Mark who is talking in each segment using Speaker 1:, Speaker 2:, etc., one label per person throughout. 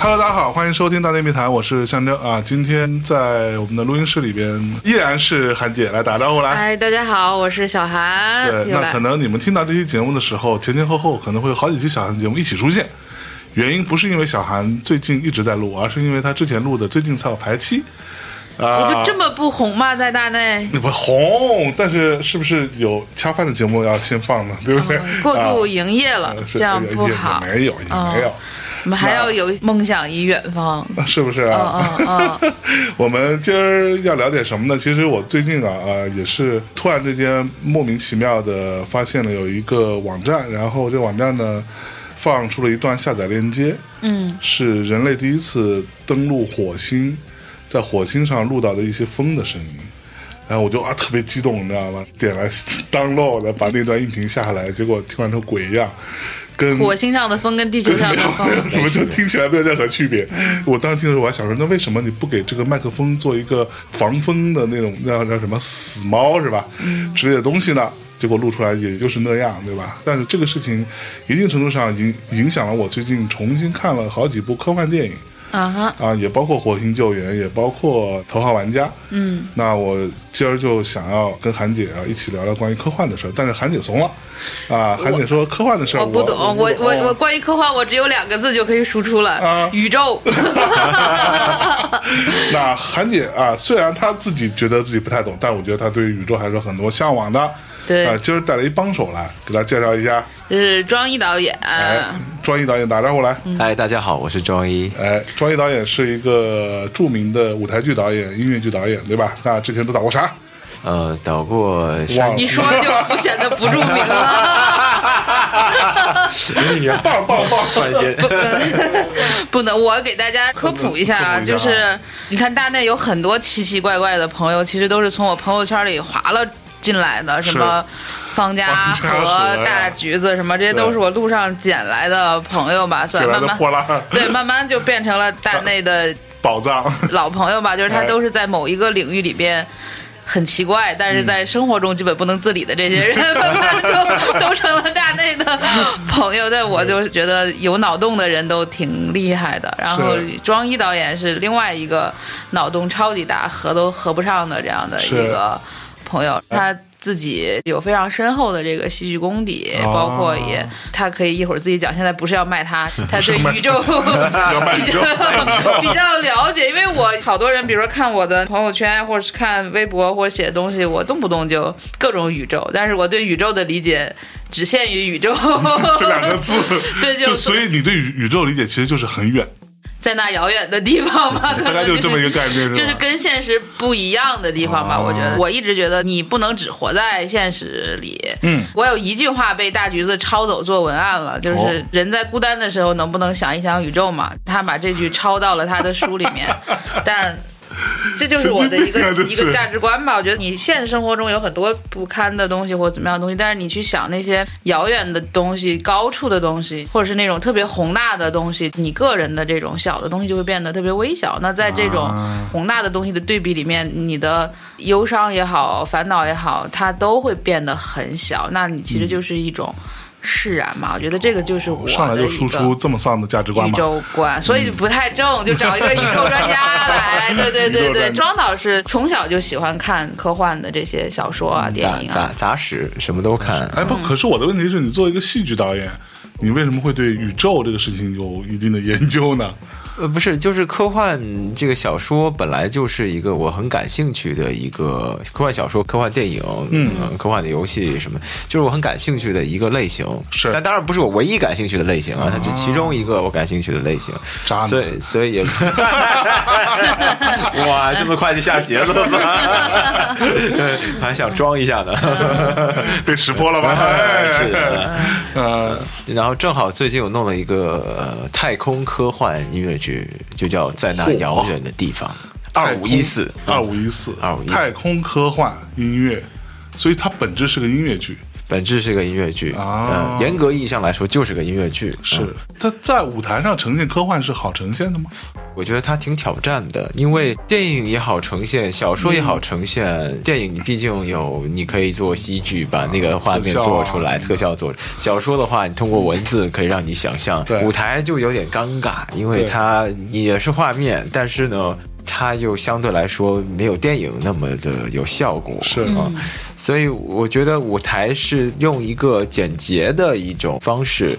Speaker 1: Hello，大家好，欢迎收听大内密谈，我是象征啊。今天在我们的录音室里边，依然是韩姐来打招呼来。
Speaker 2: 哎，大家好，我是小韩。
Speaker 1: 对，
Speaker 2: 又
Speaker 1: 那
Speaker 2: 来
Speaker 1: 可能你们听到这期节目的时候，前前后后可能会有好几期小韩节目一起出现。原因不是因为小韩最近一直在录，而是因为他之前录的最近才有排期。啊、
Speaker 2: 我就这么不红吗？在大内
Speaker 1: 你不红，但是是不是有恰饭的节目要先放呢？对不对？
Speaker 2: 过
Speaker 1: 啊
Speaker 2: 度营业了，
Speaker 1: 是哎
Speaker 2: 这样
Speaker 1: 也
Speaker 2: 不
Speaker 1: 也
Speaker 2: 好。
Speaker 1: 也没有，也没有，
Speaker 2: 我们还要有梦想与远方。
Speaker 1: 是不是
Speaker 2: 嗯
Speaker 1: 啊？
Speaker 2: 嗯嗯，
Speaker 1: 我们今儿要聊点什么呢？其实我最近啊啊、呃也是突然之间莫名其妙的发现了有一个网站，然后这网站呢放出了一段下载链接，
Speaker 2: 嗯，
Speaker 1: 是人类第一次登陆火星，在火星上录到的一些风的声音。然后我就啊特别激动，你知道吗？点了 download 了把那段音频下下来，结果听完成鬼一样，跟
Speaker 2: 火星上的风跟地球 上的
Speaker 1: 没有
Speaker 2: 风，
Speaker 1: 什么，就听起来没有任何区别。我当时听的时候，我还想说，那为什么你不给这个麦克风做一个防风的那种，叫叫什么死猫是吧？
Speaker 2: 嗯
Speaker 1: 之类的东西呢？结果录出来也就是那样，对吧？但是这个事情一定程度上影影响了我最近重新看了好几部科幻电影。
Speaker 2: 嗯哼，
Speaker 1: 啊，也包括《火星救援》，也包括《头号玩家》。嗯，那我今儿就想要跟韩姐啊一起聊聊关于科幻的事儿，但是韩姐怂了，啊，韩姐说科幻的事儿
Speaker 2: 我不懂，我我我关于科幻，我只有两个字就可以输出
Speaker 1: 啊
Speaker 2: 了，宇宙。
Speaker 1: 那韩姐啊，虽然她自己觉得自己不太懂，但我觉得她对宇宙还是有很多向往的。
Speaker 2: 对
Speaker 1: 啊，今儿带了一帮手来，给大家介绍一下。
Speaker 2: 是庄一导演，
Speaker 1: 哎，
Speaker 2: 啊
Speaker 1: 庄一导演打招呼来。
Speaker 2: 嗯
Speaker 3: 嗨，大家好，我是庄一。
Speaker 1: 哎，庄一导演是一个著名的舞台剧导演、音乐剧导演，对吧？那之前都导过啥？
Speaker 3: 呃，导过
Speaker 1: 忘
Speaker 3: 山
Speaker 1: 了
Speaker 2: 一说就不显得不著名了。
Speaker 1: 棒棒棒！
Speaker 3: 突然间，
Speaker 2: 不能，我给大家科普一下啊，
Speaker 1: 科普一下啊
Speaker 2: 就是你看大内有很多奇奇怪怪的朋友，其实都是从我朋友圈里划了进来的，什么方家
Speaker 1: 方家和呀
Speaker 2: 和大橘子什么，这些都是我路上捡来的朋友吧，
Speaker 1: 捡
Speaker 2: 算
Speaker 1: 来
Speaker 2: 慢
Speaker 1: 的
Speaker 2: 慢
Speaker 1: 破烂
Speaker 2: 对，慢慢就变成了大内的
Speaker 1: 宝 藏。
Speaker 2: 老朋友吧，就是他
Speaker 1: 哎
Speaker 2: 都是在某一个领域里边。很奇怪，但是在生活中基本不能自理的这 些人，慢慢就都成了大内的朋友。但我就是觉得有脑洞的人都挺厉害的。然后
Speaker 1: 是
Speaker 2: 庄一导演是另外一个脑洞超级大、合都合不上的这样的一
Speaker 1: 是
Speaker 2: 个朋友，他自己有非常深厚的这个戏剧功底，
Speaker 1: 哦
Speaker 2: 包括也他可以一会儿自己讲。现在不是要卖他，他对宇 宙
Speaker 1: 要卖宇宙
Speaker 2: 比较了解，因为我好多人，比如说看我的朋友圈，或者是看微博，或者写东西，我动不动就各种宇宙，但是我对宇宙的理解只限于宇宙，
Speaker 1: 这两个字
Speaker 2: 对，
Speaker 1: 就
Speaker 2: 就
Speaker 1: 所
Speaker 2: 是
Speaker 1: 以你对宇宇宙理解其实就是很远，
Speaker 2: 在那遥远的地方 吧，可
Speaker 1: 大概
Speaker 2: 能
Speaker 1: 就是这么一个概念，
Speaker 2: 就是是
Speaker 1: 吧
Speaker 2: 跟现实不一样的地方吧。
Speaker 1: 哦
Speaker 2: 我觉得，我一直觉得你不能只活在现实里。
Speaker 1: 嗯，
Speaker 2: 我有一句话被大橘子抄走做文案了，就
Speaker 1: 哦
Speaker 2: 是人在孤单的时候能不能想一想宇宙嘛？他把这句抄到了他的书里 面，但。这就是我的一个
Speaker 1: 神经病啊真
Speaker 2: 一
Speaker 1: 是
Speaker 2: 个价值观吧。我觉得你现实生活中有很多不堪的东西或者怎么样的东西，但是你去想那些遥远的东西、高处的东西，或者是那种特别宏大的东西，你个人的这种小的东西就会变得特别微小。那在这种
Speaker 1: 啊
Speaker 2: 宏大的东西的对比里面，你的忧伤也好、烦恼也好，它都会变得很小。那你其实就是一种释然嘛。我觉得这个就是我
Speaker 1: 上来
Speaker 2: 的
Speaker 1: 就
Speaker 2: 一
Speaker 1: 输
Speaker 2: 个
Speaker 1: 出这么丧的价值观
Speaker 2: 宇
Speaker 1: 嘛。
Speaker 2: 宙观，所以不太正，就找一个宇宙专家 来。对对
Speaker 1: 宇
Speaker 2: 对
Speaker 1: 宙专
Speaker 2: 对，
Speaker 1: 家
Speaker 2: 庄导是从小就喜欢看科幻的这些小说啊、电
Speaker 3: 杂
Speaker 2: 影啊
Speaker 3: 杂。杂食什么都看。
Speaker 1: 哎，不，
Speaker 2: 嗯
Speaker 1: 可是我的问题是你作为一个戏剧导演，你为什么会对宇宙这个事情有一定的研究呢？
Speaker 3: 呃，不是，就是科幻这个小说本来就是一个我很感兴趣的一个科幻小说、科幻电影、嗯、科幻的游戏什么，就是我很感兴趣的一个类型。
Speaker 1: 是
Speaker 3: 但当然不是我唯一感兴趣的类型啊，它是其中一个我感兴趣的类型。
Speaker 1: 啊渣男
Speaker 3: 所以所以也， 哇，这么快就下结论了， 对还想装一下呢。
Speaker 1: 被识破了吧？哎
Speaker 3: 啊是的，
Speaker 1: 呃，
Speaker 3: 然后正好最近我弄了一个、呃、太空科幻音乐剧，就叫《在那遥远的地方》，二五一四，嗯
Speaker 1: 二五一四，
Speaker 3: 2514
Speaker 1: 太空科幻音乐，所以它本质是个音乐剧。
Speaker 3: 本质是个音乐剧。
Speaker 1: 啊
Speaker 3: 嗯，严格意义上来说就是个音乐剧。嗯
Speaker 1: 是他在舞台上呈现科幻是好呈现的吗？
Speaker 3: 我觉得它挺挑战的，因为电影也好呈现，小说也好呈现。电影你毕竟有，你可以做戏剧，把那个画面
Speaker 1: 特效啊
Speaker 3: 做出来，特效做出来。小说的话，你通过文字可以让你想象
Speaker 1: 对，
Speaker 3: 舞台就有点尴尬，因为
Speaker 1: 对
Speaker 3: 它也是画面，但是呢。它又相对来说没有电影那么的有效果，
Speaker 1: 是
Speaker 3: 啊，所以我觉得舞台是用一个简洁的一种方式，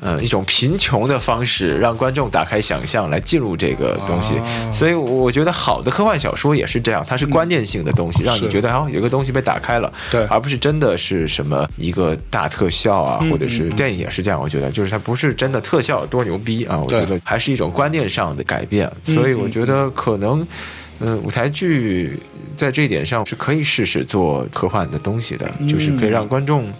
Speaker 3: 呃，一种贫穷的方式，让观众打开想象来进入这个东西。
Speaker 1: 啊
Speaker 3: 所以我觉得好的科幻小说也是这样，它是观念性的东西，让你
Speaker 1: 是
Speaker 3: 觉得哦，有一个东西被打开了，
Speaker 1: 对
Speaker 3: 而不是真的是什么一个大特效啊，
Speaker 1: 嗯
Speaker 3: 或者是
Speaker 1: 嗯嗯
Speaker 3: 电影也是这样，我觉得就是它不是真的特效有多牛逼啊，我
Speaker 1: 对嗯
Speaker 3: 觉得还是一种观念上的改变。所以我觉得可能。嗯，舞台剧在这一点上是可以试试做科幻的东西的，
Speaker 1: 嗯
Speaker 3: 就是可以让观众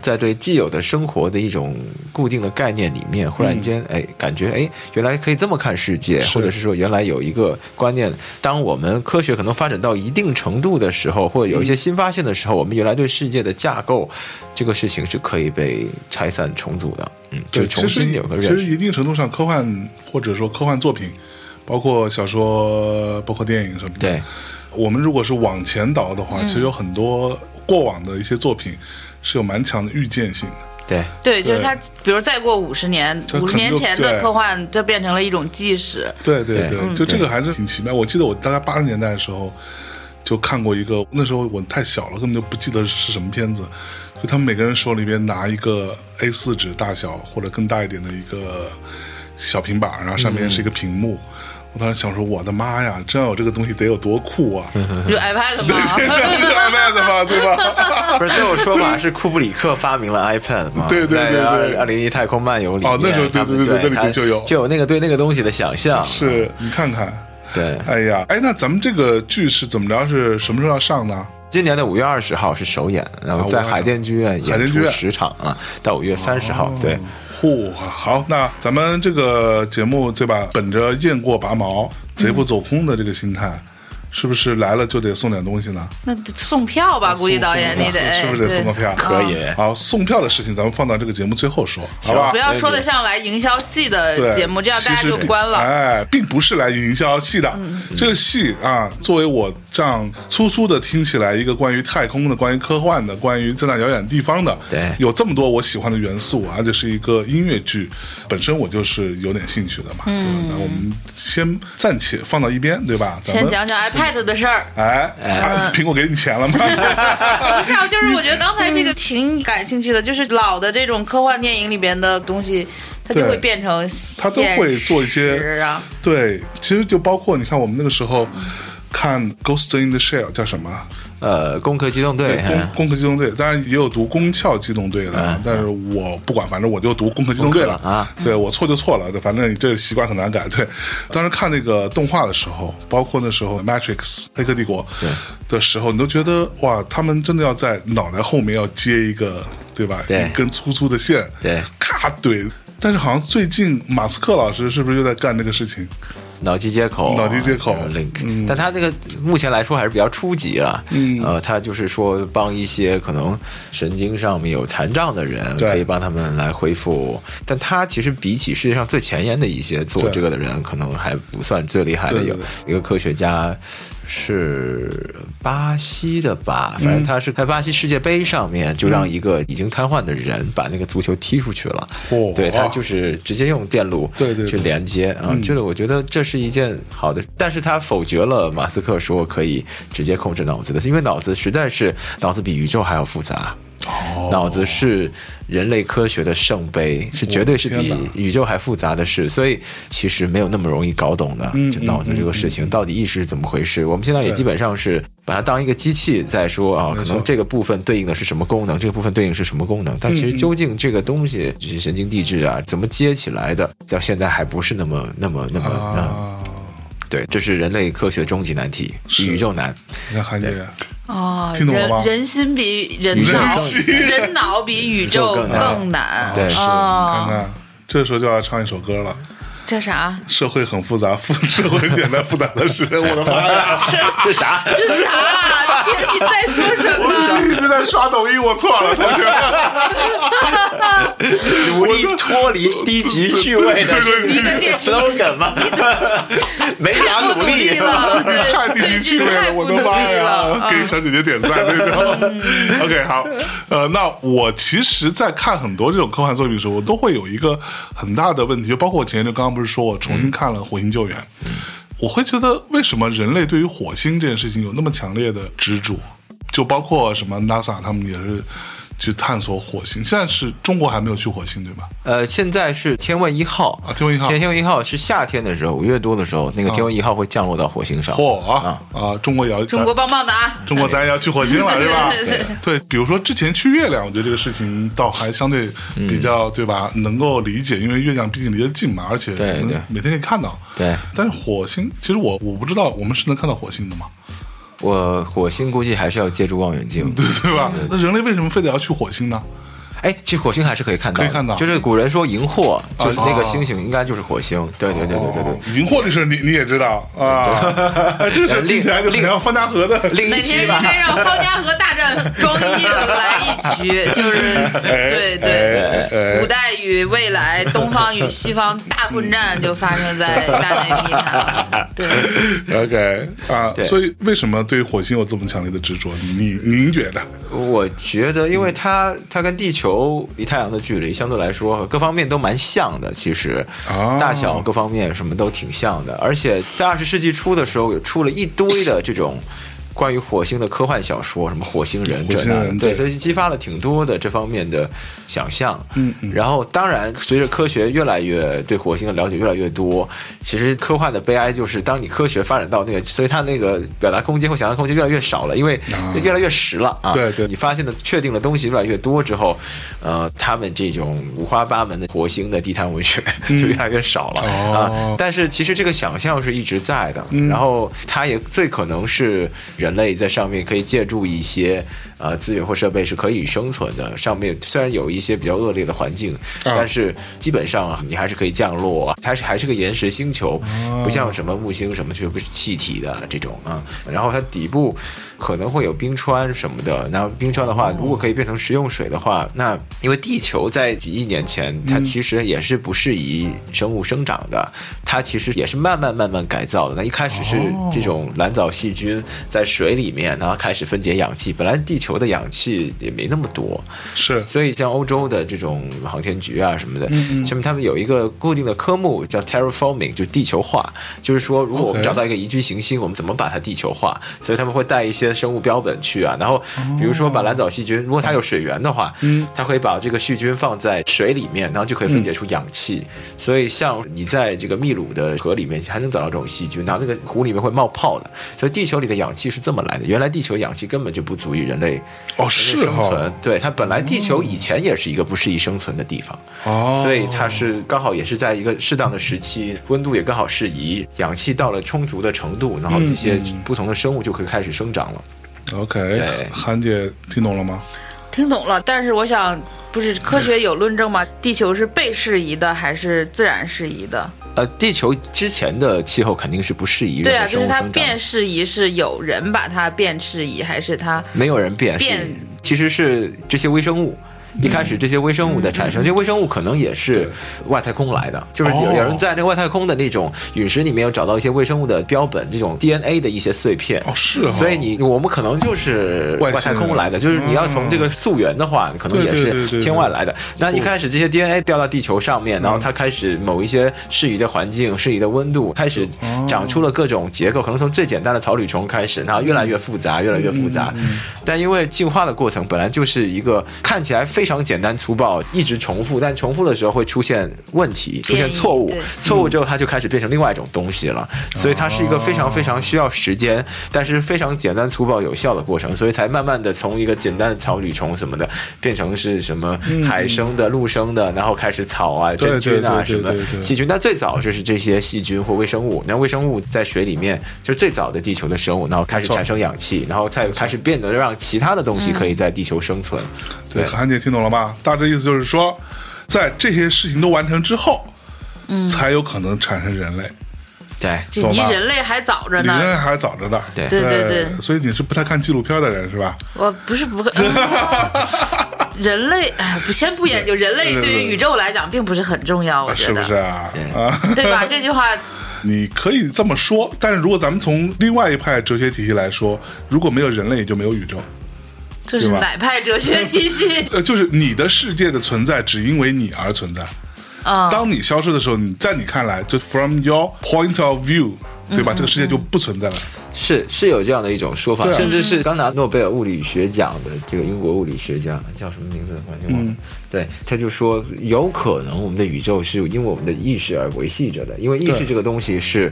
Speaker 3: 在对既有的生活的一种固定的概念里面，忽然间，哎，感觉哎，原来可以这么看世界，
Speaker 1: 嗯是
Speaker 3: 或者是说原来有一个观念，当我们科学可能发展到一定程度的时候，或者有
Speaker 1: 嗯
Speaker 3: 一些新发现的时候，我们原来对世界的架构这个事情是可以被拆散重组的，嗯，就
Speaker 1: 对，
Speaker 3: 重新有个
Speaker 1: 其
Speaker 3: 认
Speaker 1: 实
Speaker 3: 识。
Speaker 1: 其实一定程度上，科幻或者说科幻作品，包括小说、包括电影什么的，
Speaker 3: 对，嗯
Speaker 1: 我们如果是往前倒的话，其实有很多过往的一些作品是有蛮强的预见性的。
Speaker 3: 对，
Speaker 2: 对，就是
Speaker 1: 对
Speaker 2: 它，比如再过五十年，
Speaker 1: 这
Speaker 2: 五
Speaker 1: 可
Speaker 2: 十
Speaker 1: 能
Speaker 2: 年
Speaker 1: 就
Speaker 2: 前的
Speaker 1: 对
Speaker 2: 科幻，就变成了一种纪实。
Speaker 1: 对对
Speaker 3: 对嗯
Speaker 1: 就这个
Speaker 3: 对
Speaker 1: 还是挺奇妙。我记得我大概八十年代的时候就看过一个，那时候我太小了，根本就不记得是什么片子。就他们每个人手里边拿一个 A 四纸大小或者更大一点的一个小平板，然后上面是一个屏幕。我当时想说，我的妈呀，真要有这个东西得有多酷啊！
Speaker 2: 就 iPad 嘛，
Speaker 1: 这像是 iPad 吗？对吧？
Speaker 3: 不是都有说法是库布里克发明了 iPad 嘛？
Speaker 1: 对对对对
Speaker 3: 二零一太空漫游里面，
Speaker 1: 哦那时候
Speaker 3: 他
Speaker 1: 对
Speaker 3: 们
Speaker 1: 对对对那
Speaker 3: 对
Speaker 1: 里面
Speaker 3: 他
Speaker 1: 就有
Speaker 3: 就有那个对那个东西的想象，
Speaker 1: 是你看看，
Speaker 3: 对。
Speaker 1: 哎呀，哎，那咱们这个剧是怎么着？是什么时候要上呢？
Speaker 3: 今年的五月二十号是首演，然
Speaker 1: 啊
Speaker 3: 后在海淀剧院
Speaker 1: 海
Speaker 3: 演
Speaker 1: 淀剧
Speaker 3: 出
Speaker 1: 院哦
Speaker 3: 十场啊，到五月三十号。对，
Speaker 1: 呼，嗯好，那咱们这个节目对吧？本着雁过拔毛，贼不走空的这个心态，是不是来了就得送点东西呢？
Speaker 2: 那得送票吧，估计导演
Speaker 1: 送
Speaker 2: 你得哎
Speaker 1: 是不是得
Speaker 2: 对
Speaker 1: 送个票？
Speaker 3: 可以。
Speaker 1: 好，送票的事情咱们放到这个节目最后说，好吧
Speaker 2: 不？要说的像来营销系的
Speaker 1: 对，
Speaker 2: 呃节目，这样大家
Speaker 1: 其实
Speaker 2: 就关了。嗯
Speaker 1: 哎，并不是来营销戏的，这个戏啊，作为我这样粗粗的听起来，一个关于太空的、关于科幻的、关于在那遥远地方的，
Speaker 3: 对
Speaker 1: 有这么多我喜欢的元素啊，这是一个音乐剧，本身我就是有点兴趣的嘛。嗯，那我们先暂且放到一边，对吧？咱
Speaker 2: 先
Speaker 1: 们
Speaker 2: 讲呃讲 iPad 的事儿，
Speaker 1: 哎，啊苹果给你钱了 吗？
Speaker 2: 不是啊，就是我觉得刚才这
Speaker 1: 嗯
Speaker 2: 个挺感兴趣的，就是老的这种科幻电影里边的东西，它就
Speaker 1: 对
Speaker 2: 会变成
Speaker 1: 它都会做一些
Speaker 2: 现实啊，
Speaker 1: 对，其实就包括你看我们那个时候看《Ghost in the Shell》叫什么？
Speaker 3: 呃，《攻壳机动队》
Speaker 1: 攻攻壳机动队，当然也有读攻壳机动队的，但是我不管，反正我就读攻壳机动队了
Speaker 3: 啊攻壳了啊。
Speaker 1: 对我错就错了，对反正你这习惯很难改。对，当时看那个动画的时候，包括那时候《Matrix》黑客帝国的时候，你都觉得哇，他们真的要在脑袋后面要接一个，对吧？
Speaker 3: 对
Speaker 1: 一根粗粗的线，
Speaker 3: 对
Speaker 1: 咔怼。但是好像最近马斯克老师是不是又在干这个事情？
Speaker 3: 脑机接口，
Speaker 1: 脑机接口嗯
Speaker 3: 呃 Link，、但它这个目前来说还是比较初级啊。嗯，呃，它就是说帮一些可能神经上面有残障的人，
Speaker 1: 对
Speaker 3: 可以帮他们来恢复。但它其实比起世界上最前沿的一些做
Speaker 1: 对
Speaker 3: 这个的人，可能还不算最厉害的。
Speaker 1: 对对
Speaker 3: 有一个科学家是巴西的吧，反正
Speaker 1: 嗯
Speaker 3: 他是在巴西世界杯上面就让一个已经瘫痪的人把那个足球踢出去了。
Speaker 1: 哦
Speaker 3: 对他
Speaker 1: 哇
Speaker 3: 就是直接用电路
Speaker 1: 对对
Speaker 3: 去
Speaker 1: 对嗯
Speaker 3: 连接啊，就是我觉得这是一件好的，但是他否决了马斯克说可以直接控制脑子的，因为脑子实在是脑子比宇宙还要复杂。
Speaker 1: 哦
Speaker 3: 脑子是人类科学的圣杯，是绝对是
Speaker 1: 我的
Speaker 3: 比
Speaker 1: 天哪
Speaker 3: 宇宙还复杂的事，所以其实没有那么容易搞懂的。
Speaker 1: 嗯
Speaker 3: 就脑子这个事情到底意识是怎么回事，我们现在也基本上是把它当一个机器在说啊，可
Speaker 1: 没错
Speaker 3: 能这个部分对应的是什么功能，这个部分对应是什么功能，但其
Speaker 1: 嗯
Speaker 3: 实究竟这个东西，这些神经递质啊，怎么接起来的，到现在还不是那么那么那么、嗯，
Speaker 1: 啊，
Speaker 3: 对，这是人类科学终极难题，比
Speaker 1: 是
Speaker 3: 宇宙难。
Speaker 1: 你看韩姐，
Speaker 2: 哦，
Speaker 1: 听懂了吗
Speaker 2: 人人心比人
Speaker 3: 宇宙
Speaker 2: 脑
Speaker 1: 更，
Speaker 2: 人脑比宇宙
Speaker 3: 宇宙更难
Speaker 2: 更难。
Speaker 3: 对
Speaker 1: 是，
Speaker 2: 哦
Speaker 1: 你看看，这时候就要唱一首歌了。
Speaker 2: 叫啥？
Speaker 1: 社会很复杂，复 社会很简单，复杂的是我的妈呀！
Speaker 3: 是啥？
Speaker 2: 这啥？这你在说什
Speaker 1: 我
Speaker 2: 么？
Speaker 1: 一直在刷抖音，我错了，同学。
Speaker 3: 努力脱离低级趣味的
Speaker 1: 对
Speaker 2: 一个电梯
Speaker 3: slogan 吗？没啥
Speaker 2: 太不
Speaker 3: 努
Speaker 2: 努
Speaker 3: 力
Speaker 2: 力了，对，
Speaker 1: 太低级趣味
Speaker 2: 太
Speaker 1: 了，
Speaker 2: 不
Speaker 1: 我
Speaker 2: 努
Speaker 1: 的
Speaker 2: 力
Speaker 1: 妈呀！
Speaker 2: 了。
Speaker 1: 给
Speaker 2: 嗯
Speaker 1: 小姐姐点赞那种。OK，好， 呃，那我其实，在看很多这种科幻作品的时候，我都会有一个很大的问题，就包括我前一阵刚刚不是说我
Speaker 2: 嗯
Speaker 1: 重新看了《火星救援》，我会觉得为什么人类对于火星这件事情有那么强烈的执着？就包括什么 NASA 他们也是去探索火星，现在是中国还没有去火星对吧？
Speaker 3: 呃，现在是天问一号
Speaker 1: 啊，天问一号
Speaker 3: 天天问一号是夏天的时候，五月多的时候，那个天问一号会降落到火星上。
Speaker 1: 嚯啊啊！中国也要
Speaker 2: 中国棒棒的啊！
Speaker 1: 中国咱也要去火星了，是吧？
Speaker 2: 对对对
Speaker 1: 对，比如说之前去月亮，我觉得这个事情倒还相对比较、对吧，能够理解，因为月亮毕竟离得近嘛，而且
Speaker 3: 嗯对
Speaker 1: 能
Speaker 3: 对
Speaker 1: 每天可以看到。
Speaker 3: 对
Speaker 1: 但是火星，其实我我不知道我们是能看到火星的嘛，
Speaker 3: 我火星估计还是要借助望远镜。
Speaker 1: 对对吧？那人类为什么非得要去火星呢？
Speaker 3: 哎，其实火星还是可以看到的，
Speaker 1: 可以看到
Speaker 3: 就是古人说荧惑，就是那
Speaker 1: 啊
Speaker 3: 个星星应该就是火星。对对对对对对
Speaker 1: 哦。，荧惑这事儿你你也知道啊？哎这个事儿听起来就很像方家河的。
Speaker 3: 呃另
Speaker 2: 哪
Speaker 3: 一期
Speaker 2: 天应
Speaker 3: 吧，
Speaker 2: 该让方家河大战中医来一局，就是对对。
Speaker 1: 哎哎
Speaker 2: 古代与未来，东方与西方大混战就发生在大内密谈了。对，
Speaker 1: OK 啊，
Speaker 3: 对
Speaker 1: 所以为什么对火星有这么强烈的执着？你您觉得？
Speaker 3: 我觉得，因为
Speaker 1: 嗯
Speaker 3: 它它跟地球离太阳的距离相对来说，各方面都蛮像的，其实
Speaker 1: 哦
Speaker 3: 大小各方面什么都挺像的。而且在二十世纪初的时候，有出了一堆的这种。关于火星的科幻小说，什么火星人这
Speaker 1: 火星
Speaker 3: 那的
Speaker 1: 人，对
Speaker 3: 对，所以激发了挺多的这方面的想象。嗯，然后当然，随着科学越来越对火星的了解越来越多，其实科幻的悲哀就是，当你科学发展到那个，所以它那个表达空间或想象空间越来越少了，因为
Speaker 1: 啊
Speaker 3: 越来越实了啊。
Speaker 1: 对对
Speaker 3: 你发现的确定的东西越来越多之后，呃，他们这种五花八门的火星的地摊文学 就越来越少了、
Speaker 1: 嗯哦嗯
Speaker 3: 啊。但是其实这个想象是一直在的，然后它也最可能是人类在上面可以借助一些呃资源或设备是可以生存的。上面虽然有一些比较恶劣的环
Speaker 1: 啊
Speaker 3: 境，但是基本上你还是可以降落，它是还是个岩石星球，不像什么木星什么就不是气体的这种啊。然后它底部可能会有冰川什么的，然后冰川的话，如果可以变成食用水的话，那因为地球在几亿年前它其实也是不适宜生物生长的，它其实也是慢慢慢慢改造的。那一开始是这种蓝藻细菌在水里面，然后开始分解氧气，本来地球的氧气也没那么多，
Speaker 1: 是
Speaker 3: 所以像欧洲的这种航天局啊什么的，前面他们有一个固定的科目叫 terraforming，就地球化，就是说如果我们
Speaker 1: OK
Speaker 3: 找到一个宜居行星，我们怎么把它地球化？所以他们会带一些生物标本去啊，然后比如说把蓝藻细菌，如果它有水源的话，它会把这个细菌放在水里面，然后就可以分解出氧气。所以像你在这个秘鲁的河里面还能找到这种细菌，然后那个湖里面会冒泡的，所以地球里的氧气是这么来的。原来地球氧气根本就不足以人类
Speaker 1: 哦，
Speaker 3: 人
Speaker 1: 是
Speaker 3: 类生
Speaker 1: 哈、
Speaker 3: 存，对它本来地球以前也是一个不适宜生存的地方，
Speaker 1: 哦，
Speaker 3: 所以它是刚好也是在一个适当的时期，温度也刚好适宜，氧气到了充足的程度，然后一些不同的生物就可以开始生长了。
Speaker 1: OK，
Speaker 3: 对
Speaker 1: 韩姐听懂了吗？
Speaker 2: 听懂了。但是我想，不是科学有论证吗？地球是被适宜的还是自然适宜的？
Speaker 3: 呃，地球之前的气候肯定是不适宜
Speaker 2: 对
Speaker 3: 任
Speaker 2: 啊，
Speaker 3: 何
Speaker 2: 就
Speaker 3: 生物
Speaker 2: 是它
Speaker 3: 生长
Speaker 2: 变
Speaker 3: 的，
Speaker 2: 适宜是有人把它变适宜，还是它
Speaker 3: 没有人变，
Speaker 2: 变
Speaker 3: 是其实是这些微生物。一开始这些微生物的产生，这些微生物可能也是外太空来的，嗯就是有
Speaker 1: 哦
Speaker 3: 有人在那个外太空的那种陨石里面有找到一些微生物的标本，这种 DNA 的一些碎片，
Speaker 1: 哦，是哈、
Speaker 3: 所以你我们可能就是
Speaker 1: 外
Speaker 3: 外
Speaker 1: 星人嗯
Speaker 3: 太空来的，就是你要从这个溯源的话，可能也
Speaker 1: 对对对对
Speaker 3: 是
Speaker 1: 对嗯
Speaker 3: 天外来的。那一开始这些 DNA 掉到地球上面，然后它开始某一些适宜的环境、适宜的温度，开始
Speaker 1: 哦
Speaker 3: 长出了各种结构，可能从最简单的草履虫开始，然后越来越复
Speaker 1: 嗯
Speaker 3: 杂，越来越复杂。但因为进化的过程本来就是一个看起来非常简单粗暴，一直重复，但重复的时候会出现问题，出现错误
Speaker 2: 变异对，
Speaker 3: 错误之后它就开始变成另外一种东西了，
Speaker 1: 嗯
Speaker 3: 所以它是一个非常非常需要时间，但是非常简单粗暴有效的过程，所以才慢慢的从一个简单的草履虫什么的，变成是什么
Speaker 1: 嗯
Speaker 3: 海生的、陆生的，然后开始草啊、
Speaker 1: 对
Speaker 3: 真菌啊
Speaker 1: 对
Speaker 3: 什
Speaker 1: 对对
Speaker 3: 么
Speaker 1: 对对
Speaker 3: 细菌。那最早就是这些细菌或微生物，那微生物在水里面就是最早的地球的生物，然后开始
Speaker 1: 错
Speaker 3: 产生氧气，然后再开始变得让其他的东西可以在地球生存。
Speaker 1: 嗯对，韩姐听懂了吧？大致意思就是说，在这些事情都完成之后，
Speaker 2: 嗯
Speaker 1: 才有可能产生人类。
Speaker 3: 对，
Speaker 2: 这
Speaker 1: 懂
Speaker 2: 离
Speaker 1: 吧
Speaker 2: 人类还早着
Speaker 1: 你
Speaker 2: 呢。
Speaker 1: 那还早着呢，
Speaker 3: 对
Speaker 2: 对对对
Speaker 1: 所以你是不太看纪录片的人是吧？
Speaker 2: 我不是不 会。人类，哎，不，先不研究人类
Speaker 1: 对
Speaker 2: 对
Speaker 1: 对
Speaker 2: 于宇宙来讲并不是很重要，我
Speaker 1: 是
Speaker 2: 觉
Speaker 1: 不
Speaker 2: 得，
Speaker 1: 是啊？
Speaker 3: 对
Speaker 1: 啊，
Speaker 2: 对吧？这句话，
Speaker 1: 你可以这么说，但是如果咱们从另外一派哲学体系来说，如果没有人类，也就没有宇宙。
Speaker 2: 这是
Speaker 1: 对吧？
Speaker 2: 哪派哲学体系
Speaker 1: 呃，就是你的世界的存在，只因为你而存在。
Speaker 2: 啊、
Speaker 1: 当你消失的时候，你在你看来，就 from your point of view，对吧？这个世界就不存在了。
Speaker 3: 是是有这样的一种说法，
Speaker 1: 对啊
Speaker 3: 甚至是刚拿诺贝尔物理学奖的这个英国物理学家叫什么名字？完全忘了。
Speaker 1: 嗯
Speaker 3: 对，他就说有可能我们的宇宙是因为我们的意识而维系着的，因为意识
Speaker 1: 对
Speaker 3: 这个东西是。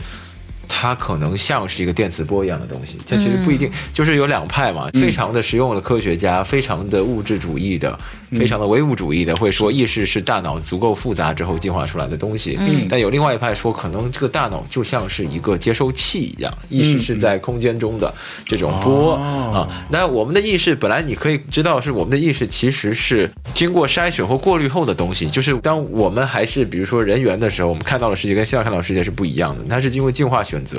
Speaker 3: 它可能像是一个电磁波一样的东西，它其实不一定，
Speaker 1: 嗯
Speaker 3: 就是有两派嘛，非常的实用的科学家，非常的物质主义的，非常的唯物主义的，会说意识是大脑足够复杂之后进化出来的东西。
Speaker 2: 嗯
Speaker 3: 但有另外一派说，可能这个大脑就像是一个接收器一样，意识是在空间中的这种波、
Speaker 1: 哦
Speaker 3: 啊，那我们的意识本来你可以知道，是我们的意识其实是经过筛选或过滤后的东西。就是当我们还是比如说人猿的时候，我们看到的世界跟现在看到的世界是不一样的，它是经过进化选择。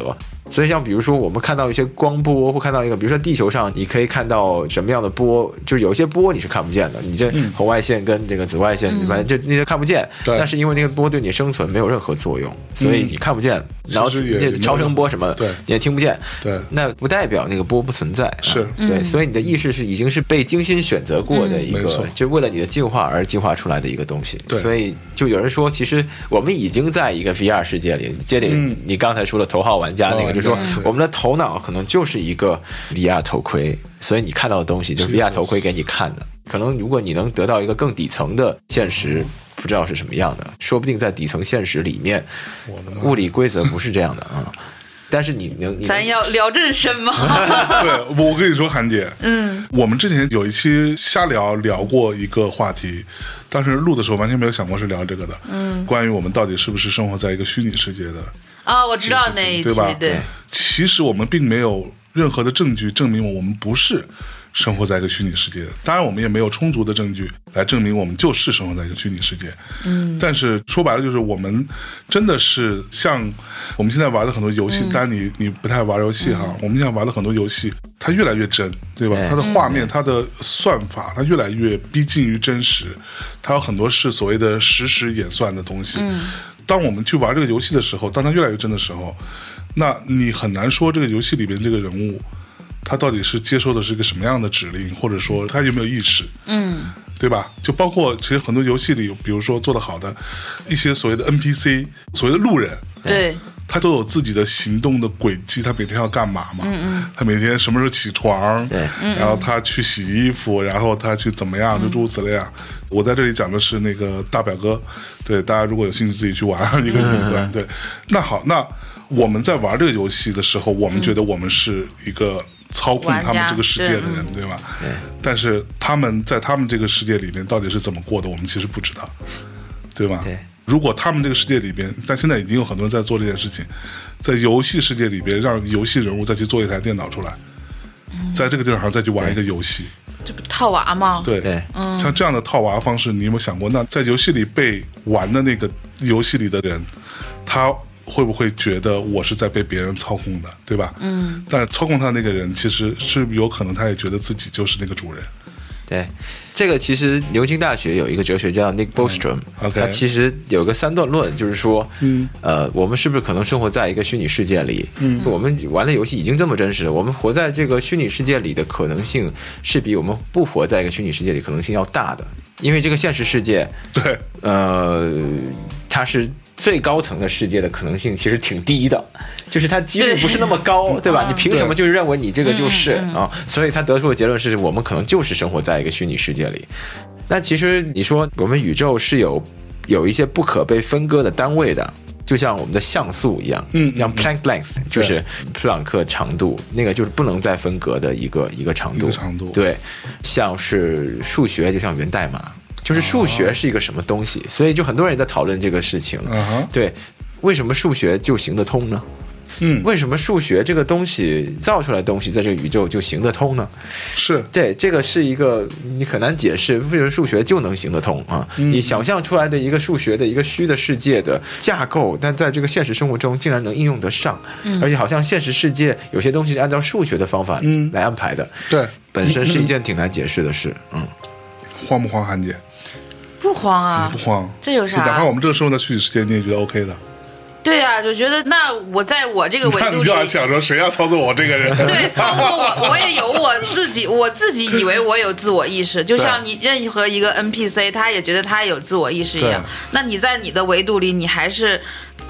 Speaker 3: 所以像比如说我们看到一些光波，或看到一个，比如说地球上你可以看到什么样的波，就是有一些波你是看不见的，你这
Speaker 1: 嗯
Speaker 3: 红外线跟这个紫外线，反正这那些看不见。
Speaker 1: 对
Speaker 3: 但是因为那个波对你生存没有任何作用，所以你看不
Speaker 1: 嗯
Speaker 3: 见。然后
Speaker 1: 其实也也
Speaker 3: 那
Speaker 1: 没有
Speaker 3: 超声波什么的，
Speaker 1: 对
Speaker 3: 你也听不见。
Speaker 1: 对
Speaker 3: 那不代表那个波不存在，
Speaker 1: 是
Speaker 3: 啊对，所以你的意识是已经是被精心选择过的一
Speaker 1: 嗯没错
Speaker 3: 个，就为了你的进化而进化出来的一个东西。
Speaker 1: 对
Speaker 3: 所以就有人说，其实我们已经在一个 VR 世界里，接着
Speaker 1: 嗯哦
Speaker 3: 你刚才说的头号玩家那
Speaker 1: 头号
Speaker 3: 个，
Speaker 1: 玩
Speaker 3: 就
Speaker 1: 家
Speaker 3: 说
Speaker 1: 对
Speaker 3: 我们的头脑可能就是一个 VR 头盔，所以你看到的东西就是 VR
Speaker 1: Jesus
Speaker 3: 头盔给你看的。可能如果你能得到一个更底层的现实。不知道是什么样的，说不定在底层现实里面，物理规则不是这样的啊。但是你能，你能
Speaker 2: 咱要聊正身 吗？
Speaker 1: 对，我我跟你说，韩姐，嗯，我们之前有一期瞎聊聊过一个话题，当时录的时候完全没有想过是聊这个的，嗯，关于我们到底是不是生活在一个虚拟世界的
Speaker 2: 啊、我知道那一期
Speaker 1: 对，吧？
Speaker 2: 对，
Speaker 1: 其实我们并没有任何的证据证明我们不是生活在一个虚拟世界的，当然我们也没有充足的证据来证明我们就是生活在一个虚拟世界。嗯，但是说白了就是我们真的是像我们现在玩的很多游戏，当然你你不太玩游戏哈，我们现在玩的很多游戏，它越来越真，对吧？
Speaker 3: 对
Speaker 1: 它的画面、它的算法，它越来越逼近于真实，它有很多是所谓的实时演算的东西。当我们去玩这个游戏的时候，当它越来越真的时候，那你很难说这个游戏里边这个人物，他到底是接收的是一个什么样的指令，或者说他有没有意识，
Speaker 2: 嗯，
Speaker 1: 对吧？就包括其实很多游戏里，比如说做得好的一些所谓的 NPC，所谓的路人，
Speaker 2: 对，
Speaker 1: 他都有自己的行动的轨迹，他每天要干嘛嘛？他每天什么时候起床？
Speaker 3: 对
Speaker 1: 然后他去洗衣服，然后他去怎么样，就诸如此类啊。我在这里讲的是那个大表哥，对大家如果有兴趣自己去玩一个一关。对，那好，那我们在玩这个游戏的时候，我们觉得我们是一个操控他们这个世界的人，对吧？对。但是他们在他们这个世界里面到底是怎么过的，我们其实不知道。对吧？
Speaker 3: 对
Speaker 1: 如果他们这个世界里边，但现在已经有很多人在做这件事情，在游戏世界里边，让游戏人物再去做一台电脑出来，在这个电脑上再去玩一个游戏，
Speaker 2: 这不套娃吗？
Speaker 1: 对，
Speaker 3: 对
Speaker 1: 像这样的套娃方式，你有没有想过，那在游戏里被玩的那个游戏里的人，他会不会觉得我是在被别人操控的，对吧？嗯，但是操控他那个人，其实是有可能他也觉得自己就是那个主人，
Speaker 3: 对，嗯这个其实牛津大学有一个哲学家叫 Nick Bostrom，、
Speaker 1: OK
Speaker 3: 他其实有个三段论，就是说，嗯，呃，我们是不是可能生活在一个虚拟世界里？嗯，我们玩的游戏已经这么真实了，我们活在这个虚拟世界里的可能性是比我们不活在一个虚拟世界里可能性要大的，因为这个现实世界，
Speaker 1: 对，
Speaker 3: 呃，它是。最高层的世界的可能性其实挺低的，就是它几率
Speaker 2: 对
Speaker 3: 不是那么高，对吧？你凭什么就认为你这个就是啊？所以他得出的结论是我们可能就是生活在一个虚拟世界里。那其实你说我们宇宙是有有一些不可被分割的单位的，就像我们的像素一样，
Speaker 1: 嗯嗯
Speaker 3: 像 Planck length 就是普朗克长度，那个就是不能再分割的一个一个长
Speaker 1: 一
Speaker 3: 度。
Speaker 1: 个长度
Speaker 3: 对，像是数学，就像源代码，就是数学
Speaker 1: 哦
Speaker 3: 是一个什么东西，所以就很多人在讨论这个事情。
Speaker 1: 嗯哼，
Speaker 3: 对，为什么数学就行得通呢？
Speaker 1: 嗯，
Speaker 3: 为什么数学这个东西造出来的东西在这个宇宙就行得通呢？
Speaker 1: 是
Speaker 3: 对，这个是一个你很难解释，为什么数学就能行得通啊？
Speaker 1: 嗯
Speaker 3: 你想象出来的一个数学的一个虚的世界的架构，但在这个现实生活中竟然能应用得上，而且好像现实世界有些东西是按照数学的方法
Speaker 1: 嗯
Speaker 3: 来安排的，
Speaker 1: 对，
Speaker 3: 本身是一件挺难解释的事。嗯，
Speaker 1: 慌不慌，韩姐？
Speaker 2: 不慌啊
Speaker 1: 不，慌，
Speaker 2: 这有
Speaker 1: 就哪怕
Speaker 2: 啥
Speaker 1: 我？们这个生活在虚拟世界，你也觉得 OK 的。
Speaker 2: 对呀、就觉得那我在我这个维
Speaker 1: 那
Speaker 2: 度
Speaker 1: 你
Speaker 2: 里
Speaker 1: 就。要想说，谁要操作我这个人？
Speaker 2: 对，操作我我也有我自己，我自己以为我有自我意识，就像你任何一个 NPC，他也觉得他有自我意识一样
Speaker 1: 对。
Speaker 2: 那你在你的维度里，你还是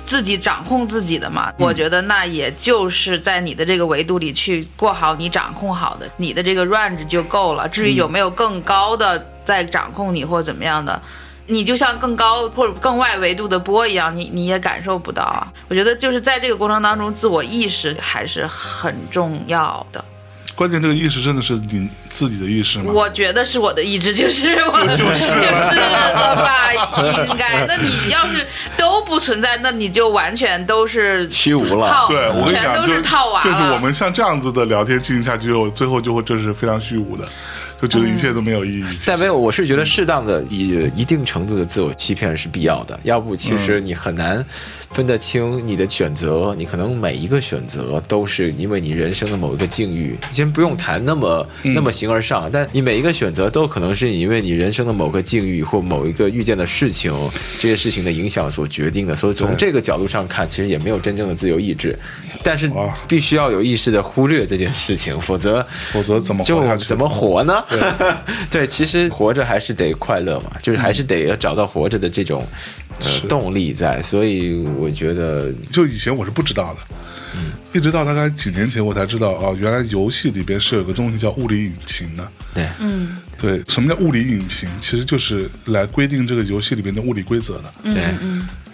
Speaker 2: 自己掌控自己的嘛？我觉得那也就是在你的这个维度里去过好你掌控好的你的这个 range 就够了。至于有没有更高的在掌控你或怎么样的，你就像更高或者更外维度的波一样，你你也感受不到啊。我觉得就是在这个过程当中，自我意识还是很重要的。
Speaker 1: 关键这个意识真的是你自己的意识吗？
Speaker 2: 我觉得是我的意志，就是我
Speaker 1: 就是
Speaker 2: 了吧，应该。那你要是都不存在，那你就完全都是
Speaker 3: 虚无了
Speaker 2: 套
Speaker 1: 对，我跟你
Speaker 2: 全
Speaker 1: 讲，
Speaker 2: 都
Speaker 1: 就是
Speaker 2: 套娃了。
Speaker 1: 就是我们像这样子的聊天进行下去，我最后就会这是非常虚无的，就觉得一切都没有意义。
Speaker 3: 但没有，我是觉得适当的以一定程度的自我欺骗是必要的，要不其实你很难分得清你的选择，你可能每一个选择都是因为你人生的某一个境遇，先不用谈那么、那么形而上，但你每一个选择都可能是因为你人生的某个境遇或某一个遇见的事情，这些事情的影响所决定的，所以从这个角度上看，其实也没有真正的自由意志，但是
Speaker 1: 哇
Speaker 3: 必须要有意识的忽略这件事情，否则
Speaker 1: 否则怎么活
Speaker 3: 就
Speaker 1: 下去
Speaker 3: 怎么活呢？ 对，其实活着还是得快乐嘛，就是还是得要找到活着的这种呃动力在，所以我觉得
Speaker 1: 就以前我是不知道的，
Speaker 3: 嗯
Speaker 1: 一直到大概几年前我才知道啊，原来游戏里边是有个东西叫物理引擎的。
Speaker 3: 对，
Speaker 1: 对，什么叫物理引擎？其实就是来规定这个游戏里边的物理规则的。
Speaker 3: 对，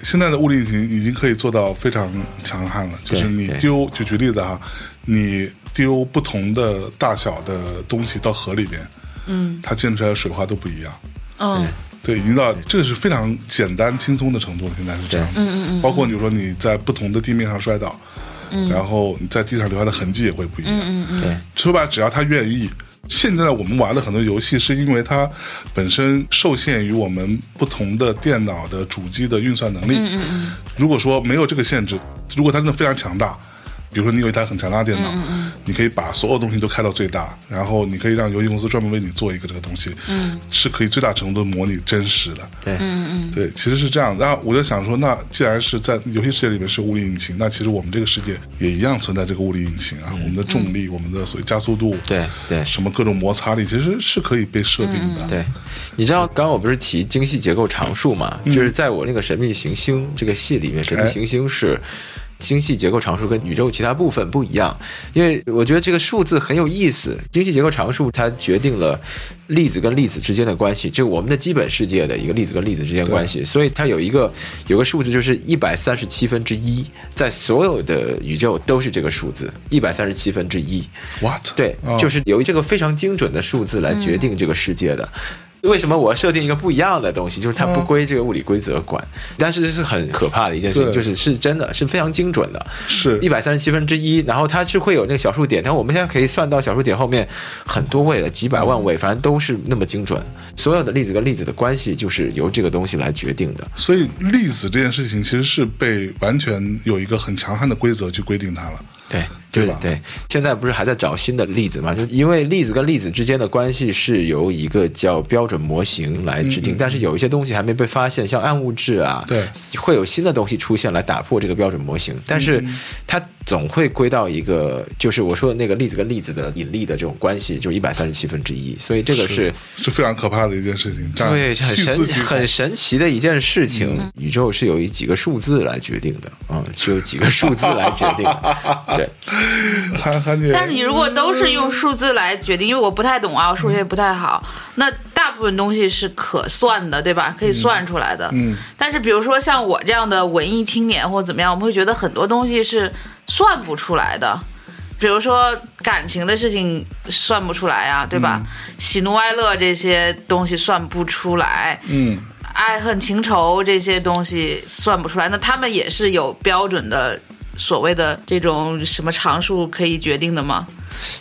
Speaker 1: 现在的物理引擎已经可以做到非常强悍了，就是
Speaker 3: 对
Speaker 1: 你
Speaker 3: 对
Speaker 1: 丢，就举例子哈，你丢不同的大小的东西到河里边，嗯，它溅出来的水花都不一样。
Speaker 2: 嗯，
Speaker 1: 对，已经到这个是非常简单轻松的程度了，现在是这样子。包括你说你在不同的地面上摔倒，然后你在地上留下的痕迹也会不一样。
Speaker 3: 对，
Speaker 1: 说白了，只要他愿意。现在我们玩的很多游戏，是因为它本身受限于我们不同的电脑的主机的运算能力。嗯嗯嗯如果说没有这个限制，如果它真的非常强大，比如说你有一台很强大的电脑，你可以把所有东西都开到最大，然后你可以让游戏公司专门为你做一个这个东西，嗯，是可以最大程度地模拟真实的。
Speaker 3: 对，
Speaker 1: 对，其实是这样。那我就想说，那既然是在游戏世界里面是物理引擎，那其实我们这个世界也一样存在这个物理引擎啊。我们的重
Speaker 2: 嗯
Speaker 1: 力、我们的所谓加速度，
Speaker 3: 嗯对对
Speaker 1: 什么各种摩擦力，其实是可以被设定的。
Speaker 3: 对，你知道刚刚我不是提精细结构常数嘛？就是在我那个《神秘行星》这个戏里面，《神秘行星》是。精细结构常数跟宇宙其他部分不一样，因为我觉得这个数字很有意思。精细结构常数它决定了粒子跟粒子之间的关系，就我们的基本世界的一个粒子跟粒子之间的关系。所以它有一个有个数字就是一百三十七分之一，在所有的宇宙都是这个数字，一百三十七分之一。
Speaker 1: What？
Speaker 3: 对，
Speaker 1: 啊
Speaker 3: 就是由这个非常精准的数字来决定这个世界的。为什么我设定一个不一样的东西？就是它不归这个物理规则管，但是是很可怕的一件事情，
Speaker 1: 啊对
Speaker 3: 就是是真的是非常精准的，
Speaker 1: 是
Speaker 3: 一百三十七分之一，然后它是会有那个小数点，但我们现在可以算到小数点后面很多位的，几百万
Speaker 1: 嗯
Speaker 3: 位，反正都是那么精准。所有的粒子跟粒子的关系就是由这个东西来决定的。
Speaker 1: 所以粒子这件事情其实是被完全有一个很强悍的规则去规定它了。
Speaker 3: 对，
Speaker 1: 对
Speaker 3: 对
Speaker 1: 吧
Speaker 3: 对，现在不是还在找新的粒子嘛？就因为粒子跟粒子之间的关系是由一个叫标准模型来制定，但是有一些东西还没被发现，像暗物质啊，
Speaker 1: 嗯对，
Speaker 3: 会有新的东西出现来打破这个标准模型，但
Speaker 1: 嗯
Speaker 3: 是它总会归到一个，就是我说的那个粒子跟粒子的引力的这种关系，就一百三十七分之一，所以这个是
Speaker 1: 是非常可怕的一件事情，这样
Speaker 3: 对，很
Speaker 1: 细思
Speaker 3: 神
Speaker 1: 极恐嗯
Speaker 3: 很神奇的一件事情。宇宙是由于几个数字来决定的啊、是由几个数字来决定的。 对，
Speaker 1: 韩韩姐，
Speaker 2: 但是你如果都是用数字来决定，因为我不太懂
Speaker 1: 嗯
Speaker 2: 啊，我数学也不太好，那大部分东西是可算的，对吧？可以算出来的。
Speaker 1: 嗯，
Speaker 2: 但是比如说像我这样的文艺青年或怎么样，我们会觉得很多东西是算不出来的。比如说感情的事情算不出来啊，对
Speaker 1: 嗯
Speaker 2: 吧？喜怒哀乐这些东西算不出来，
Speaker 1: 嗯，
Speaker 2: 爱恨情仇这些东西算不出来，那他们也是有标准的所谓的这种什么常数可以决定的吗？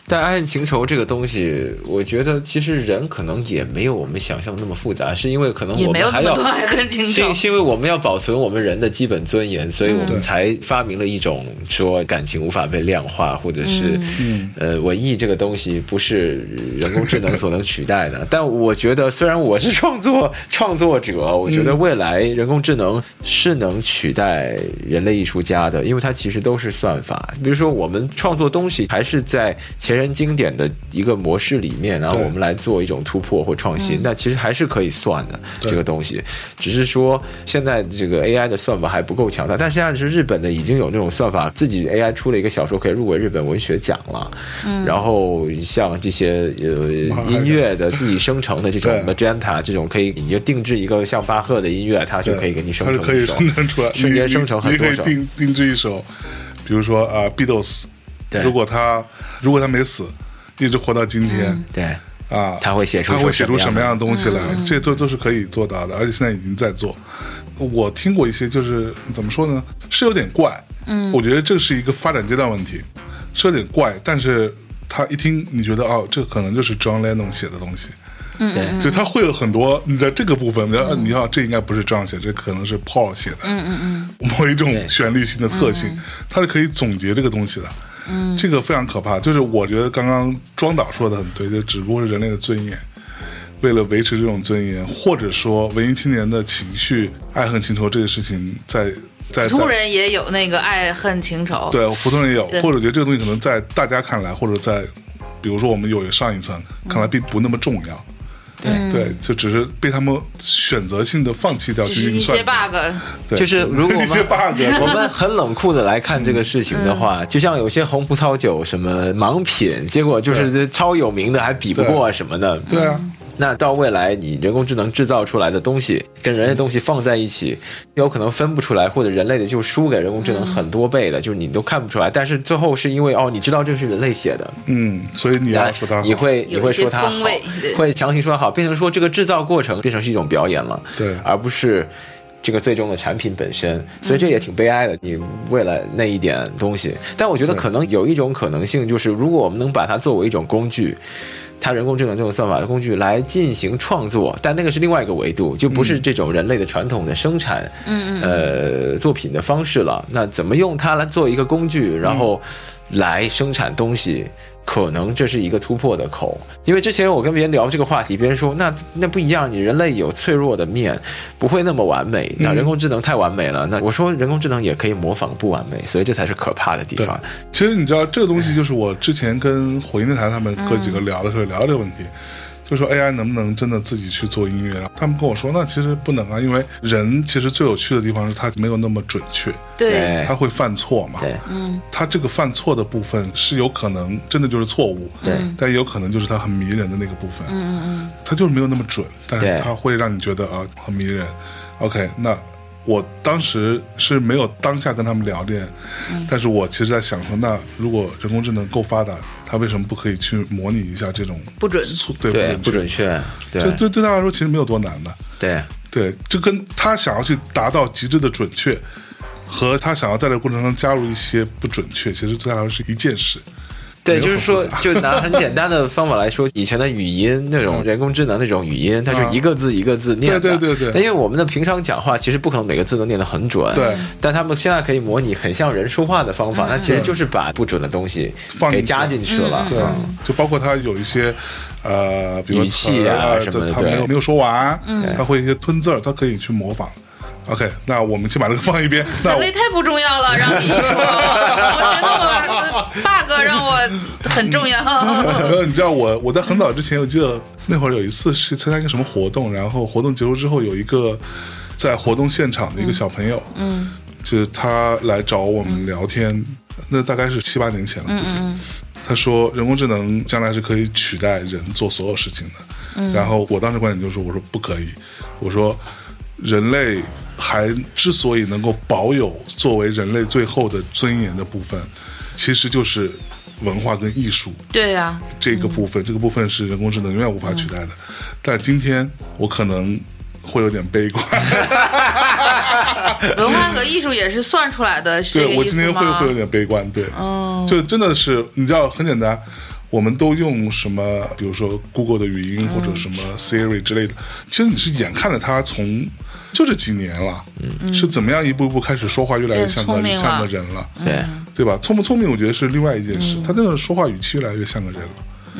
Speaker 3: 但爱恨情仇这个东西，我觉得其实人可能也没有我们想象那么复杂，是因为可能
Speaker 2: 也
Speaker 3: 我
Speaker 2: 没有
Speaker 3: 们还
Speaker 2: 那么
Speaker 3: 要
Speaker 2: 多爱恨情
Speaker 3: 是
Speaker 2: 仇。
Speaker 3: 是因为我们要保存我们人的基本尊严，所以我们才发明了一种说感情无法被量化，或者是、
Speaker 2: 嗯
Speaker 3: 呃文艺这个东西不是人工智能所能取代的。但我觉得，虽然我是创作创作者，我觉得未来人工智能是能取代人类艺术家的，因为它其实都是算法。啊比如说，我们创作东西还是在前人经典的一个模式里面，然后
Speaker 1: 对
Speaker 3: 我们来做一种突破或创新，那其实还是可以算的
Speaker 1: 对
Speaker 3: 这个东西。只是说现在这个 AI 的算法还不够强大，但实际上是日本的已经有这种算法，自己 AI 出了一个小说可以入围日本文学奖了。然后像这些呃
Speaker 1: 马上
Speaker 3: 音乐的自己生成的这种
Speaker 1: 对
Speaker 3: Magenta 这种可以，你就定制一个像巴赫的音乐，它就
Speaker 1: 对
Speaker 3: 可以给你生
Speaker 1: 它是可
Speaker 3: 成一
Speaker 1: 以
Speaker 3: 首
Speaker 1: 生成出来，
Speaker 3: 瞬
Speaker 1: 你
Speaker 3: 间
Speaker 1: 你
Speaker 3: 生成很
Speaker 1: 你可
Speaker 3: 多
Speaker 1: 以
Speaker 3: 首。
Speaker 1: 定定制一首，比如说啊，Beatles，
Speaker 3: 对
Speaker 1: 如果他如果他没死，一直活到今天
Speaker 3: 对，
Speaker 1: 啊，
Speaker 3: 他会写出
Speaker 1: 他会写出什么
Speaker 3: 样的？
Speaker 1: 样的东西来，这都都是可以做到的，而且现在已经在做。我听过一些，就是怎么说呢，是有点怪，嗯，我觉得这是一个发展阶段问题，是有点怪，但是他一听你觉得哦，这可能就是 John Lennon 写的东西，
Speaker 3: 对。
Speaker 1: 就他会有很多，你在这个部分，你要、你要这应该不是这样写，这可能是 Paul 写的，嗯嗯嗯，某一种旋律性的特性，它是可以总结这个东西的。嗯，这个非常可怕。就是我觉得刚刚庄导说的很对，就只不过是人类的尊严，为了维持这种尊严，或者说文艺青年的情绪、爱恨情仇这个事情在，在在
Speaker 2: 普通人也有那个爱恨情仇，
Speaker 1: 对，普通人也有，
Speaker 2: 啊对
Speaker 1: 或者我觉得这个东西可能在大家看来，或者在比如说我们有上一层看来并不那么重要。
Speaker 3: 对
Speaker 1: 对，就只是被他们选择性的放弃掉
Speaker 2: 嗯只
Speaker 1: 去
Speaker 2: 是
Speaker 1: 运
Speaker 2: 一
Speaker 1: 啊算
Speaker 2: 些，bug。
Speaker 1: 对，
Speaker 3: 就是如 果我
Speaker 1: 一
Speaker 3: 们
Speaker 1: 些 bug，
Speaker 3: 我们很冷酷的来看这个事情的话，
Speaker 2: 嗯
Speaker 3: 就像有些红葡萄酒什么盲品，结果就是超有名的还比不过什么的。
Speaker 1: 对啊，
Speaker 3: 那到未来，你人工智能制造出来的东西跟人类东西放在一起，有可能分不出来，或者人类的就输给人工智能很多倍
Speaker 2: 嗯
Speaker 3: 的，就是你都看不出来。但是最后是因为哦，你知道这是人类写的，
Speaker 1: 嗯，所以你要说他
Speaker 3: 你
Speaker 1: 好，
Speaker 3: 会你
Speaker 2: 有
Speaker 3: 会
Speaker 2: 一些
Speaker 3: 说它好
Speaker 2: 风味对，
Speaker 3: 会强行说它好，变成说这个制造过程变成是一种表演了，
Speaker 1: 对
Speaker 3: 而不是这个最终的产品本身，所以这也挺悲哀的。你为了那一点东西，但我觉得
Speaker 1: 对
Speaker 3: 可能有一种可能性，就是如果我们能把它作为一种工具。它人工智能这种算法的工具来进行创作，但那个是另外一个维度，就不是这种人类的传统的生产，嗯呃作品的方式了。那怎么用它来做一个工具，然后来生产东西？可能这是一个突破的口，因为之前我跟别人聊这个话题，别人说那那不一样，你人类有脆弱的面，不会那么完美。那人工智能太完美了，那我说人工智能也可以模仿不完美，所以这才是可怕的地
Speaker 1: 对
Speaker 3: 方。
Speaker 1: 其实你知道这个东西，就是我之前跟火星电台他们
Speaker 2: 嗯
Speaker 1: 哥几个聊的时候聊这个问题，就说 AI 能不能真的自己去做音乐？然后他们跟我说，那其实不能啊，因为人其实最有趣的地方是他没有那么准确，
Speaker 2: 对，
Speaker 1: 他会犯错嘛，
Speaker 3: 哎对
Speaker 1: 他这个犯错的部分是有可能真的就是错误，
Speaker 3: 对
Speaker 1: 但也有可能就是他很迷人的那个部分，嗯嗯嗯，他就是没有那么准，但是
Speaker 3: 对
Speaker 1: 他会让你觉得啊很迷人。OK，那我当时是没有当下跟他们聊这，
Speaker 3: 嗯
Speaker 1: 但是我其实在想说，那如果人工智能够发达，它为什么不可以去模拟一下这种
Speaker 2: 不准
Speaker 1: 错对
Speaker 3: 对，不
Speaker 1: 不
Speaker 3: 准
Speaker 1: 准确？
Speaker 3: 确，对
Speaker 1: 这对对他来说其实没有多难的，
Speaker 3: 对
Speaker 1: 对，就跟他想要去达到极致的准确，和他想要在这个过程中加入一些不准确，其实对他来说是一件事。
Speaker 3: 对，
Speaker 1: 没有
Speaker 3: 就是说
Speaker 1: 很复，杂
Speaker 3: 就拿很简单的方法来说，以前的语音那种人工智能那种语音，它是一个字一个字念的。
Speaker 1: 嗯对对对对
Speaker 3: 那因为我们的平常讲话，其实不可能每个字都念得很准。
Speaker 1: 对。嗯
Speaker 3: 但他们现在可以模拟很像人说话的方法，那其实就是把不准的东西
Speaker 1: 放进
Speaker 3: 给
Speaker 1: 去嗯
Speaker 3: 加进去了。
Speaker 1: 对，就包括他有一些呃，比如
Speaker 3: 语气
Speaker 1: 词儿
Speaker 3: 啊
Speaker 1: 啊
Speaker 3: 什么的
Speaker 1: 他没有
Speaker 3: 对
Speaker 1: 没有说完，他会一些吞字儿，他可以去模仿。OK，那我们先把这个放一边。那
Speaker 2: 人
Speaker 1: 我
Speaker 2: 类太不重要了，让你一说，我觉得我 bug 让我很重要。
Speaker 1: 呃，你知道我我在很早之前，我记得那会儿有一次是参加一个什么活动，然后活动结束之后有一个在活动现场的一个小朋友，嗯，就是他来找我们聊天，那大概是七八年前了，估计。他说人工智能将来是可以取代人做所有事情的。然后我当时观点就是，我说不可以，我说人类还之所以能够保有作为人类最后的尊严的部分，其实就是文化跟艺术。
Speaker 2: 对啊呀、
Speaker 1: 这个部分，这个部分是人工智能永远无法取代的。但今天我可能会有点悲观，
Speaker 2: 文化和艺术也是算出来的， 是这个
Speaker 1: 对我
Speaker 2: 意思
Speaker 1: 今天会
Speaker 2: 吗
Speaker 1: 会有点悲观，对，
Speaker 2: 嗯，
Speaker 1: 就真的是你知道很简单，我们都用什么，比如说 Google 的语
Speaker 2: 嗯
Speaker 1: 音或者什么 Siri 之类的，其实你是眼看着它从就这几年了，是怎么样一步一步开始说话越来越像个
Speaker 2: 嗯变聪明了嗯
Speaker 1: 像个人了，
Speaker 3: 对，
Speaker 1: 对吧？聪不聪明，我觉得是另外一件事，他真的说话语气越来越像个人了。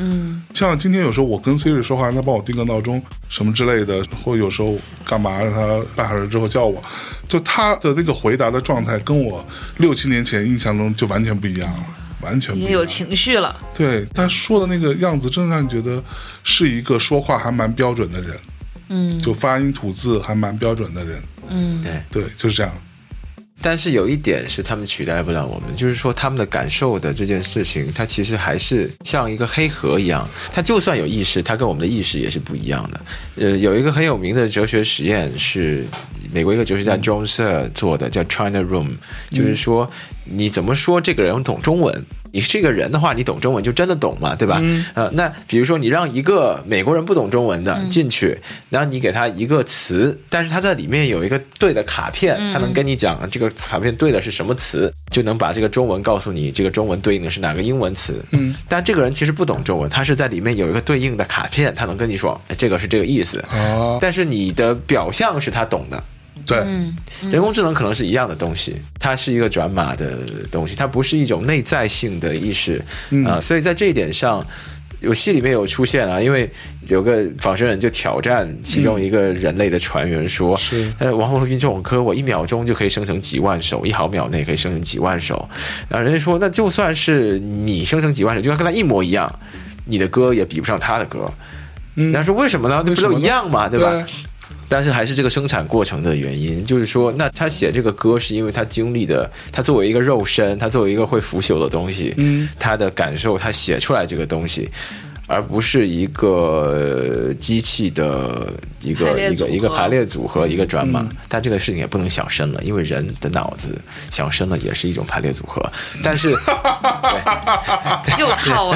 Speaker 1: 嗯，像今天有时候我跟 Siri 说话，他帮我定个闹钟什么之类的，或有时候干嘛让他半小时之后叫我，就他的那个回答的状态跟我六七年前印象中就完全不一样了，完全不
Speaker 2: 已
Speaker 1: 一
Speaker 2: 经
Speaker 1: 样。
Speaker 2: 有情绪了，
Speaker 1: 对他说的那个样子，真的让你觉得是一个说话还蛮标准的人，
Speaker 2: 嗯
Speaker 1: 就发音吐字还蛮标准的人。
Speaker 2: 嗯
Speaker 3: 对
Speaker 1: 对，就是这样。
Speaker 3: 但是有一点是他们取代不了我们，就是说他们的感受的这件事情，它其实还是像一个黑盒一样，它就算有意识，它跟我们的意识也是不一样的。呃，有一个很有名的哲学实验是美国一个哲学家 John Searle 做的，叫 China Room，就是说你怎么说这个人懂中文。你是一个人的话，你懂中文就真的懂嘛，对吧？呃，那比如说你让一个美国人不懂中文的进去，然后你给他一个词，但是他在里面有一个对的卡片，他能跟你讲这个卡片对的是什么词，就能把这个中文告诉你，这个中文对应的是哪个英文词。
Speaker 1: 嗯，
Speaker 3: 但这个人其实不懂中文，他是在里面有一个对应的卡片，他能跟你说、哎这个是这个意思。
Speaker 1: 啊，
Speaker 3: 但是你的表象是他懂的，
Speaker 1: 对，
Speaker 2: 嗯
Speaker 3: 人工智能可能是一样的东西，它是一个转码的东西，它不是一种内在性的意识
Speaker 1: 嗯
Speaker 3: 啊、所以在这一点上。有戏里面有出现啊，因为有个仿生人就挑战其中一个人类的船员说：“
Speaker 1: 嗯是
Speaker 3: 呃，王红云这种科，我一秒钟就可以生成几万首，一毫秒内可以生成几万首。”然后人家说：“那就算是你生成几万首，就算跟他一模一样，你的歌也比不上他的歌。”
Speaker 1: 嗯
Speaker 3: 人家说：“为什么呢？那不
Speaker 1: 为什
Speaker 3: 都
Speaker 1: 么呢
Speaker 3: 一样嘛，对吧？”但是还是这个生产过程的原因，就是说，那他写这个歌是因为他经历的，他作为一个肉身，他作为一个会腐朽的东西，
Speaker 1: 嗯，
Speaker 3: 他的感受，他写出来这个东西，而不是一个呃机器的一
Speaker 2: 排
Speaker 3: 个
Speaker 2: 列
Speaker 3: 一个
Speaker 2: 组合嗯
Speaker 3: 一个排列组合，一个转码。但这个事情也不能想深了，因为人的脑子想深了也是一种排列组合，但 是。
Speaker 2: 又套我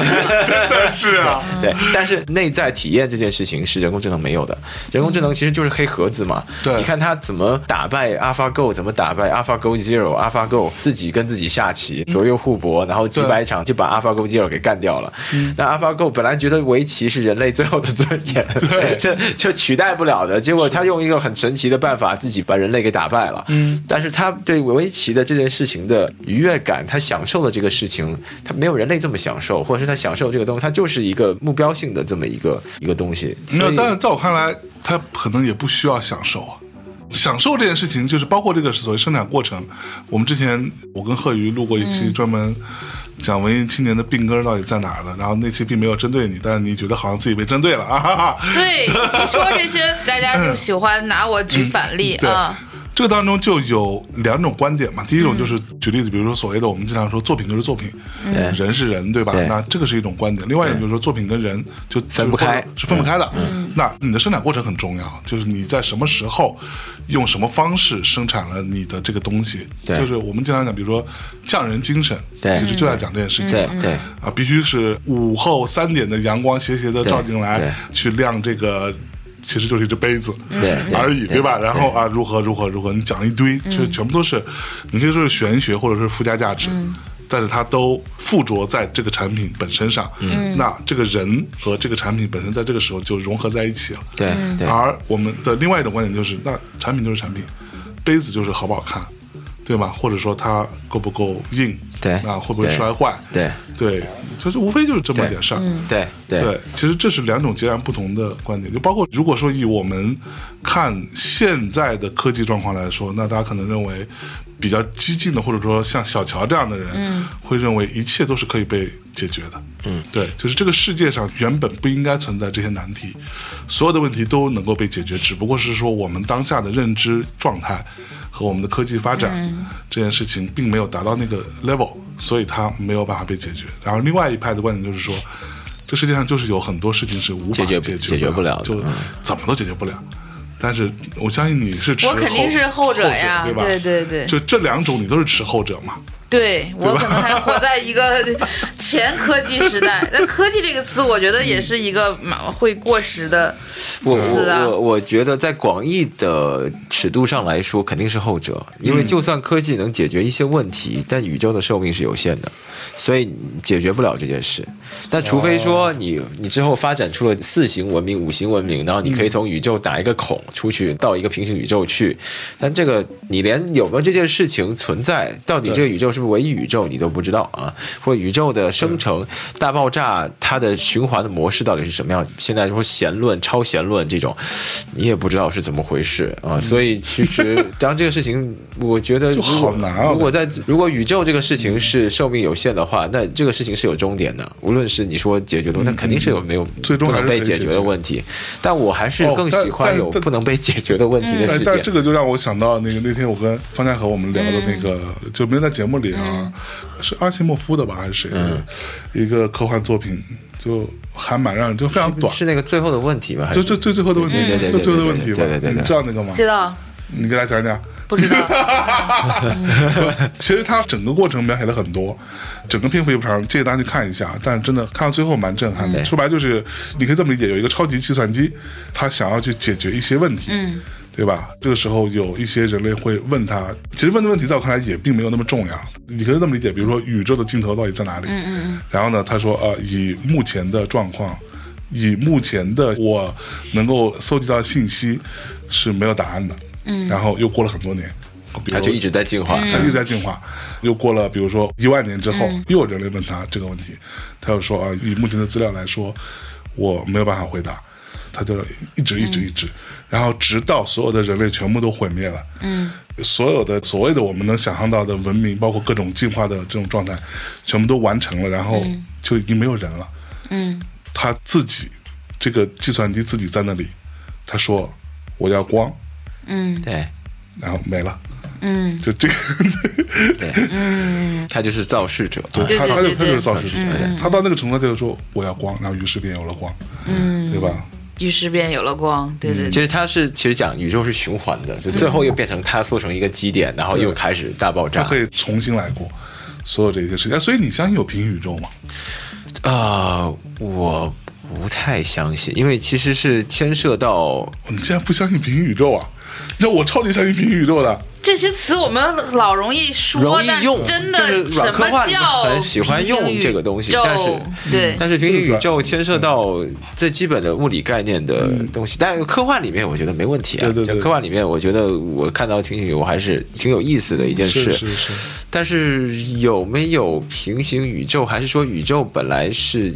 Speaker 2: 了，
Speaker 1: 是啊，
Speaker 3: 对，但是内在体验这件事情是人工智能没有的。人工智能其实就是黑盒子嘛。
Speaker 1: 对
Speaker 3: 你看它怎么打败 AlphaGo，怎么打败 AlphaGo Zero、AlphaGo 自己跟自己下棋，左右互搏，然后几百场就把 AlphaGo Zero 给干掉了。那 AlphaGo 本来觉得围棋是人类最后的尊严，对，这 就取代不了的。结果他用一个很神奇的办法，自己把人类给打败了。嗯，但是他对围棋的这件事情的愉悦感，他享受了这个事情，他没有人类这么享受，或者是他享受这个东西，他就是一个目标性的这么一个一个东西。
Speaker 1: 没
Speaker 3: 所
Speaker 1: 有，
Speaker 3: 以
Speaker 1: 但是在我看来，他可能也不需要享受啊。享受这件事情，就是包括这个所谓生产过程。我们之前我跟贺宇录过一
Speaker 3: 嗯
Speaker 1: 期专门讲文艺青年的病根儿到底在哪儿的，然后那期并没有针对你，但是你觉得好像自己被针对了啊哈哈。
Speaker 2: 对，一说这些，大家就喜欢拿我举反例
Speaker 1: 对
Speaker 2: 啊，
Speaker 1: 这个当中就有两种观点嘛，第一种就是举例子，比如说所谓的我们经常说作品就是作品，人是人，对吧？
Speaker 3: 对
Speaker 1: 那这个是一种观点。另外一种就是说作品跟人就
Speaker 3: 分不开嗯
Speaker 1: 是分不开的。那你的生产过程很重要，就是你在什么时候用什么方式生产了你的这个东西，
Speaker 3: 对
Speaker 1: 就是我们经常讲，比如说匠人精神，
Speaker 3: 对
Speaker 1: 其实就在讲这件事情
Speaker 3: 对
Speaker 1: 嘛。
Speaker 3: 对
Speaker 1: 啊，必须是午后三点的阳光斜斜的照进
Speaker 3: 对
Speaker 1: 来
Speaker 3: 对，
Speaker 1: 去亮这个，其实就是一只杯子，
Speaker 3: 对对
Speaker 1: 而
Speaker 3: 对
Speaker 1: 已，
Speaker 3: 嗯
Speaker 1: 对吧？然后啊，如何如何如何，你讲一堆，其实全部都是，你可以说是玄学或者是附加价值。
Speaker 3: 嗯
Speaker 1: 但是它都附着在这个产品本身上，
Speaker 3: 嗯
Speaker 1: 那这个人和这个产品本身在这个时候就融合在一起了。嗯
Speaker 3: 对对
Speaker 1: 而我们的另外一种观点就是，那产品就是产品，杯子就是好不好看，对吧？或者说它够不够硬，
Speaker 3: 对
Speaker 1: 啊，会不会
Speaker 3: 对
Speaker 1: 摔坏，
Speaker 3: 对嗯
Speaker 1: 对，就是无非就是这么点事儿。
Speaker 3: 对对
Speaker 1: 对，其实这是两种截然不同的观点，就包括如果说以我们看现在的科技状况来说，那大家可能认为比较激进的，或者说像小乔这样的人，会认为一切都是可以被解决的。嗯，对，就是这个世界上原本不应该存在这些难题，所有的问题都能够被解决，只不过是说我们当下的认知状态和我们的科技发展、这件事情并没有达到那个 level，所以它没有办法被解决。然后另外一派的观点就是说。这世界上就是有很多事情是无法
Speaker 3: 解决不
Speaker 1: 决
Speaker 3: 解决不了的
Speaker 1: 就
Speaker 3: 嗯
Speaker 1: 怎么都解决不了。但是我相信你是持
Speaker 2: 我肯定是
Speaker 1: 后
Speaker 2: 后者呀
Speaker 1: 后对吧？
Speaker 2: 对对对
Speaker 1: 就这两种你都是持后者嘛，
Speaker 2: 对我可能还活在一个 前科技时代，但科技这个词，我觉得也是一个蛮会过时的
Speaker 3: 我
Speaker 2: 词啊
Speaker 3: 我。我我觉得在广义的尺度上来说，肯定是后者，因为就算科技能解决一些问题，但宇宙的寿命是有限的，所以解决不了这件事。但除非说你你之后发展出了四型文明、五型文明，然后你可以从宇宙打一个孔出去，到一个平行宇宙去，但这个你连有没有这件事情存在，到底这个宇宙是不是唯一宇宙，你都不知道啊。或宇宙的生成、大爆炸，它的循环的模式到底是什么样？现在说弦论、超弦论这种，你也不知道是怎么回事啊。所以其实当这个事情，我觉得
Speaker 1: 就
Speaker 3: 如果
Speaker 1: 好难啊
Speaker 3: 如果在如果宇宙这个事情是寿命有限的话，那这个事情是有终点的。无论是你说解决的，那肯定是有没有
Speaker 1: 嗯最终
Speaker 3: 不
Speaker 1: 还
Speaker 3: 能
Speaker 1: 是
Speaker 3: 被
Speaker 1: 可以
Speaker 3: 解
Speaker 1: 解
Speaker 3: 决的
Speaker 1: 决
Speaker 3: 问题。但我还是
Speaker 1: 哦
Speaker 3: 更
Speaker 1: 但
Speaker 3: 喜欢
Speaker 1: 但
Speaker 3: 有
Speaker 1: 但
Speaker 3: 不能被解决的问题的
Speaker 1: 哎
Speaker 3: 事，
Speaker 1: 但
Speaker 3: 件。
Speaker 1: 这个就让我想到那个那天我跟方家和我们聊的那个，
Speaker 2: 嗯
Speaker 1: 就没有在节目里啊，是阿西莫夫的吧还是谁
Speaker 3: 嗯
Speaker 1: 的、一个科幻作品，就还蛮让人就非常短，
Speaker 3: 是那个最后的问题吗？还
Speaker 1: 就是就最最后的问题
Speaker 3: 对对，
Speaker 1: 就
Speaker 3: 对
Speaker 1: 最后的问题吧
Speaker 3: 对对对对，对
Speaker 1: 你知道那个吗？
Speaker 2: 知道
Speaker 1: 你给大家讲讲。
Speaker 2: 不知道？
Speaker 1: 其实它整个过程描写了很多，整个篇幅也不长，建议大家去看一下。但真的看到最后蛮震撼的。
Speaker 3: 嗯
Speaker 1: 说白了就是，你可以这么理解，有一个超级计算机，它想要去解决一些问题，嗯，对吧？这个时候有一些人类会问他，其实问的问题在我看来也并没有那么重要。你可以这么理解，比如说宇宙的尽头到底在哪里？嗯嗯嗯。然后呢，他说呃，以目前的状况。以目前的我能够搜集到的信息是没有答案的，嗯，然后又过了很多年，比
Speaker 3: 它
Speaker 1: 如
Speaker 3: 就一直在进化。
Speaker 2: 嗯
Speaker 1: 它一直在进化。又过了，比如说一万年之后，又有人类问他这个问题，他就说啊，以目前的资料来说，我没有办法回答。他就一直一直一直，
Speaker 2: 嗯
Speaker 1: 然后直到所有的人类全部都毁灭了，嗯，所有的所谓的我们能想象到的文明，包括各种进化的这种状态，全部都完成了，然后就已经没有人了。
Speaker 2: 嗯，
Speaker 1: 他自己这个计算机自己在那里，他说我要光，
Speaker 2: 嗯
Speaker 3: 对。
Speaker 1: 然后没了，
Speaker 2: 嗯，
Speaker 1: 就这个。
Speaker 3: 对，嗯，他就是造势者，对
Speaker 2: 对
Speaker 1: 他他
Speaker 2: 对
Speaker 1: 就他就是
Speaker 2: 对
Speaker 1: 造势者
Speaker 3: 嗯嗯，
Speaker 1: 他到那个程度他就说我要光，然后于是便有了光，嗯，对吧？
Speaker 2: 于是便有了光。对对
Speaker 3: 其
Speaker 2: 对，
Speaker 3: 实它是其实讲宇宙是循环的，
Speaker 1: 嗯
Speaker 3: 就最后又变成它缩成一个基点，然后又开始大爆
Speaker 1: 他
Speaker 3: 炸
Speaker 1: 可。以重新来过所有这些事情。哎所以你相信有平行宇宙吗？
Speaker 3: 啊、我不太相信，因为其实是牵涉到
Speaker 1: 哦你竟然不相信平行宇宙啊？你知道我超级相信平行宇宙的，
Speaker 2: 这些词我们老容易说
Speaker 3: 容，易
Speaker 2: 但
Speaker 3: 用，就
Speaker 2: 真的
Speaker 3: 是软
Speaker 2: 什
Speaker 3: 科
Speaker 2: 么
Speaker 3: 幻
Speaker 2: 叫
Speaker 3: 很喜欢
Speaker 2: 平行
Speaker 3: 用
Speaker 2: 宇
Speaker 3: 这个东西，
Speaker 2: 宙
Speaker 3: 但是
Speaker 2: 对，
Speaker 3: 但是平行宇宙牵涉到最基本的物理概念的东西，但科幻里面我觉得没问题啊。
Speaker 1: 嗯对对对
Speaker 3: 就科幻里面，我觉得我看到平行宇宙还是挺有意思的一件事。
Speaker 1: 是是，
Speaker 3: 但是有没有平行宇宙，还是说宇宙本来是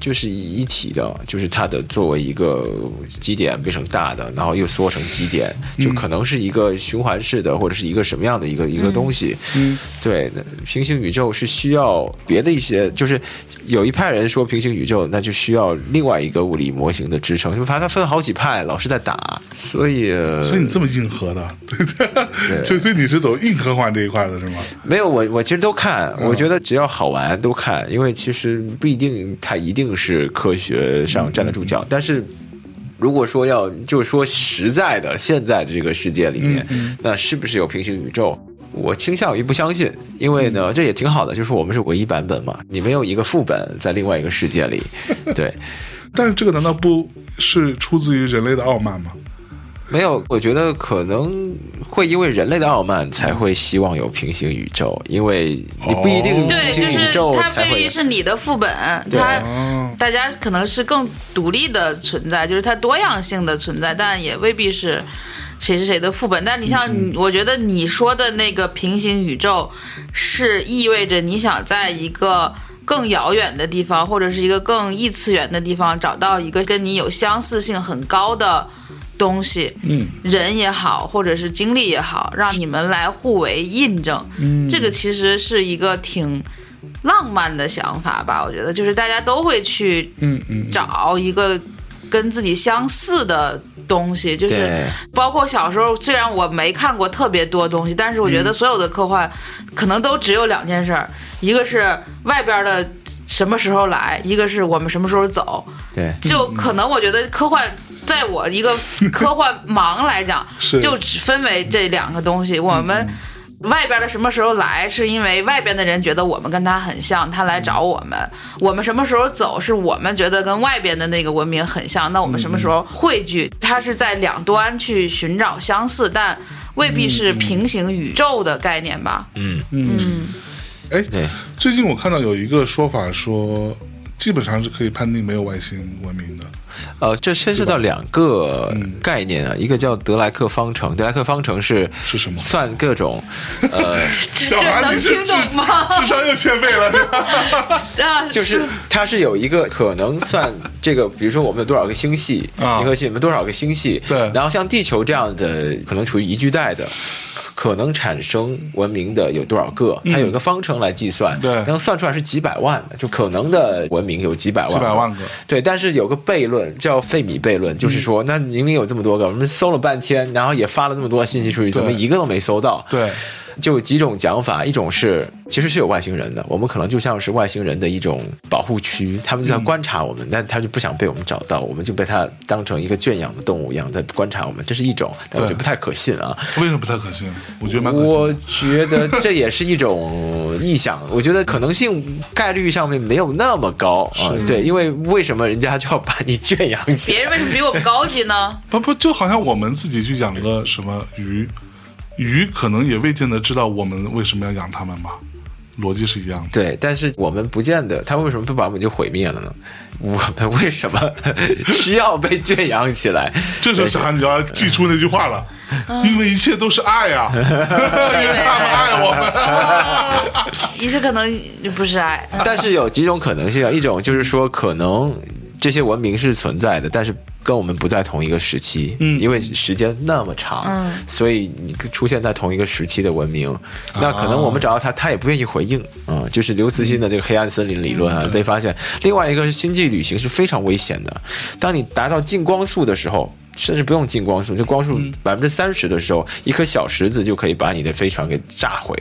Speaker 3: 就是一体的，就是它的作为一个基点变成大的，然后又缩成基点，
Speaker 1: 嗯
Speaker 3: 就可能是一个循环式的，或者是一个什么样的一个一个东西？
Speaker 1: 嗯，
Speaker 3: 对，那平行宇宙是需要别的一些，就是有一派人说平行宇宙，那就需要另外一个物理模型的支撑，就反正它分好几派，老是在打，所以呃
Speaker 1: 所以你这么硬核的，对对，所以所以你是走硬科幻这一块的是吗？
Speaker 3: 没有，我我其实都看，我觉得只要好玩都看，因为其实不一定它一定是科学上站得住脚，但是。如果说要就是说实在的，现在这个世界里面，那是不是有平行宇宙？我倾向于不相信，因为呢，这也挺好的，就是我们是唯一版本嘛，你没有一个副本在另外一个世界里，对，
Speaker 1: 但是这个难道不是出自于人类的傲慢吗？
Speaker 3: 没有，我觉得可能会因为人类的傲慢才会希望有平行宇宙，因为你不一定
Speaker 1: 哦
Speaker 3: 嗯
Speaker 2: 对，
Speaker 3: 平行
Speaker 2: 就
Speaker 3: 宇
Speaker 2: 是
Speaker 3: 宙
Speaker 2: 它
Speaker 3: 才
Speaker 2: 未
Speaker 3: 会
Speaker 2: 必
Speaker 3: 有。
Speaker 2: 是你的副本，它大家可能是更独立的存在，就是它多样性的存在，但也未必是谁是谁的副本。但你像你，我觉得你说的那个平行宇宙，是意味着你想在一个。更遥远的地方，或者是一个更异次元的地方，找到一个跟你有相似性很高的东西，
Speaker 1: 嗯，
Speaker 2: 人也好，或者是经历也好，让你们来互为印证。嗯，这个其实是一个挺浪漫的想法吧，我觉得，就是大家都会去
Speaker 1: 嗯嗯，
Speaker 2: 找一个跟自己相似的东西，就是
Speaker 3: 对
Speaker 2: 包括小时候，虽然我没看过特别多东西，但是我觉得所有的科幻可能都只有两件事儿，一个是外边的什么时候来，一个是我们什么时候走。
Speaker 3: 对，
Speaker 2: 就可能我觉得科幻，在我 一个科幻盲来讲，
Speaker 1: 是
Speaker 3: 嗯
Speaker 2: 就只分为这两个东西。我们外边的什么时候来，是因为外边的人觉得我们跟他很像，他来找我们；我们什么时候走，是我们觉得跟外边的那个文明很像，那我们什么时候汇聚？它是在两端去寻找相似，但未必是平行宇宙的概念吧？
Speaker 3: 嗯，
Speaker 1: 哎，
Speaker 3: 对，
Speaker 1: 最近我看到有一个说法说，基本上是可以判定没有外星文明的。
Speaker 3: 呃，这牵涉到两个
Speaker 1: 嗯
Speaker 3: 概念啊，一个叫德莱克方程，德莱克方程是
Speaker 1: 是什么
Speaker 3: 算各种， 呃，
Speaker 1: 小
Speaker 2: 这
Speaker 1: 韩，
Speaker 2: 能
Speaker 1: 你是
Speaker 2: 听
Speaker 1: 智
Speaker 2: 懂吗？
Speaker 1: 智商又欠费了，是 吧？
Speaker 2: 啊，
Speaker 3: 嗯就是它是有一个可能算这个，比如说我们有多少个星系，
Speaker 1: 啊
Speaker 3: 银河系里面多少个星系，
Speaker 1: 对
Speaker 3: 然后像地球这样的可能处于宜居带的。可能产生文明的有多少个？它有一个方程来计算，
Speaker 1: 嗯对
Speaker 3: 能算出来是几百万的，就可能的文明有几百万，
Speaker 1: 几百万个
Speaker 3: 对，但是有个悖论叫费米悖论，
Speaker 1: 嗯
Speaker 3: 就是说，那明明有这么多个，我们搜了半天，然后也发了那么多信息出去，怎么
Speaker 1: 对
Speaker 3: 一个都没搜到？
Speaker 1: 对，
Speaker 3: 就有几种讲法，一种是其实是有外星人的，我们可能就像是外星人的一种保护区，他们
Speaker 1: 嗯
Speaker 3: 就在观察我们，但他就不想被我们找到，我们就被他当成一个圈养的动物一样在观察我们，这是一种，但我觉得
Speaker 1: 对
Speaker 3: 不太可信啊。
Speaker 1: 为什么不太可信？我觉得蛮可信的。
Speaker 3: 我觉得这也是一种臆想，我觉得可能性概率上面没有那么高啊、对，因为为什么人家就要把你圈养起来？
Speaker 2: 别人为什么比我们高级呢？
Speaker 1: 不不，就好像我们自己去养个什么鱼，鱼可能也未见得知道我们为什么要养它们吧，逻辑是一样的。
Speaker 3: 对，但是我们不见得，他们为什么不把我们就毁灭了呢？我们为什么 需要被圈养起来？
Speaker 1: 这时候小韩你就要记出那句话了，
Speaker 2: 嗯
Speaker 1: 因为一切都是 爱啊，因为他们爱我们。
Speaker 3: 啊
Speaker 2: 一切可能不是哎爱，
Speaker 3: 但是有几种可能性啊，一种就是说，可能这些文明是存在的，但是跟我们不在同一个时期，
Speaker 1: 嗯
Speaker 3: 因为时间那么长，
Speaker 2: 嗯
Speaker 3: 所以你出现在同一个时期的文明，
Speaker 1: 啊
Speaker 3: 那可能我们找到他，他也不愿意回应啊、就是刘慈欣的这个黑暗森林理论
Speaker 1: 嗯
Speaker 3: 啊，被发现。另外一个是星际旅行是非常危险的，当你达到近光速的时候。甚至不用近光速，就光速
Speaker 1: 嗯
Speaker 3: 百分之三十的时候，一颗小石子就可以把你的飞船给炸毁，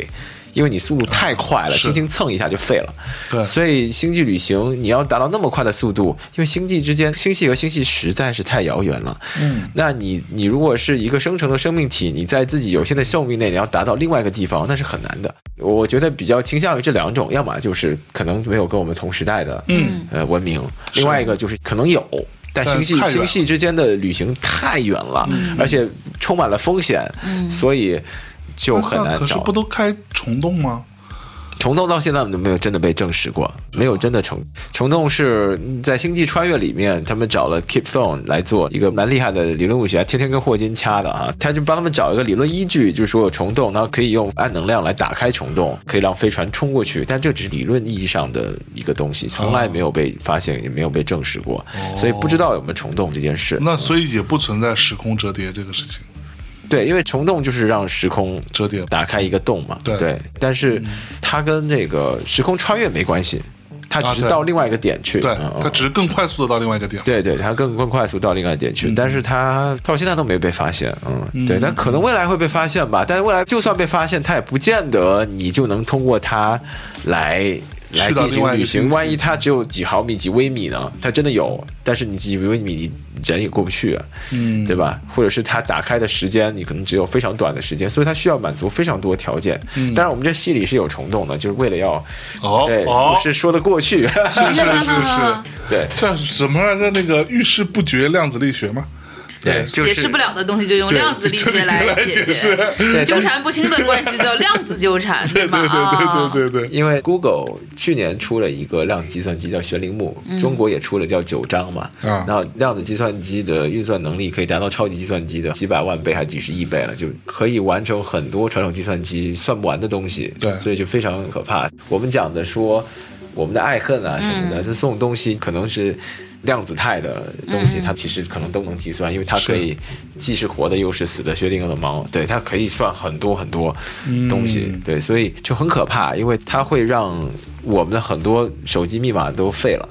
Speaker 3: 因为你速度太快了，
Speaker 1: 是
Speaker 3: 轻轻蹭一下就废了。
Speaker 1: 对
Speaker 3: 所以星际旅行你要达到那么快的速度，因为星际之间，星系和星系实在是太遥远了。嗯，那你你如果是一个生成的生命体，你在自己有限的寿命内，你要达到另外一个地方，那是很难的。我觉得比较倾向于这两种，要么就是可能没有跟我们同时代的嗯呃文明，另外一个就是可能有。但
Speaker 1: 但
Speaker 3: 星系
Speaker 1: 太远
Speaker 3: 星系之间的旅行太远了，而且充满了风险，所以就很
Speaker 1: 那
Speaker 3: 难
Speaker 1: 可是
Speaker 3: 找。
Speaker 1: 不都开虫洞吗？
Speaker 3: 虫洞到现在都没有真的被证实过，没有真的虫虫洞是在《星际穿越》里面，他们找了 Kip Thorne 来做一个蛮厉害的理论物理学家，天天跟霍金掐的啊，他就帮他们找一个理论依据，就是说有虫洞，然后可以用暗能量来打开虫洞，可以让飞船冲过去，但这只是理论意义上的一个东西，从来没有被发现，也没有被证实过，所以不知道有没有虫洞这件事。
Speaker 1: 那所以也不存在时空折叠这个事情。
Speaker 3: 对，因为虫洞就是让时空
Speaker 1: 折叠
Speaker 3: 打开一个洞嘛。
Speaker 1: 对
Speaker 3: 但是它跟这个时空穿越没关系，它只
Speaker 1: 啊
Speaker 3: 是
Speaker 1: 对
Speaker 3: 到另外一个点去。
Speaker 1: 对
Speaker 3: 嗯，
Speaker 1: 它只是更快速的到另外一个点。
Speaker 3: 对对，它更更快速到另外一个点
Speaker 1: 嗯
Speaker 3: 去，但是它到现在都没被发现，嗯，对，但可能未来会被发现吧，但是未来就算被发现，它也不见得你就能通过它来来
Speaker 1: 去到
Speaker 3: 进
Speaker 1: 另
Speaker 3: 行
Speaker 1: 外一个
Speaker 3: 旅
Speaker 1: 星
Speaker 3: 行，
Speaker 1: 系
Speaker 3: 万一它只有几毫米、几微米呢？它真的有，但是你几微米，你人也过不去，嗯，对吧？或者是它打开的时间，你可能只有非常短的时间，所以它需要满足非常多条件。当然，我们这戏里是有虫洞的，就是为了要
Speaker 1: 嗯哦
Speaker 3: 对，
Speaker 1: 哦，
Speaker 3: 不是说得过 去，
Speaker 1: 是 是是
Speaker 3: 对。
Speaker 1: 是，叫什么来着？那个遇事不决量子力学嘛。
Speaker 3: 对，就
Speaker 2: 解
Speaker 3: 是
Speaker 2: 释不了的东西就用
Speaker 1: 对
Speaker 2: 量子力
Speaker 1: 就
Speaker 2: 学来
Speaker 1: 来
Speaker 2: 解
Speaker 1: 释。
Speaker 2: 决。
Speaker 3: 对
Speaker 2: 纠缠不清的关系叫量子纠缠，对吗？
Speaker 1: 对
Speaker 2: 啊
Speaker 1: 对对对对对，
Speaker 3: 因为 Google 去年出了一个量子计算机叫玄铃木，中国也出了叫九章嘛。
Speaker 1: 嗯啊
Speaker 3: 然后量子计算机的运算能力可以达到超级计算机的几百万倍还几十亿倍了，就可以完成很多传统计算机算不完的东西。
Speaker 1: 对
Speaker 3: 所以就非常可怕。我们讲的说我们的爱恨啊什么
Speaker 1: 嗯
Speaker 3: 的，这、送东西可能是。量子态的东
Speaker 1: 嗯
Speaker 3: 西，它其实可能都能计算，因为它可以既是活的又是死的，薛定谔的猫，对，它可以算很多很多东西。
Speaker 1: 嗯
Speaker 3: 对，所以就很可怕，因为它会让我们的很多手机密码都废了。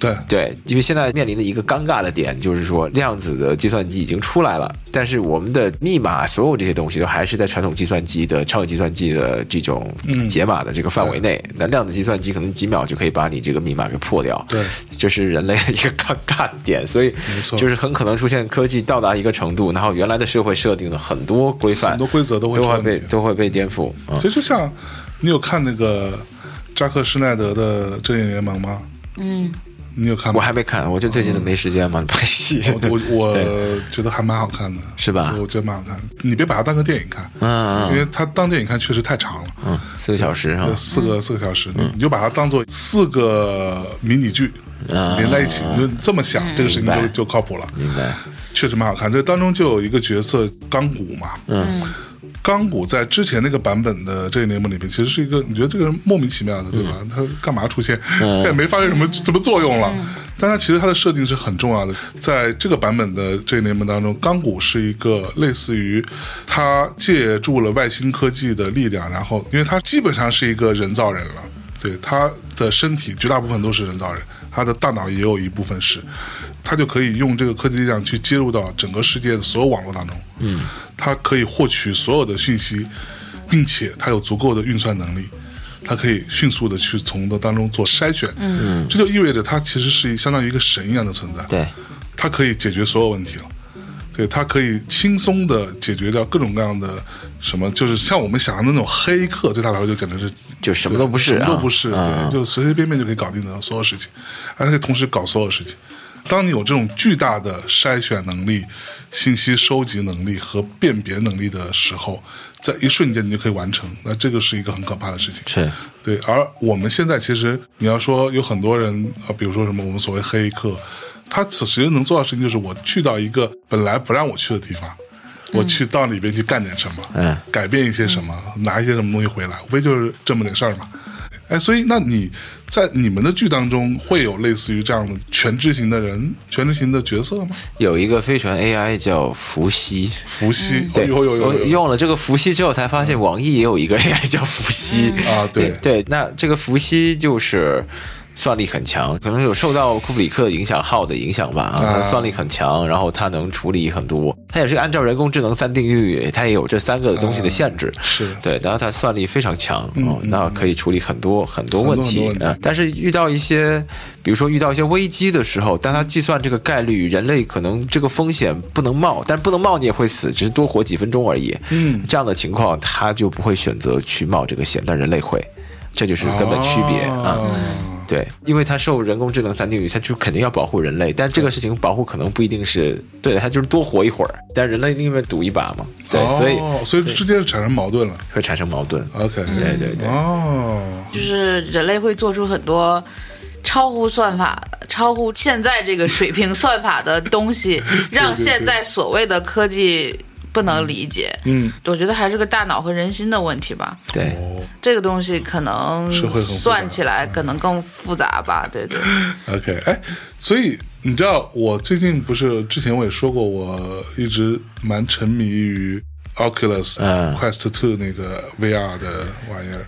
Speaker 1: 对，
Speaker 3: 对，因为现在面临的一个尴尬的点就是说，量子的计算机已经出来了，但是我们的密码所有这些东西都还是在传统计算机的超级计算机的这
Speaker 1: 嗯
Speaker 3: 种解码的这个范围内。那量子计算机可能几秒就可以把你这个密码给破掉。
Speaker 1: 对，
Speaker 3: 这是人类的一个尴尬的点，所以
Speaker 1: 没错
Speaker 3: 就是很可能出现科技到达一个程度，然后原来的社会设定的很多规范
Speaker 1: 很多规则都会
Speaker 3: 都
Speaker 1: 出
Speaker 3: 会
Speaker 1: 问
Speaker 3: 被
Speaker 1: 题。啊
Speaker 3: 都会被颠覆啊
Speaker 1: 其。实就像你有看那个扎克施耐德的《正义联盟》吗？
Speaker 2: 嗯，
Speaker 1: 你有看
Speaker 3: 我
Speaker 1: 吗？
Speaker 3: 还没看，我就最近都没时间嘛，拍戏
Speaker 1: 嗯我我我
Speaker 3: 对
Speaker 1: 觉得还蛮好看的，
Speaker 3: 是吧？
Speaker 1: 我觉得蛮好看的。你别把它当个电影看，
Speaker 3: 嗯
Speaker 1: 因
Speaker 3: 嗯
Speaker 1: 为它当电影看确实太长了，
Speaker 3: 嗯，四个小时哈
Speaker 1: 呃，四个四个小时，你你就把它当做四个迷你剧
Speaker 3: 啊嗯
Speaker 1: 连在一起，你就这么想，这个事情
Speaker 3: 明白
Speaker 1: 就就靠谱了。
Speaker 3: 明白。
Speaker 1: 确实蛮好看。这当中就有一个角色钢骨嘛，
Speaker 3: 嗯，
Speaker 1: 钢骨在之前那个版本的这一联盟里面，其实是一个你觉得这个人莫名其妙的，对吧？他干嘛出现？
Speaker 3: 嗯
Speaker 1: 他也没发挥什么什么作用了。但他其实他的设定是很重要的，在这个版本的这一联盟当中，钢骨是一个类似于他借助了外星科技的力量，然后因为他基本上是一个人造人了，对他的身体绝大部分都是人造人，他的大脑也有一部分是，他就可以用这个科技力量去接入到整个世界的所有网络当中。嗯，他可以获取所有的讯息，并且他有足够的运算能力，他可以迅速的去从的当中做筛选。嗯，这就意味着他其实是相当于一个神一样的存在。
Speaker 3: 对，
Speaker 1: 它可以解决所有问题了。对，它可以轻松的解决掉各种各样的什么，就是像我们想象的那种黑客，对他来说就简直是
Speaker 3: 就什么都不是啊
Speaker 1: 什么都不是，
Speaker 3: 嗯
Speaker 1: 对，就随随便便就可以搞定的所有事情，而且可以同时搞所有事情。当你有这种巨大的筛选能力、信息收集能力和辨别能力的时候，在一瞬间你就可以完成，那这个是一个很可怕的事情。
Speaker 3: 是
Speaker 1: 对，而我们现在其实你要说有很多人啊，比如说什么我们所谓黑客，他此时能做到的事情就是我去到一个本来不让我去的地方，我去到里边去干点什么，
Speaker 3: 嗯
Speaker 1: 改变一些什么，拿一些什么东西回来，无非就是这么点事儿嘛。哎，所以那你在你们的剧当中会有类似于这样的全知型的人、全知型的角色吗？
Speaker 3: 有一个飞船 AI 叫伏羲，
Speaker 1: 伏羲，哦
Speaker 3: 嗯对，
Speaker 1: 有有有
Speaker 3: 我
Speaker 1: 有有，
Speaker 3: 用了这个伏羲之后，才发现网易也有一个 AI 叫伏羲、
Speaker 1: 啊对
Speaker 3: 对，那这个伏羲就是。算力很强，可能有受到库布里克影响号的影响吧。
Speaker 1: 啊
Speaker 3: 算力很强，然后它能处理很多，它也是按照人工智能三定律，它也有这三个东西的限制。
Speaker 1: 是嗯
Speaker 3: 对，然后它算力非常强，哦，那可以处理很多很多
Speaker 1: 很多
Speaker 3: 问题
Speaker 1: 很多问题
Speaker 3: 啊、但是遇到一些，比如说遇到一些危机的时候，当它计算这个概率，人类可能这个风险不能冒，但不能冒你也会死，只是多活几分钟而已。
Speaker 1: 嗯
Speaker 3: 这样的情况，它就不会选择去冒这个险，但人类会，这就是根本区别啊。
Speaker 1: 哦
Speaker 3: 对，因为它受人工智能三定律，它就肯定要保护人类，但这个事情保护可能不一定是对的，它就是多活一会儿，但人类宁愿赌一把嘛，对，所以
Speaker 1: 哦所以之间产生矛盾了。
Speaker 3: 会产生矛盾。
Speaker 1: OK，
Speaker 3: 对对对，
Speaker 1: 哦，
Speaker 2: 就是人类会做出很多超乎算法、超乎现在这个水平算法的 东西，让现在所谓的科技不能理解。
Speaker 1: 嗯，
Speaker 2: 我觉得还是个大脑和人心的问题吧，
Speaker 3: 对。
Speaker 1: 哦
Speaker 2: 这个东西可能
Speaker 1: 是会很复杂
Speaker 2: 算起来可能更复杂吧，对对，
Speaker 1: OK，哎，所以你知道我最近不是之前我也说过，我一直蛮沉迷于 Oculus
Speaker 3: 嗯
Speaker 1: Quest Two 那个 VR 的玩意儿，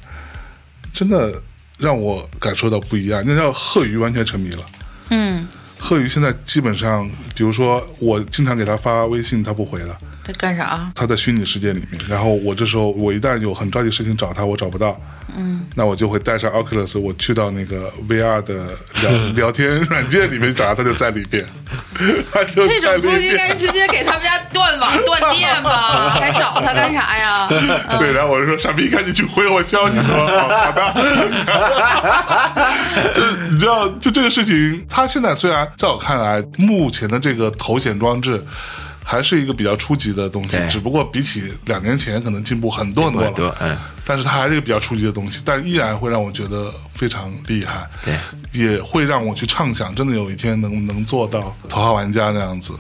Speaker 1: 真的让我感受到不一样。那叫贺鱼完全沉迷了。
Speaker 2: 嗯，
Speaker 1: 贺鱼现在基本上，比如说我经常给他发微信，他不回了，
Speaker 2: 在干啥？
Speaker 1: 他在虚拟世界里面。然后我这时候我一旦有很着急事情找他，我找不到，嗯，那我就会带上 Oculus，我去到那个 VR 的聊聊天软件里面找他，他就在里边， 他就
Speaker 2: 这
Speaker 1: 在
Speaker 2: 种
Speaker 1: 里
Speaker 2: 不是应该
Speaker 1: 边。
Speaker 2: 直接给他们家断网断电 吗？还找他干啥 呀？
Speaker 1: 对，然后我就说傻逼，赶紧去回我消息。我说哦好的， 就是你知道，就这个事情，他现在虽然在我看来，目前的这个头显装置。还是一个比较初级的东西
Speaker 3: 对，
Speaker 1: 只不过比起两年前可能进步很多很多了。
Speaker 3: 很多嗯
Speaker 1: 但是它还是一个比较初级的东西，但是依然会让我觉得非常厉害，
Speaker 3: 对，
Speaker 1: 也会让我去畅想，真的有一天能能做到《头号玩家》那样子。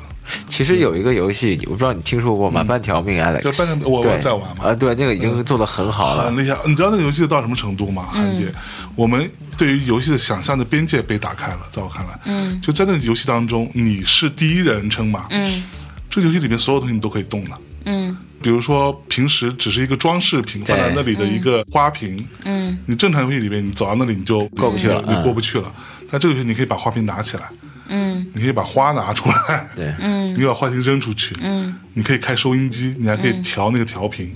Speaker 3: 其实有一个游戏，我不知道你听说过吗？半条命 Alex，
Speaker 1: 嗯就半条我
Speaker 3: 对
Speaker 1: 我在玩嘛嗯
Speaker 3: 啊，对，那个已经做得很好了
Speaker 1: 很。厉害，你知道那个游戏到什么程度吗？韩姐，我们对于游戏的想象的边界被打开了，在我看来，嗯，就在那个游戏当中，你是第一人称嘛，嗯，这个游戏里面所有东西你都可以动的，
Speaker 2: 嗯，
Speaker 1: 比如说平时只是一个装饰品放在那里的一个花瓶，嗯，你正常游戏里面你走到那里你就
Speaker 3: 过不去了
Speaker 1: 你
Speaker 3: 嗯
Speaker 1: 过不去了。但这个游戏你可以把花瓶拿起来，嗯，你可以把花拿出来，
Speaker 3: 对
Speaker 1: 嗯，你可以把花瓶扔出去，嗯，你可以开收音机，你还可以调那个调频。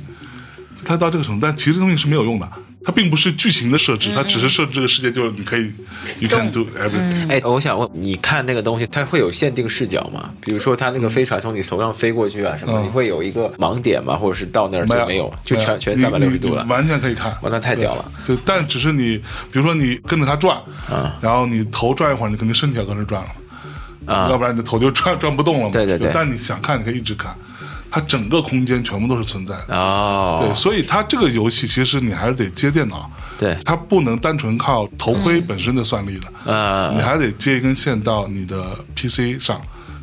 Speaker 1: 它到这个程度，但其实这东西是没有用的。它并不是剧情的设置，它只是设置这个世界，就是你可以，you can do everything。
Speaker 3: 哎，我想问，你看那个东西，它会有限定视角吗？比如说，它那个飞船从你头上飞过去啊，什么，
Speaker 1: 嗯
Speaker 3: 你会有一个盲点吗？或者是到那儿就没有，就全全
Speaker 1: 你
Speaker 3: 三百六十度
Speaker 1: 你
Speaker 3: 了
Speaker 1: 你。完全可以看。
Speaker 3: 哇，那太屌了！
Speaker 1: 对，但只是你，比如说你跟着它转，
Speaker 3: 啊
Speaker 1: 然后你头转一会儿，你肯定身体要跟着转了，
Speaker 3: 啊
Speaker 1: 要不然你的头就转转不动了嘛。
Speaker 3: 对对对
Speaker 1: 但你想看，你可以一直看，它整个空间全部都是存在的。对，
Speaker 3: 哦，
Speaker 1: 所以它这个游戏其实你还是得接电脑，
Speaker 3: 对
Speaker 1: 它不能单纯靠头盔本身的算力的，你
Speaker 3: 呃，
Speaker 1: 还得接一根线到你的 PC 上，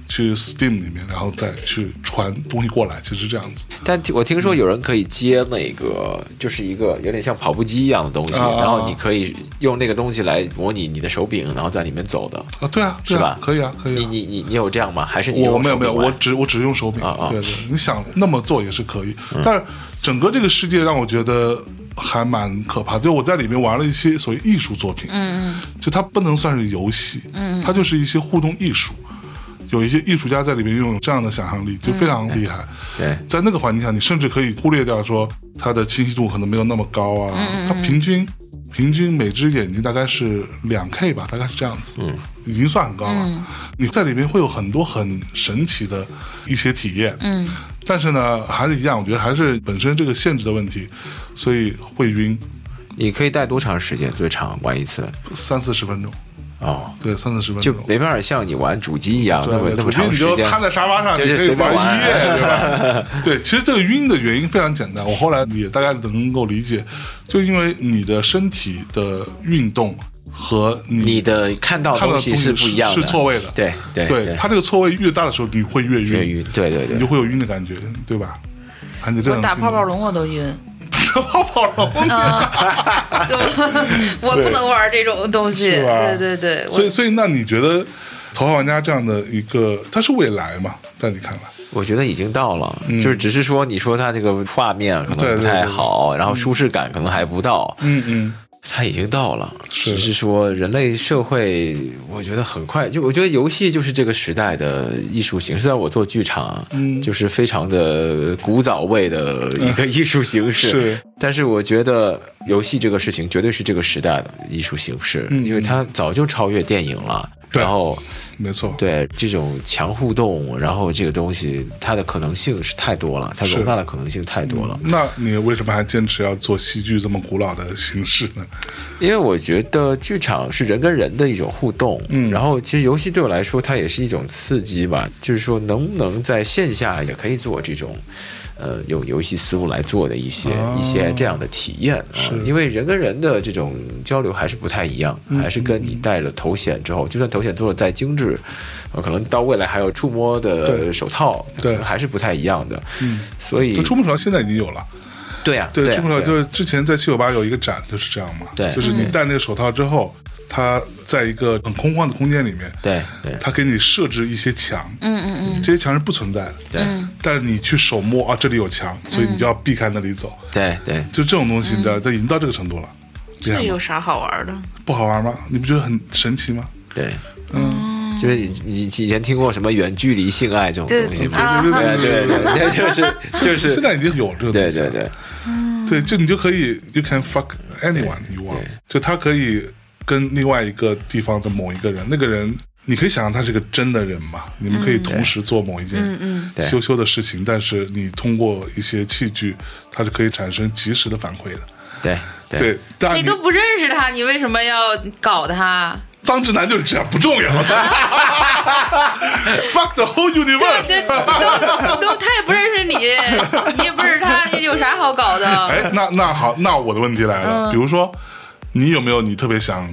Speaker 1: 去 Steam 里面，然后再去传东西过来，其实这样子。
Speaker 3: 但听我听说有人可以接那个，就是一个有点像跑步机一样的东西，
Speaker 1: 啊啊啊
Speaker 3: 然后你可以用那个东西来模拟你的手柄，然后在里面走的。
Speaker 1: 啊，对啊，对
Speaker 3: 是
Speaker 1: 啊
Speaker 3: 吧，
Speaker 1: 可以啊，可以
Speaker 3: 你
Speaker 1: 啊。
Speaker 3: 你你你有这样吗？还是你
Speaker 1: 我
Speaker 3: 用
Speaker 1: 没有
Speaker 3: 手
Speaker 1: 没有，
Speaker 3: 柄
Speaker 1: 我
Speaker 3: 玩？
Speaker 1: 只我只是用手柄。
Speaker 3: 啊嗯啊
Speaker 1: 对对，你想那么做也是可以，但是整个这个世界让我觉得还蛮可怕。就我在里面玩了一些所谓艺术作品，嗯嗯，就它不能算是游戏，嗯，它就是一些互动艺术。有一些艺术家在里面拥有这样的想象力，就非常
Speaker 3: 嗯
Speaker 1: 厉害。
Speaker 3: 对，
Speaker 1: 在那个环境下，你甚至可以忽略掉说它的清晰度可能没有那么高啊。它平均平均每只眼睛大概是两 K 吧，大概是这样子，嗯，已经算很高了。你在里面会有很多很神奇的一些体验，嗯。但是呢，还是一样，我觉得还是本身这个限制的问题，所以会晕
Speaker 3: 你可以带多长时间？最长玩一次？
Speaker 1: 三四十分钟，
Speaker 3: 哦，
Speaker 1: 对，三四十分
Speaker 3: 就
Speaker 1: 钟。
Speaker 3: 没办法像你玩主机一样
Speaker 1: 对啊
Speaker 3: 那么
Speaker 1: 对，
Speaker 3: 那么
Speaker 1: 除非
Speaker 3: 长
Speaker 1: 你
Speaker 3: 时
Speaker 1: 就
Speaker 3: 间。
Speaker 1: 瘫在沙发上，
Speaker 3: 就是
Speaker 1: 你可以
Speaker 3: 随便
Speaker 1: 玩
Speaker 3: 玩
Speaker 1: 一夜， 对吧？对，其实这个晕的原因非常简单，我后来也大概能够理解，就因为你的身体的运动和你
Speaker 3: 你的看到
Speaker 1: 看
Speaker 3: 东
Speaker 1: 到的
Speaker 3: 西
Speaker 1: 东
Speaker 3: 是
Speaker 1: 西
Speaker 3: 不一样的，
Speaker 1: 是错位的，
Speaker 3: 对对
Speaker 1: 对，它这个错位越大的时候，你会越
Speaker 3: 对
Speaker 1: 晕，
Speaker 3: 晕，对对
Speaker 1: 你就
Speaker 3: 对，
Speaker 1: 会有晕的感觉，对吧？啊，你 这
Speaker 2: 我
Speaker 1: 样嗯
Speaker 2: 打
Speaker 1: 听
Speaker 2: 泡 泡，龙我都 晕，
Speaker 1: 打泡泡 龙，
Speaker 2: 啊，对， 我不能玩这种东西，
Speaker 1: 是吧
Speaker 2: 对对对，我
Speaker 1: 所以所以那你觉得《头号玩家》这样的一个，它是未来嘛？在你看来，
Speaker 3: 我觉得已经到了，就是只是说你说它这个画面可
Speaker 1: 嗯对
Speaker 3: 能不
Speaker 1: 对
Speaker 3: 太
Speaker 1: 对
Speaker 3: 好，然后舒适感可能还不到，
Speaker 1: 嗯嗯，
Speaker 3: 它已经到了，
Speaker 1: 是
Speaker 3: 只是说人类社会，我觉得很快就，我觉得游戏就是这个时代的艺术形式。虽然我做剧场，啊
Speaker 1: 嗯
Speaker 3: 就是非常的古早味的一个艺术形式，
Speaker 1: 是
Speaker 3: 但是我觉得游戏这个事情绝对是这个时代的艺术形式，
Speaker 1: 嗯
Speaker 3: 因为它早就超越电影了。
Speaker 1: 对
Speaker 3: 然后，
Speaker 1: 没错，
Speaker 3: 对这种强互动，然后这个东西它的可能性是太多了，它
Speaker 1: 是
Speaker 3: 容纳的可能性太多了。
Speaker 1: 那你为什么还坚持要做戏剧这么古老的形式呢？
Speaker 3: 因为我觉得剧场是人跟人的一种互动，
Speaker 1: 嗯
Speaker 3: 然后其实游戏对我来说它也是一种刺激吧，就是说能不能在线下也可以做这种，呃，用游戏思路来做的一些、
Speaker 1: 哦
Speaker 3: 一些这样的体验啊，因为人跟人的这种交流还是不太一样，
Speaker 1: 嗯
Speaker 3: 还是跟你戴了头显之后，就算头显做的再精致，呃可能到未来还有触摸的
Speaker 1: 对
Speaker 3: 手套，
Speaker 1: 对
Speaker 3: 还是不太一样的，
Speaker 1: 嗯，
Speaker 3: 所以
Speaker 1: 就触摸手套现在已经有了，
Speaker 3: 对呀、啊，
Speaker 1: 对，
Speaker 3: 呀
Speaker 1: 触摸手
Speaker 3: 对
Speaker 1: 套
Speaker 3: 呀
Speaker 1: 就是之前在七九八有一个展就是这样嘛，
Speaker 3: 对
Speaker 1: 就是你戴那个手套之后，它在一个很空旷的空间里面，
Speaker 3: 对对
Speaker 1: 它给你设置一些墙，
Speaker 2: 嗯嗯嗯，
Speaker 1: 这些墙是不存在的，
Speaker 3: 对
Speaker 1: 但是你去手摸啊，这里有墙，所以你就要避开那里走，
Speaker 3: 对对，
Speaker 1: 就这种东西，你知道，都已经到这个程度了，这
Speaker 2: 这
Speaker 1: 样
Speaker 2: 有
Speaker 1: 吗
Speaker 2: 啥好玩的？
Speaker 1: 不好玩吗？你不觉得很神奇吗？
Speaker 3: 对，
Speaker 1: 嗯，
Speaker 3: 就是你你以前听过什么远距离性爱这种东西吗？
Speaker 2: 啊
Speaker 1: 对
Speaker 3: 对对对，那就是就是
Speaker 1: 现，在已经有这个东
Speaker 3: 对
Speaker 1: 西
Speaker 3: 对
Speaker 1: 了，
Speaker 3: 对嗯
Speaker 1: 对，就你就可以，you can fuck anyone you want，就他可以跟另外一个地方的某一个人，那个人你可以想象他是个真的人嘛，你们可以
Speaker 3: 嗯
Speaker 1: 同时做某一件
Speaker 3: 对
Speaker 1: 羞羞的事情，但是你通过一些器具，它是可以产生及时的反馈的。
Speaker 3: 对对
Speaker 1: 对，但
Speaker 2: 你
Speaker 1: 你
Speaker 2: 都不认识他，你为什么要搞他？
Speaker 1: 脏直男就是这样，不重 要。fuck the whole
Speaker 2: 对对，
Speaker 1: universe。
Speaker 2: 都都他也不认识你，你也不认识他，你有啥好搞的？
Speaker 1: 哎，那那好，那我的问题来
Speaker 2: 嗯
Speaker 1: 了，比如说，你有没有你特别想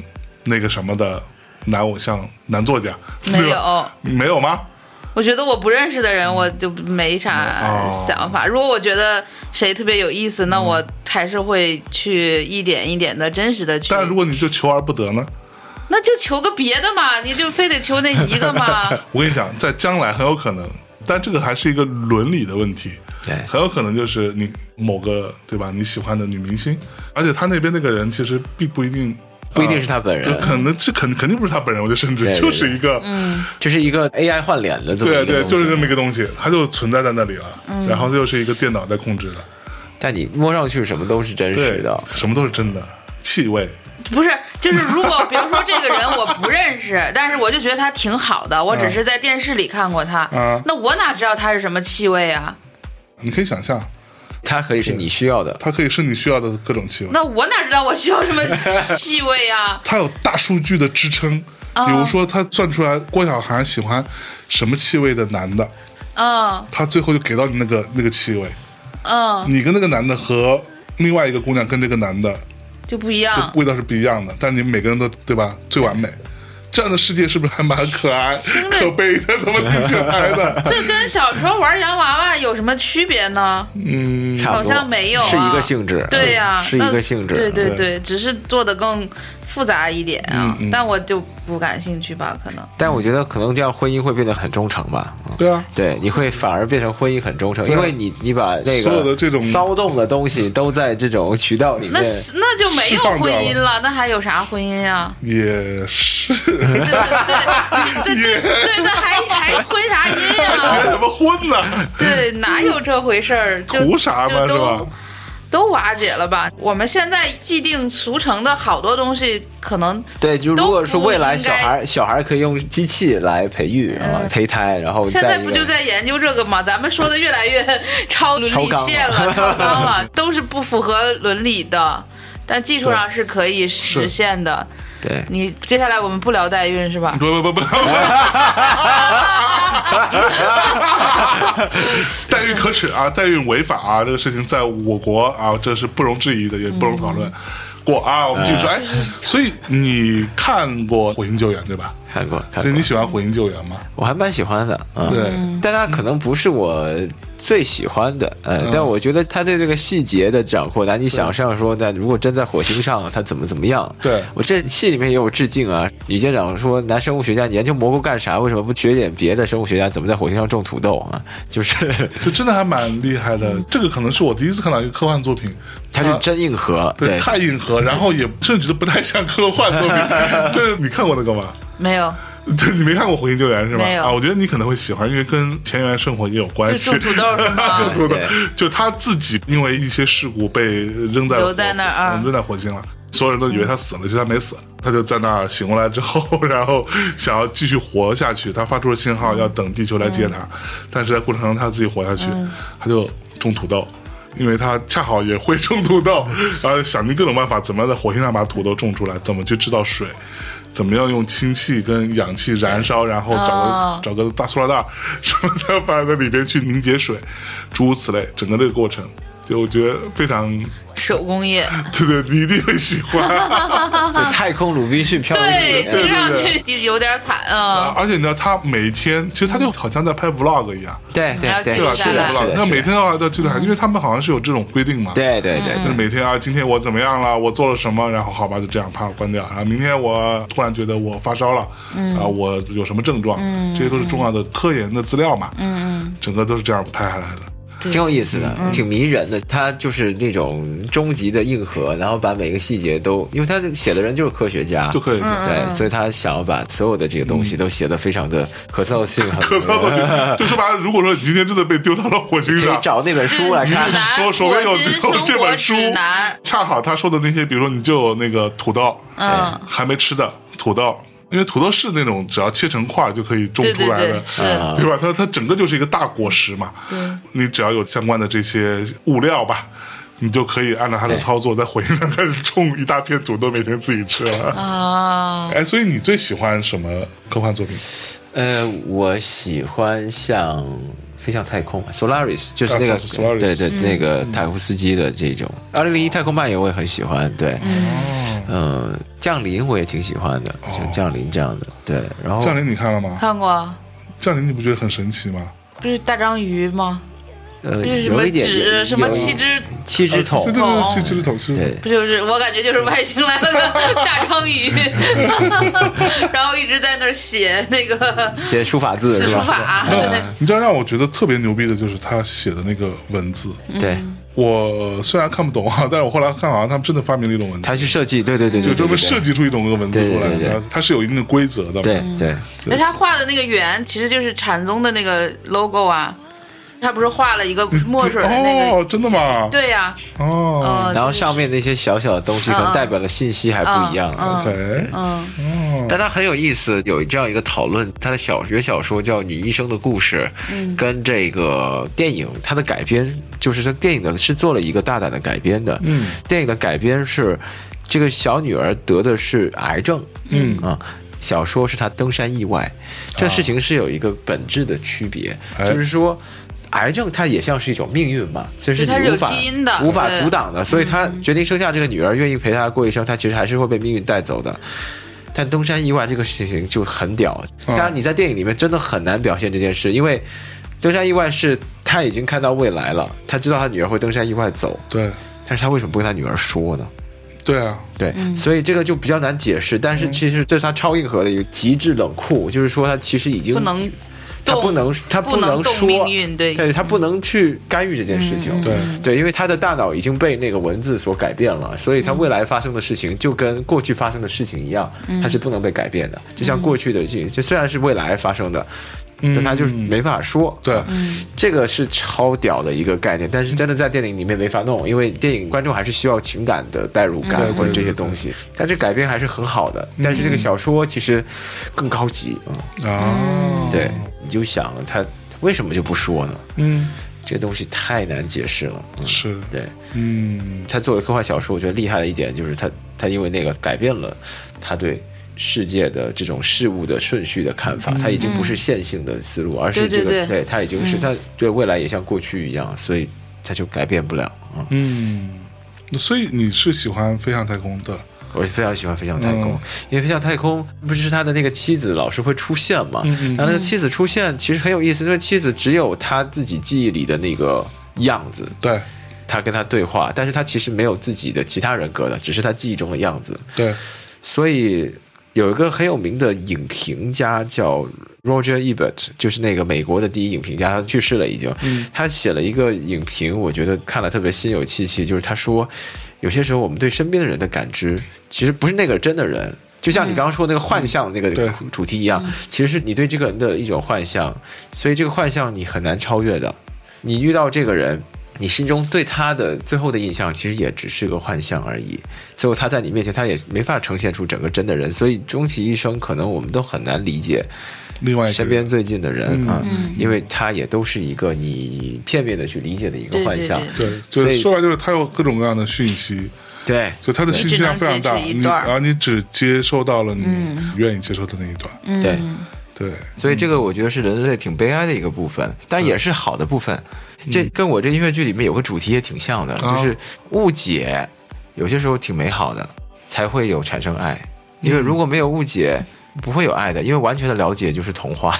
Speaker 1: 那个什么的男偶像、男作家？
Speaker 2: 没
Speaker 1: 对吧
Speaker 2: 有，
Speaker 1: 没有吗？
Speaker 2: 我觉得我不认识的人，我就没啥
Speaker 1: 嗯哦嗯
Speaker 2: 想法。如果我觉得谁特别有意思，那我还是会去一点一点的真实的去。
Speaker 1: 但如果你就求而不得呢？
Speaker 2: 那就求个别的嘛，你就非得求那一个嘛？
Speaker 1: 我跟你讲，在将来很有可能，但这个还是一个伦理的问题，
Speaker 3: 对
Speaker 1: 很有可能就是你某个对吧？你喜欢的女明星，而且他那边那个人其实并不一定，啊
Speaker 3: 不一定是他本人
Speaker 1: 就可能这肯肯定不是他本人，我觉得甚至
Speaker 3: 对对
Speaker 1: 就是一个，嗯，
Speaker 3: 就是一个 AI 换脸的这么
Speaker 1: 对
Speaker 3: 一个
Speaker 1: 对，
Speaker 3: 东西嗯
Speaker 1: 就是这么一个东西，它就存在在那里了，然后就是一个电脑在控制的。
Speaker 3: 但你摸上去什么都是真实
Speaker 1: 对
Speaker 3: 的，，
Speaker 1: 什么都是真的，气味，
Speaker 2: 不是，就是如果比如说这个人我不认识， 但是我就觉得他挺好的，我只是在电视里看过他，
Speaker 1: 嗯
Speaker 2: 那我哪知道他是什么气味啊？
Speaker 1: 你可以想象，
Speaker 3: 它可以是你需要的。
Speaker 1: 它可以是你需要的各种气味。
Speaker 2: 那我哪知道我需要什么气味啊？
Speaker 1: 它有大数据的支撑，
Speaker 3: 哦
Speaker 1: 比如说它算出来郭晓涵喜欢什么气味的男的，
Speaker 2: 嗯
Speaker 1: 他最后就给到你那个那个气味。
Speaker 2: 嗯，
Speaker 1: 你跟那个男的和另外一个姑娘跟这个男的
Speaker 2: 就不一
Speaker 3: 嗯
Speaker 2: 样。
Speaker 1: 味道是不一样的，但你们每个人都对吧？最完美，这样的世界是不是还蛮可爱、
Speaker 2: 着
Speaker 1: 可悲的？怎么听起来 的？
Speaker 2: 这跟小时候玩洋娃娃有什么区别呢？
Speaker 1: 嗯，
Speaker 3: 差不多
Speaker 2: 好像没有啊
Speaker 3: 是一个性质，
Speaker 2: 对呀、
Speaker 3: 是一
Speaker 2: 那
Speaker 3: 个性质，
Speaker 2: 对对对，只是做的更复杂一点啊、
Speaker 1: 嗯嗯
Speaker 2: 但我就不感兴趣吧，可能。
Speaker 3: 但我觉得可能这样婚姻会变得很忠诚吧，嗯
Speaker 1: 对啊，
Speaker 3: 对，你会反而变成婚姻很忠诚，
Speaker 1: 对啊
Speaker 3: 因为你你把那个
Speaker 1: 所有的这种
Speaker 3: 骚动的东西都在这种渠道里
Speaker 2: 那
Speaker 3: 面，
Speaker 2: 是那就没有
Speaker 1: 释放掉
Speaker 2: 婚
Speaker 1: 了
Speaker 2: 姻了，那还有啥婚姻呀、
Speaker 1: 也是。
Speaker 2: 对对对对对，那还还婚啥 姻
Speaker 1: 结
Speaker 2: 呀、
Speaker 1: 什么婚呢？
Speaker 2: 对，哪有这回事儿？就
Speaker 1: 图啥嘛
Speaker 2: 就是
Speaker 1: 吧
Speaker 2: 都？都瓦解了吧？我们现在既定俗成的好多东西，可能
Speaker 3: 对，就
Speaker 2: 都
Speaker 3: 如果是
Speaker 2: 不
Speaker 3: 未来
Speaker 2: 应
Speaker 3: 小
Speaker 2: 该嗯
Speaker 3: 孩小孩可以用机器来培育啊、胚胎，然后
Speaker 2: 现在
Speaker 3: 一
Speaker 2: 不
Speaker 3: 个
Speaker 2: 就在研究这个吗？咱们说的越来越超伦理线 了，超纲了，都是不符合伦理的，但技术上是可以实现的。
Speaker 3: 对
Speaker 2: 你接下来我们不聊代孕是吧？
Speaker 1: 不 不不不，代孕可耻啊！代孕违法啊！这个事情在我国啊，这是不容置疑的，也不容讨
Speaker 2: 嗯
Speaker 1: 论。过啊，我们继续说。哎，所以你看过《火星救援》对吧？
Speaker 3: 看过看
Speaker 1: 所以
Speaker 3: 过
Speaker 1: 你，喜欢《火星救援》吗？
Speaker 3: 我还蛮喜欢的，嗯、
Speaker 1: 对，
Speaker 3: 但它可能不是我最喜欢的，呃，
Speaker 1: 嗯
Speaker 3: 但我觉得它对这个细节的掌控，难以想象说，那如果真在火星上，它怎么怎么样？
Speaker 1: 对
Speaker 3: 我这戏里面也有致敬啊。李舰长说，拿生物学家研究蘑菇干啥？为什么不学点别的生物学家怎么在火星上种土豆啊？就是，
Speaker 1: 就真的还蛮厉害的。这个可能是我第一次看到一个科幻作品，
Speaker 3: 它是真硬核，
Speaker 1: 啊对
Speaker 3: 对，
Speaker 1: 太硬核，然后也甚至觉得不太像科幻作品。就是你看过那个吗？
Speaker 2: 没有，
Speaker 1: 对，你没看过《火星救援》是吧
Speaker 2: 没？有
Speaker 1: 啊，我觉得你可能会喜欢，因为跟田园生活也有关系。
Speaker 2: 就种土豆是 吗
Speaker 1: 种土豆
Speaker 3: 对，
Speaker 1: 就他自己因为一些事故被扔在
Speaker 2: 留在那儿啊
Speaker 1: 嗯扔在火星了。所有人都以为他死了，其实他没死，他就在那儿醒过来之后， 然后想要继续活下去，他发出了信号要等地球来接他，但是在过程中他自己活下去，他就种土豆。因为他恰好也会种土豆，然后想尽各种办法，怎么样在火星上把土豆种出来，怎么去制造水，怎么样用氢气跟氧气燃烧，然后找个、
Speaker 2: 哦
Speaker 1: 找个大塑料袋儿什么的放在里边去凝结水，诸如此类，整个这个过程，就我觉得非常，
Speaker 2: 手工业。
Speaker 1: 对 对，你一定会喜 欢。
Speaker 3: 就太空鲁滨逊漂流
Speaker 2: 对，
Speaker 3: 记。
Speaker 2: 听上
Speaker 1: 对
Speaker 2: 去就有点惨啊。
Speaker 1: 而且你知道，他每天其实他就好像在拍 vlog 一样，
Speaker 3: 对对对，
Speaker 2: 还
Speaker 1: 对
Speaker 2: 要
Speaker 1: 吧？
Speaker 2: 记
Speaker 1: 是
Speaker 2: 录
Speaker 3: 哎是的，
Speaker 2: 下来
Speaker 3: 是
Speaker 1: vlog，
Speaker 3: 的，
Speaker 1: 那
Speaker 3: 是
Speaker 1: 每
Speaker 3: 的
Speaker 1: 天都要记录下来，因为他们好像是有这种规定嘛。
Speaker 3: 对嗯对对
Speaker 1: 就是每天啊，今天我怎么样了？我做了什么？然后好吧，就这样，啪关掉。然啊后明天我突然觉得我发烧了，
Speaker 3: 嗯
Speaker 1: 啊，我有什么症状？这些都是重要的科研的资料嘛。嗯整个都是这样拍下来的。
Speaker 3: 挺有意思的，挺迷人的。他就是那种终极的硬核，然后把每个细节都，因为他写的人就是科学家，
Speaker 1: 就可以
Speaker 3: 对，所以他想要把所有的这个东西都写得非常的可操性很，
Speaker 1: 可操作性，就说白了，如果说你今天真的被丢到了火星
Speaker 3: 可以
Speaker 1: 上，
Speaker 3: 找那本书来
Speaker 2: 指
Speaker 3: 看。
Speaker 2: 南，
Speaker 1: 手手边有
Speaker 2: 我其实
Speaker 1: 有
Speaker 2: 生
Speaker 1: 这
Speaker 2: 活
Speaker 1: 本书
Speaker 2: 指南，
Speaker 1: 恰好他说的那些，比如说你就有那个土豆，
Speaker 2: 嗯，
Speaker 1: 还没吃的土豆，因为土豆是那种只要切成块儿就可以种
Speaker 2: 对对
Speaker 1: 出来的
Speaker 2: 对，，是。
Speaker 3: 啊
Speaker 1: 对吧？它它整个就是一个大果实嘛。对，你只要有相关的这些物料吧，你就可以按照它的
Speaker 3: 对
Speaker 1: 操作，在火星上开始种一大片土豆，每天自己吃了。
Speaker 2: 啊，
Speaker 1: 哎，所以你最喜欢什么科幻作品？
Speaker 3: 呃，我喜欢像飞向太空，Solaris 就是那个、
Speaker 1: 啊，Solaris
Speaker 3: 对对，那个塔夫斯基的这种。二零零一太空漫游我也很喜欢，对，嗯、降临我也挺喜欢的，像降临这样的，对，然后
Speaker 1: 哦降临你看了吗？
Speaker 2: 看过，
Speaker 1: 降临你不觉得很神奇吗？
Speaker 2: 不是大章鱼吗？
Speaker 3: 呃，
Speaker 2: 就是什么
Speaker 3: 有一点
Speaker 2: 纸，什么气
Speaker 3: 气
Speaker 2: 质，
Speaker 3: 气质桶
Speaker 1: 对，对对，
Speaker 2: 哦
Speaker 1: 这这是统是
Speaker 3: 对
Speaker 2: 不就是我感觉就是外星来了的 大章鱼，然后一直在那儿写那个
Speaker 3: 写书法字是
Speaker 2: 书
Speaker 3: 吧？
Speaker 2: 法，啊 嗯对
Speaker 1: 嗯你知道让我觉得特别牛逼的就是他写的那个文字。
Speaker 3: 对，
Speaker 2: 嗯
Speaker 1: 我虽然看不懂啊， 但是我后来看好像他们真的发明了一种文字
Speaker 3: 他，去设计，对对对对，
Speaker 1: 就专门
Speaker 3: 对
Speaker 1: 设，计出一种那个文字出来
Speaker 3: 对对对
Speaker 1: 的，它是有一定的规则的嘛。
Speaker 3: 对对对
Speaker 2: 那他画的那个圆其实就是禅宗的那个 logo 啊，他不是画了一
Speaker 3: 嗯
Speaker 2: 个 墨水的那个，
Speaker 1: 哦，真的吗？
Speaker 2: 对呀、
Speaker 1: 哦
Speaker 2: 呃
Speaker 3: 嗯然后
Speaker 2: 就是
Speaker 3: 上面那些小小的东西可
Speaker 2: 嗯嗯
Speaker 3: 能代表的信息还不一样。
Speaker 2: 嗯
Speaker 1: ，OK，
Speaker 2: 嗯，
Speaker 1: 哦，
Speaker 3: 但它很有意思，有这样一个讨论，他的小学小说叫《你一生的故事》，
Speaker 2: 嗯
Speaker 3: 跟这个电影它的改编，就是这电影呢是做了一个大胆的改编的。
Speaker 1: 嗯，
Speaker 3: 电影的改编是这个小女儿得的是癌症，
Speaker 1: 嗯
Speaker 3: 啊。小说是她登山意外，
Speaker 2: 啊
Speaker 3: 这事情是有一个本质的区别，
Speaker 1: 哎
Speaker 3: 就是说，癌症它也像是一种命运嘛，就是
Speaker 2: 就它是
Speaker 3: 你
Speaker 2: 有
Speaker 3: 无法
Speaker 2: 基因的
Speaker 3: 无法
Speaker 2: 对嗯
Speaker 3: 阻挡的，所以她决定生下这个女儿，愿意陪她过一生，她其实还是会被命运带走的。但登山意外这个事情就很屌，
Speaker 1: 嗯
Speaker 3: 当然你在电影里面真的很难表现这件事，因为登山意外是他已经看到未来了，他知道他女儿会登山意外走，
Speaker 1: 对，
Speaker 3: 但是他为什么不跟他女儿说呢？
Speaker 1: 对啊，
Speaker 3: 对，
Speaker 2: 嗯
Speaker 3: 所以这个就比较难解释。但是其实这是他超硬核的一个极致冷酷，就是说他其实已经
Speaker 2: 不能
Speaker 3: 他
Speaker 2: 动
Speaker 3: 不能他
Speaker 2: 不
Speaker 3: 能
Speaker 2: 动
Speaker 3: 说，
Speaker 2: 命运，对
Speaker 3: 对他不能去干预这件事情。
Speaker 1: 嗯对，
Speaker 3: 对，因为他的大脑已经被那个文字所改变了，所以他未来发生的事情就跟过去发生的事情一样，它是不能被改变的。就像过去的事情，这虽然是未来发生的，但他就是没办法说。
Speaker 1: 嗯对，
Speaker 3: 这个是超屌的一个概念，但是真的在电影里面没法弄，因为电影观众还是需要情感的代入
Speaker 1: 嗯
Speaker 3: 感或者这
Speaker 1: 对对对嗯
Speaker 3: 些东西。但这改编还是很好的，但是这个小说其实更高级啊。
Speaker 1: 啊，
Speaker 3: 对，你就想他为什么就不说呢？
Speaker 1: 嗯，
Speaker 3: 这东西太难解释了。嗯
Speaker 1: 是的，
Speaker 3: 对，
Speaker 1: 嗯，
Speaker 3: 他作为科幻小说，我觉得厉害的一点就是他他因为那个改变了他对世界的这种事物的顺序的看
Speaker 1: 嗯
Speaker 3: 法，他已经不是线性的思路，而是
Speaker 2: 对
Speaker 3: 这
Speaker 2: 对
Speaker 3: 个
Speaker 2: 对
Speaker 3: 他已经
Speaker 1: 嗯
Speaker 3: 是他对未来也像过去一样，所以他就改变不了啊。
Speaker 1: 嗯，所以你是喜欢飞向太空的，
Speaker 3: 我非常喜欢飞向太空，
Speaker 1: 嗯
Speaker 3: 因为飞向太空不是他的那个妻子老是会出现嘛，
Speaker 1: 嗯嗯
Speaker 3: 然后那个妻子出现其实很有意思，因为妻子只有他自己记忆里的那个样子，
Speaker 1: 对，
Speaker 3: 他跟他对话，但是他其实没有自己的其他人格的，只是他记忆中的样子。
Speaker 1: 对，
Speaker 3: 所以有一个很有名的影评家叫 Roger Ebert，就是那个美国的第一影评家，他去世了已经。他写了一个影评，我觉得看了特别心有戚戚，就是他说，有些时候我们对身边的人的感知，其实不是那个真的人。就像你刚刚说那个幻象那
Speaker 1: 对
Speaker 3: 个主题一样，其实是你对这个人的一种幻象，所以这个幻象你很难超越的。你遇到这个人，你心中对他的最后的印象其实也只是个幻象而已。最后他在你面前，他也没法呈现出整个真的人，所以终其一生，可能我们都很难理解
Speaker 1: 另外一个
Speaker 3: 身
Speaker 1: 人
Speaker 3: 边最近的人
Speaker 1: 嗯
Speaker 3: 啊，因为他也都是一个你片面的去理解的一个
Speaker 2: 对
Speaker 3: 幻象。
Speaker 2: 对
Speaker 1: 对，就
Speaker 3: 所
Speaker 1: 是
Speaker 3: 以
Speaker 1: 说白就是它有各种各样的讯息，
Speaker 3: 对
Speaker 1: 就它的信息量非常大，
Speaker 2: 你只能截取
Speaker 1: 你
Speaker 2: 一段儿
Speaker 1: 然后你只接收到了你愿意接收的那一段，
Speaker 2: 嗯
Speaker 3: 对
Speaker 1: 对，
Speaker 3: 所以这个我觉得是人类挺悲哀的一个部分，但也是好的部分。这跟我这音乐剧里面有个主题也挺像的，
Speaker 1: 啊
Speaker 3: 就是误解，有些时候挺美好的，才会有产生爱。因为如果没有误解，不会有爱的，因为完全的了解就是童话。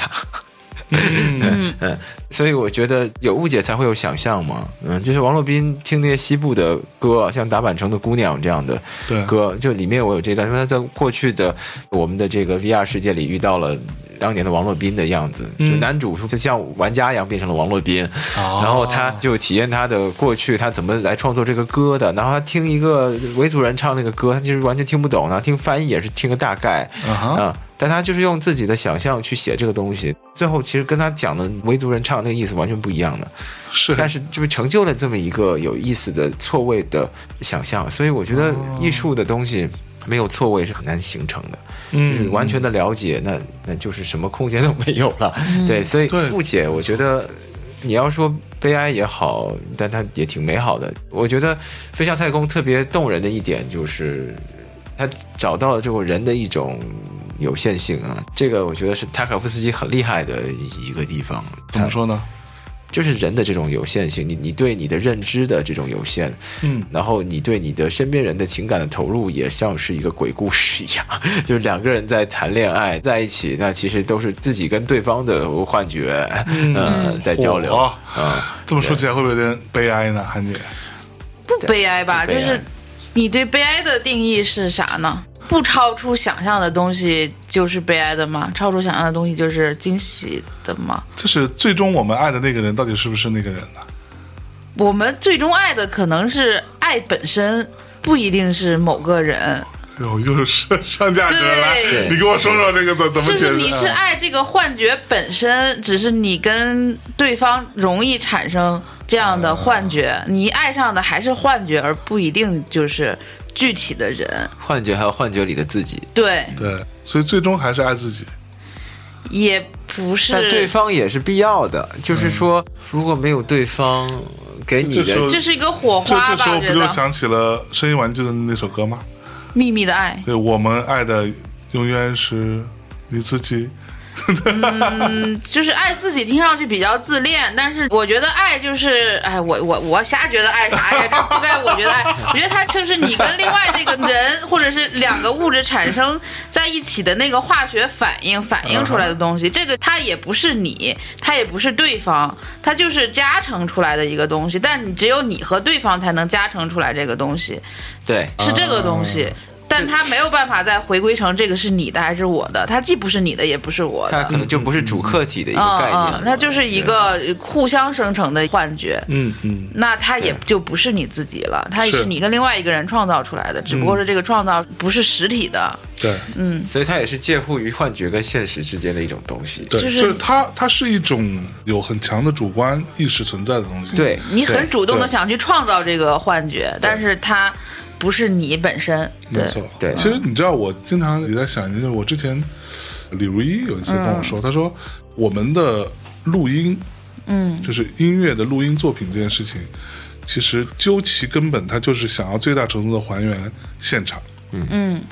Speaker 3: 嗯嗯，所以我觉得有误解才会有想象嘛。嗯，就是王洛宾听那些西部的歌，像《打板城的姑娘》这样的
Speaker 1: 对
Speaker 3: 歌，就里面我有这段，因为他在过去的我们的这个 VR 世界里遇到了当年的王洛宾的样子，就男主就像玩家一样变成了王洛宾，
Speaker 1: 哦
Speaker 3: 然后他就体验他的过去，他怎么来创作这个歌的，然后他听一个维族人唱那个歌，他其实完全听不懂呢，听翻译也是听个大概，
Speaker 1: 啊哈，
Speaker 3: 啊、但他就是用自己的想象去写这个东西，最后其实跟他讲的维族人唱的那个意思完全不一样的，
Speaker 1: 是，
Speaker 3: 但是就是成就了这么一个有意思的错位的想象，所以我觉得艺术的东西没有错位是很难形成的，
Speaker 1: 嗯
Speaker 3: 就是完全的了解，那那就是什么空间都没有了，对，所以
Speaker 1: 对
Speaker 3: 误解，我觉得你要说悲哀也好，但它也挺美好的。我觉得《飞向太空》特别动人的一点就是，他找到了这种人的一种有限性啊，这个我觉得是塔可夫斯基很厉害的一个地方。
Speaker 1: 怎么
Speaker 3: 他
Speaker 1: 说呢？
Speaker 3: 就是人的这种有限性，你你对你的认知的这种有限，
Speaker 1: 嗯，
Speaker 3: 然后你对你的身边人的情感的投入也像是一个鬼故事一样， 就是两个人在谈恋爱在一起，那其实都是自己跟对方的幻觉，
Speaker 1: 嗯
Speaker 3: 呃，在交流
Speaker 1: 哇
Speaker 3: 啊、
Speaker 1: 这么说起来会不会有点悲哀呢，韩姐？
Speaker 2: 不悲哀吧？
Speaker 3: 不悲
Speaker 2: 就
Speaker 3: 哀
Speaker 2: 是你对悲哀的定义是啥呢？不超出想象的东西就是悲哀的吗？超出想象的东西就是惊喜的吗？
Speaker 1: 就是最终我们爱的那个人到底是不是那个人呢？
Speaker 2: 我们最终爱的可能是爱本身，不一定是某个人。
Speaker 1: 哟，又是上上价值了
Speaker 2: 对，
Speaker 1: 你给我说说这个怎怎么解
Speaker 2: 就是
Speaker 1: 释？
Speaker 2: 你是
Speaker 1: 嗯
Speaker 2: 爱这个幻觉本身，只是你跟对方容易产生这样
Speaker 1: 啊
Speaker 2: 的幻觉，你爱上的还是幻觉，而不一定就是具体的人。
Speaker 3: 幻觉还有幻觉里的自己，
Speaker 2: 对，
Speaker 1: 对，所以最终还是爱自己。
Speaker 2: 也不
Speaker 3: 但对
Speaker 2: 是，
Speaker 3: 方也是必要的。就是说，如果没有对方给你
Speaker 1: 这时候
Speaker 3: 的，
Speaker 2: 这是一个火
Speaker 1: 这
Speaker 2: 花
Speaker 1: 这时
Speaker 2: 吧？
Speaker 1: 候
Speaker 2: 我
Speaker 1: 不
Speaker 2: 觉
Speaker 1: 就
Speaker 2: 得
Speaker 1: 想起了声音玩具的那首歌吗？
Speaker 2: 秘密的爱，
Speaker 1: 对，我们爱的永远是你自己。
Speaker 2: 就是爱自己，听上去比较自恋，但是我觉得爱就是，哎，我我我瞎觉得爱啥呀？这不该我觉得爱，我觉得它就是你跟另外那个人或者是两个物质产生在一起的那个化学反应反映出来的东西，这个它也不是你，它也不是对方，它就是加成出来的一个东西，但你只有你和对方才能加成出来这个东西，
Speaker 3: 对，
Speaker 2: 是这个东西。但它没有办法再回归成这个是你的还是我的，它既不是你的，也不是我的。
Speaker 3: 它可能就不是主客体的一个概
Speaker 2: 啊
Speaker 3: 念，嗯
Speaker 2: 它就是一个互相生成的幻觉。
Speaker 1: 嗯嗯，
Speaker 2: 那它也就不是你自己了，它
Speaker 1: 是
Speaker 2: 是你跟另外一个人创造出来的，只不过是这个创造不是实体的，
Speaker 1: 对
Speaker 3: 对，嗯所以它也是介乎于幻觉跟现实之间的一种东西。
Speaker 1: 对，
Speaker 2: 就是
Speaker 1: 就是它，它是一种有很强的主观意识存在的东西。
Speaker 3: 对，
Speaker 2: 你很主动的
Speaker 1: 对
Speaker 2: 想去创造这个幻觉，但是它不是你本身。对
Speaker 1: 没，错，
Speaker 3: 对
Speaker 1: 其实你知道，我经常也在想，就是我之前李如一有一次跟
Speaker 2: 嗯
Speaker 1: 我说，他说我们的录音，嗯，就是音乐的录音作品这件事情，其实究其根本，它就是想要最大程度的还原现场。
Speaker 2: 嗯，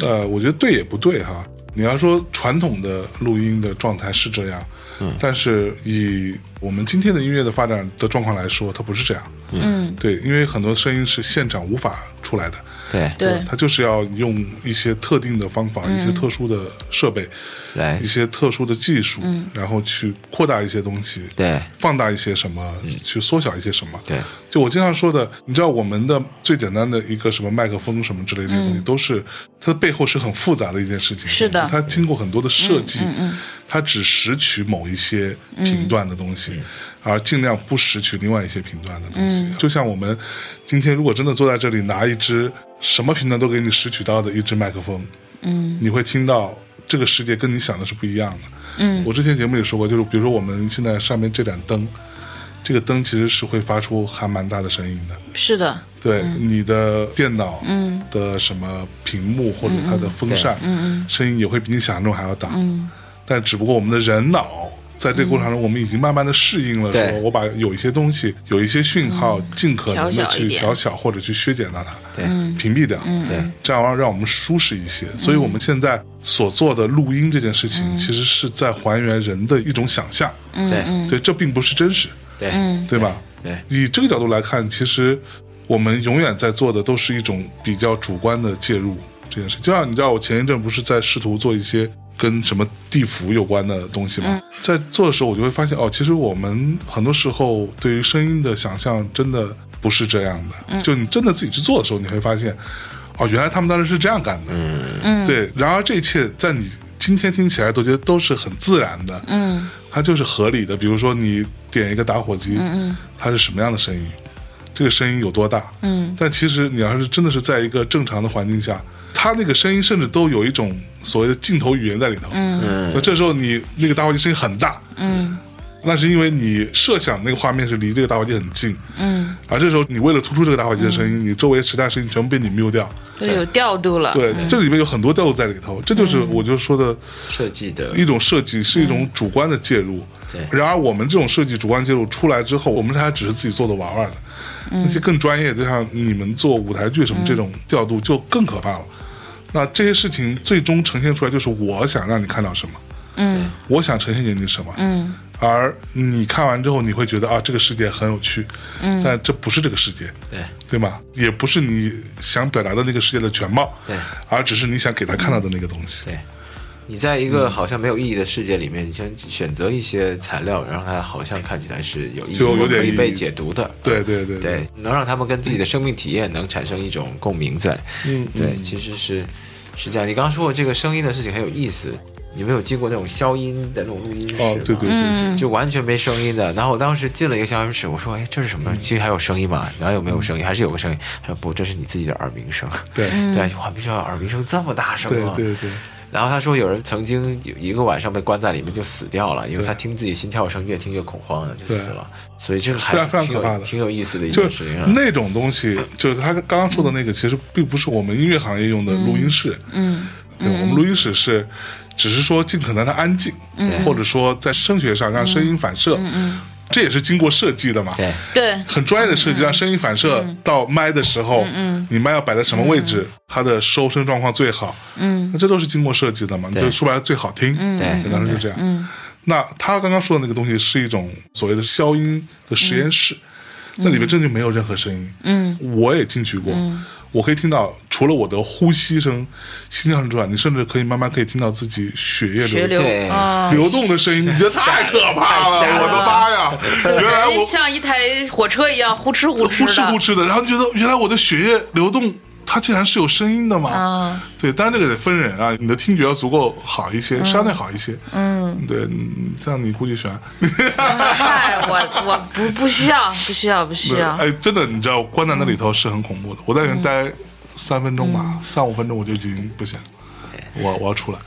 Speaker 1: 呃，我觉得对也不对哈。你要说传统的录音的状态是这样，嗯，但是以我们今天的音乐的发展的状况来说，它不是这样。
Speaker 2: 嗯，
Speaker 1: 对，因为很多声音是现场无法出来的。
Speaker 3: 对，
Speaker 2: 对，
Speaker 1: 它就是要用一些特定的方
Speaker 2: 嗯
Speaker 1: 法、一些特殊的设备、
Speaker 3: 来嗯
Speaker 1: 一，些特殊的技术，然后去扩大一些东西，
Speaker 3: 对，嗯
Speaker 1: 放大一些什么，去缩小一些什么。
Speaker 3: 对，
Speaker 1: 就我经常说的，你知道我们的最简单的一个什么麦克风什么之类的东西，都是它的背后是很复杂的一件事情。
Speaker 2: 是的
Speaker 1: 它经过很多的设计，它只拾取某一些频段的东西，而尽量不拾取另外一些频段的东西。就像我们今天如果真的坐在这里拿一支什么频段都给你拾取到的一支麦克风，嗯，你会听到这个世界跟你想的是不一样的。嗯，我之前节目里说过，就是比如说我们现在上面这盏灯。这个灯其实是会发出还蛮大的声音的。
Speaker 2: 是的，
Speaker 1: 对、
Speaker 2: 嗯
Speaker 1: 你的电脑的什么屏幕或者它的风扇，
Speaker 2: 嗯
Speaker 1: 声音也会比你想象中还要大。但只不过我们的人脑在这个过程中，我们已经慢慢的适应了，
Speaker 3: 对
Speaker 1: 说我把有一些东西、有一些讯号，尽可能的
Speaker 2: 嗯调小
Speaker 1: 去
Speaker 2: 一点嗯
Speaker 1: 调小或者去削减到它，
Speaker 3: 对
Speaker 1: 屏蔽掉，
Speaker 3: 对，
Speaker 1: 这样让我们舒适一些。所以我们现在所做的录音这件事
Speaker 2: 嗯
Speaker 1: 情，其实是在还原人的一种想象，
Speaker 3: 对，
Speaker 2: 嗯
Speaker 1: 对，这并不是真实。
Speaker 3: 对，
Speaker 1: 对吧？
Speaker 3: 对
Speaker 1: 以这个角度来看，其实我们永远在做的都是一种比较主观的介入这件事。就像你知道，我前一阵不是在试图做一些跟什么地府有关的东西吗？在做的时候，我就会发现哦，其实我们很多时候对于声音的想象真的不是这样的。就你真的自己去做的时候，你会发现。哦，原来他们当时是这样干的，嗯，对。然而这一切在你今天听起来都觉得都是很自然的，嗯，它就是合理的。比如说你点一个打火机，嗯嗯，它是什么样的声音，这个声音有多大，嗯。但其实你要是真的是在一个正常的环境下，它那个声音甚至都有一种所谓的镜头语言在里头，嗯。那这时候你那个打火机声音很大，嗯。那是因为你设想那个画面是离这个打火机很近，嗯，而这时候你为了突出这个打火机的声音，你周围其他声音全部被你 mute 掉，
Speaker 2: 就有调度了。
Speaker 1: 对，这里面有很多调度在里头，这就是我就说的
Speaker 3: 设计的，
Speaker 1: 一种设计，是一种主观的介入。
Speaker 3: 对
Speaker 1: 然而我们这种设计主观介入出来之后，我们还只是自己做的玩玩的。那些更专业，就像你们做舞台剧什么这种调度，就更可怕了。那这些事情最终呈现出来，就是我想让你看到什么，嗯，我想呈现给你什么，嗯。而你看完之后，你会觉得啊，这个世界很有趣，嗯，但这不是这个世界，
Speaker 3: 对，
Speaker 1: 对吗？也不是你想表达的那个世界的全貌，
Speaker 3: 对，
Speaker 1: 而只是你想给他看到的那个东西。
Speaker 3: 对，你在一
Speaker 1: 嗯
Speaker 3: 个好像没有意义的世界里面，你先选择一些材料，让它好像看起来是有意义，
Speaker 1: 就有点
Speaker 3: 可
Speaker 1: 意义
Speaker 3: 以被解读的。
Speaker 1: 对对对嗯
Speaker 3: 对，能让他们跟自己的生命体验能产生一种共鸣在。嗯，对，其实是是这样。你刚刚说过这个声音的事情很有意思，你没有经过那种消音的那种录音室吗？
Speaker 1: 哦，对对对对，
Speaker 2: 嗯，
Speaker 3: 就完全没声音的。然后我当时进了一个消音室，我说：“哎，这是什么？其实还有声音嘛？哪有没有声音？还是有个声音。”他说：“不，这是你自己的耳鸣声。
Speaker 1: 对”
Speaker 2: 嗯
Speaker 3: 对，啊哇，没想到耳鸣声这么大声
Speaker 1: 对
Speaker 3: 啊！
Speaker 1: 对对，
Speaker 3: 然后他说，有人曾经有一个晚上被关在里面就死掉了，因为他听自己心跳声越听越恐慌了，就死了。所以这个还
Speaker 1: 非常非常
Speaker 3: 挺有
Speaker 1: 可怕的
Speaker 3: 挺有意思的一
Speaker 1: 就
Speaker 3: 件事
Speaker 1: 是
Speaker 3: 情啊。
Speaker 1: 那种东西，就是他刚刚说的那个，其实并不是我们音乐行业用的录音室，
Speaker 2: 嗯，
Speaker 1: 对，我们录音室是，只是说尽可能的安静，
Speaker 2: 嗯
Speaker 1: 或者说在声学上让声音反射，这也是经过设计的嘛。
Speaker 3: 对，
Speaker 2: 对，
Speaker 1: 很专业的设计，让声音反
Speaker 2: 嗯
Speaker 1: 射到麦的时候，你麦要摆在什么位置，它的收声状况最好，
Speaker 2: 嗯
Speaker 1: 那这都是经过设计的嘛，
Speaker 3: 对
Speaker 1: 就说白了最好听，
Speaker 3: 对
Speaker 1: 简单说就这样。
Speaker 2: 嗯
Speaker 1: 那他刚刚说的那个东西是一种所谓的消音的实验室，那里面真的就没有任何声音。
Speaker 2: 嗯，
Speaker 1: 我也进去过，我可以听到除了我的呼吸声、心跳声之外，你甚至可以慢慢可以听到自己血液
Speaker 2: 血
Speaker 1: 流
Speaker 2: 流
Speaker 3: 对
Speaker 2: 啊，
Speaker 1: 流动的声音，你觉得太可怕了！
Speaker 3: 吓人
Speaker 1: 我的妈呀！原来我
Speaker 2: 哎像一台火车一样呼哧呼哧
Speaker 1: 呼哧
Speaker 2: 的，
Speaker 1: 呼哧的，然后觉得原来我的血液流动，它竟然是有声音的嘛？
Speaker 2: 嗯
Speaker 1: 对，当然这个得分人啊，你的听觉要足够好一些，相对好一些。
Speaker 2: 嗯，
Speaker 1: 对，嗯这样你估计悬。
Speaker 2: 嗨，我哎我不不需要，不需要，不需
Speaker 1: 对，
Speaker 2: 要，
Speaker 1: 哎，真的，你知道关在那里头是很恐怖的。我在里面待三分钟吧，三五分钟我就已经不行了，我我要出来。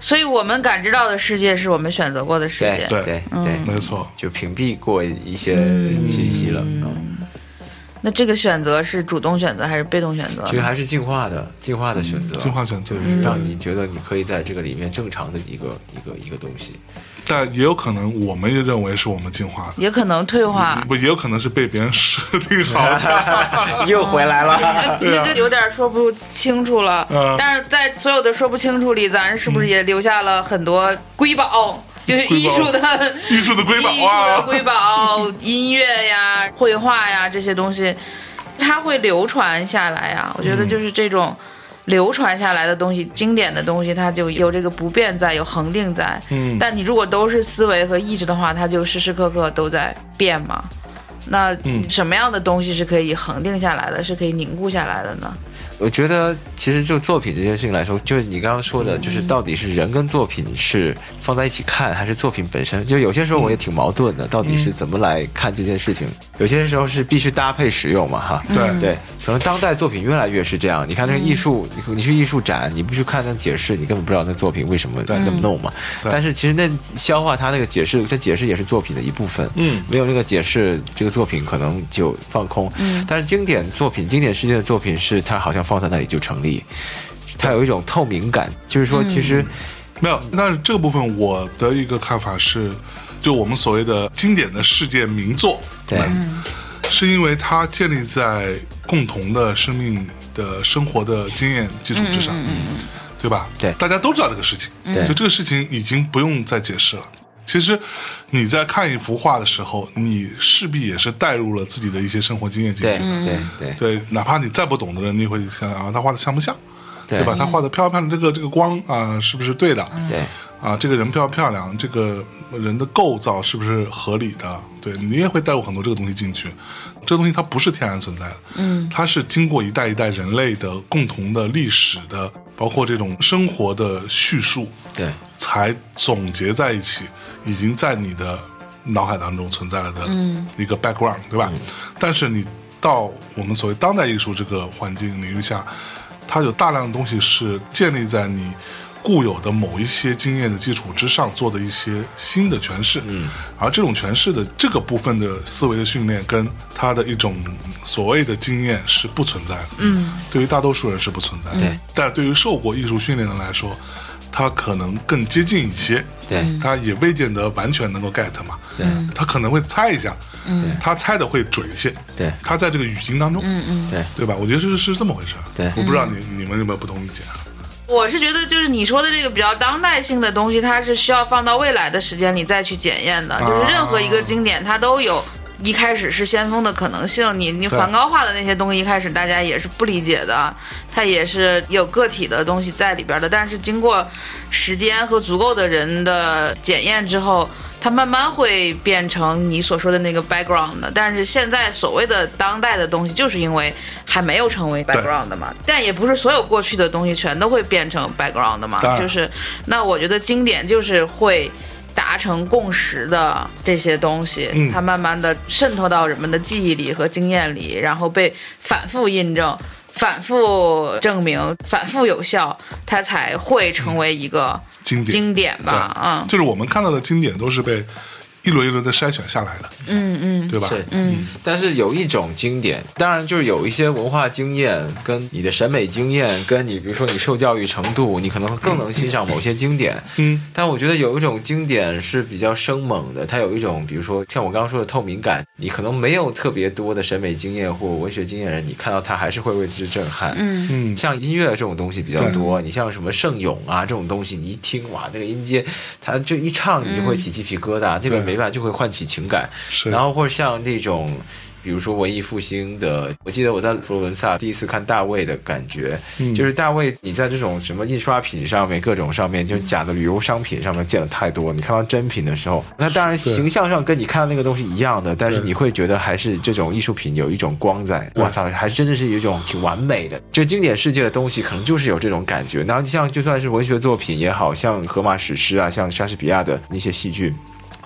Speaker 2: 所以我们感知到的世界是我们选择过的世
Speaker 3: 对
Speaker 2: 界。
Speaker 1: 对
Speaker 3: 对
Speaker 1: 嗯
Speaker 3: 对，
Speaker 1: 没错，
Speaker 3: 就屏蔽过一些气息了。嗯，
Speaker 2: 那这个选择是主动选择还是被动选择？
Speaker 3: 其实还是进化的，进化的选择，
Speaker 1: 嗯进化选择，
Speaker 3: 让你觉得你可以在这个里面正常的一个一个一个东西。
Speaker 1: 但也有可能我们也认为是我们进化的。
Speaker 2: 也可能退化。
Speaker 1: 不，也有可能是被别人 设定好的，
Speaker 3: 又回来了，
Speaker 2: 哎那就有点说不清楚了
Speaker 1: 嗯。
Speaker 2: 但是在所有的说不清楚里，咱是不是也留下了很多瑰宝？就是艺术的
Speaker 1: 艺术的瑰宝
Speaker 2: 艺术的
Speaker 1: 啊！
Speaker 2: 瑰宝，音乐呀、绘画呀这些东西，它会流传下来啊。我觉得就是这种流传下来的东西，经典的东西，它就有这个不变在，有恒定在。
Speaker 1: 嗯
Speaker 2: 但你如果都是思维和意志的话，它就时时刻刻都在变嘛。那
Speaker 1: 嗯
Speaker 2: 什么样的东西是可以恒定下来的，是可以凝固下来的呢？
Speaker 3: 我觉得其实就作品这件事情来说，就是你刚刚说的，就是到底是人跟作品是放在一起看，还是作品本身？就有些时候我也
Speaker 1: 嗯
Speaker 3: 挺矛盾的，到底是怎么来看这件事情？有些时候是必须搭配使用嘛，哈。
Speaker 1: 对
Speaker 3: 对，可能当代作品越来越是这样。你看那个
Speaker 1: 嗯
Speaker 3: 艺术，你你去艺术展，你不去看那解释，你根本不知道那作品为什么那么弄嘛。
Speaker 1: 对
Speaker 3: 但是其实那消化它那个解释，它解释也是作品的一部分。
Speaker 1: 嗯
Speaker 3: 没有那个解释，这个作品可能就放空。嗯，但是经典作品、经典世界的作品是它好像放在那里就成立，它有一种透明感，就是
Speaker 1: 嗯
Speaker 3: 说其实、
Speaker 1: 没有，但是这个部分我的一个看法是，就我们所谓的经典的世界名作，
Speaker 3: 对、
Speaker 1: 嗯是因为它建立在共同的生命的生活的经验基础之上，
Speaker 3: 嗯
Speaker 1: 对吧？
Speaker 3: 对
Speaker 1: 大家都知道这个事情，
Speaker 3: 对
Speaker 1: 就这个事情已经不用再解释了。其实你在看一幅画的时候，你势必也是带入了自己的一些生活经验进
Speaker 3: 对
Speaker 1: 去。
Speaker 3: 对对
Speaker 1: 对，哪怕你再不懂的人，你也会想啊，他画的像不像，
Speaker 3: 对
Speaker 1: 对吧？？他画的漂不漂亮，这个这个光啊、是不是对的？
Speaker 3: 对
Speaker 1: 啊，这个人漂不漂亮，这个人的构造是不是合理的？对你也会带入很多这个东西进去。这个东西它不是天然存在的，嗯，它是经过一代一代人类的共同的历史的，包括这种生活的叙述，
Speaker 3: 对
Speaker 1: 才总结在一起，已经在你的脑海当中存在了的一个 background，、对吧？但是你到我们所谓当代艺术这个环境领域下，它有大量的东西是建立在你固有的某一些经验的基础之上做的一些新的诠释，嗯，而这种诠释的这个部分的思维的训练跟它的一种所谓的经验是不存在的，嗯，对于大多数人是不存在的，
Speaker 3: 对
Speaker 1: 但是对于受过艺术训练的来说。它可能更接近一些，
Speaker 3: 对
Speaker 2: 嗯
Speaker 1: 他也未见得完全能够 get 嘛，
Speaker 3: 对嗯
Speaker 1: 他可能会猜一下，他猜的会准一些，
Speaker 3: 对
Speaker 1: 他在这个语境当中，
Speaker 2: 嗯
Speaker 3: 对
Speaker 1: 对吧？我觉得是是这么回事，
Speaker 3: 对
Speaker 1: 我不知道你你们有没有不同意见啊，
Speaker 2: 我是觉得，就是你说的这个比较当代性的
Speaker 1: 啊
Speaker 2: 东西，它是需要放到未来的时间里再去检验的。就是任何一个经典，它都有一开始是先锋的可能性，你你
Speaker 1: 对
Speaker 2: 梵高画的那些东西，一开始大家也是不理解的，它也是有个体的东西在里边的。但是经过时间和足够的人的检验之后，它慢慢会变成你所说的那个 background 的。但是现在所谓的当代的东西，就是因为还没有成为 background 的嘛。但也不是所有过去的东西全都会变成 background 的嘛
Speaker 1: 当，然
Speaker 2: 就是那我觉得经典就是会。达成共识的这些东西，
Speaker 1: 嗯
Speaker 2: 它慢慢的渗透到人们的记忆里和经验里，然后被反复印证、反复证明、反复有效，它才会成为一个
Speaker 1: 经典
Speaker 2: 经典吧？嗯
Speaker 1: 就是我们看到的经典都是被一轮一轮的筛选下来的，
Speaker 2: 嗯嗯，
Speaker 1: 对吧？
Speaker 3: 是，嗯，但是有一种经典，当然就是有一些文化经验，跟你的审美经验，跟你比如说你受教育程度，你可能更能欣赏某些经典。
Speaker 1: 嗯，
Speaker 3: 但我觉得有一种经典是比较生猛的，它有一种比如说像我刚刚说的透明感，你可能没有特别多的审美经验或文学经验的人，你看到它还是会为之震撼。
Speaker 2: 嗯
Speaker 1: 嗯
Speaker 3: 像音乐这种东西比较多，你像什么盛咏啊这种东西，你一听哇，那个音阶，它就一唱你就会起鸡皮疙瘩，这个没
Speaker 1: 对
Speaker 3: 办法就会唤起情感。
Speaker 1: 是，
Speaker 3: 然后或者像这种，比如说文艺复兴的，我记得我在佛罗伦萨第一次看大卫的感觉，就是大卫你在这种什么印刷品上面、各种上面，就假的旅游商品上面见的太多，你看到真品的时候，那当然
Speaker 1: 对
Speaker 3: 形象上跟你看到那个东西一样的，但是
Speaker 1: 对
Speaker 3: 你会觉得还是这种艺术品有一种光在，我操，还真的是有一种挺完美的。这经典世界的东西可能就是有这种感觉。然后就像就算是文学作品也好像荷马史诗啊，像莎士比亚的那些戏剧。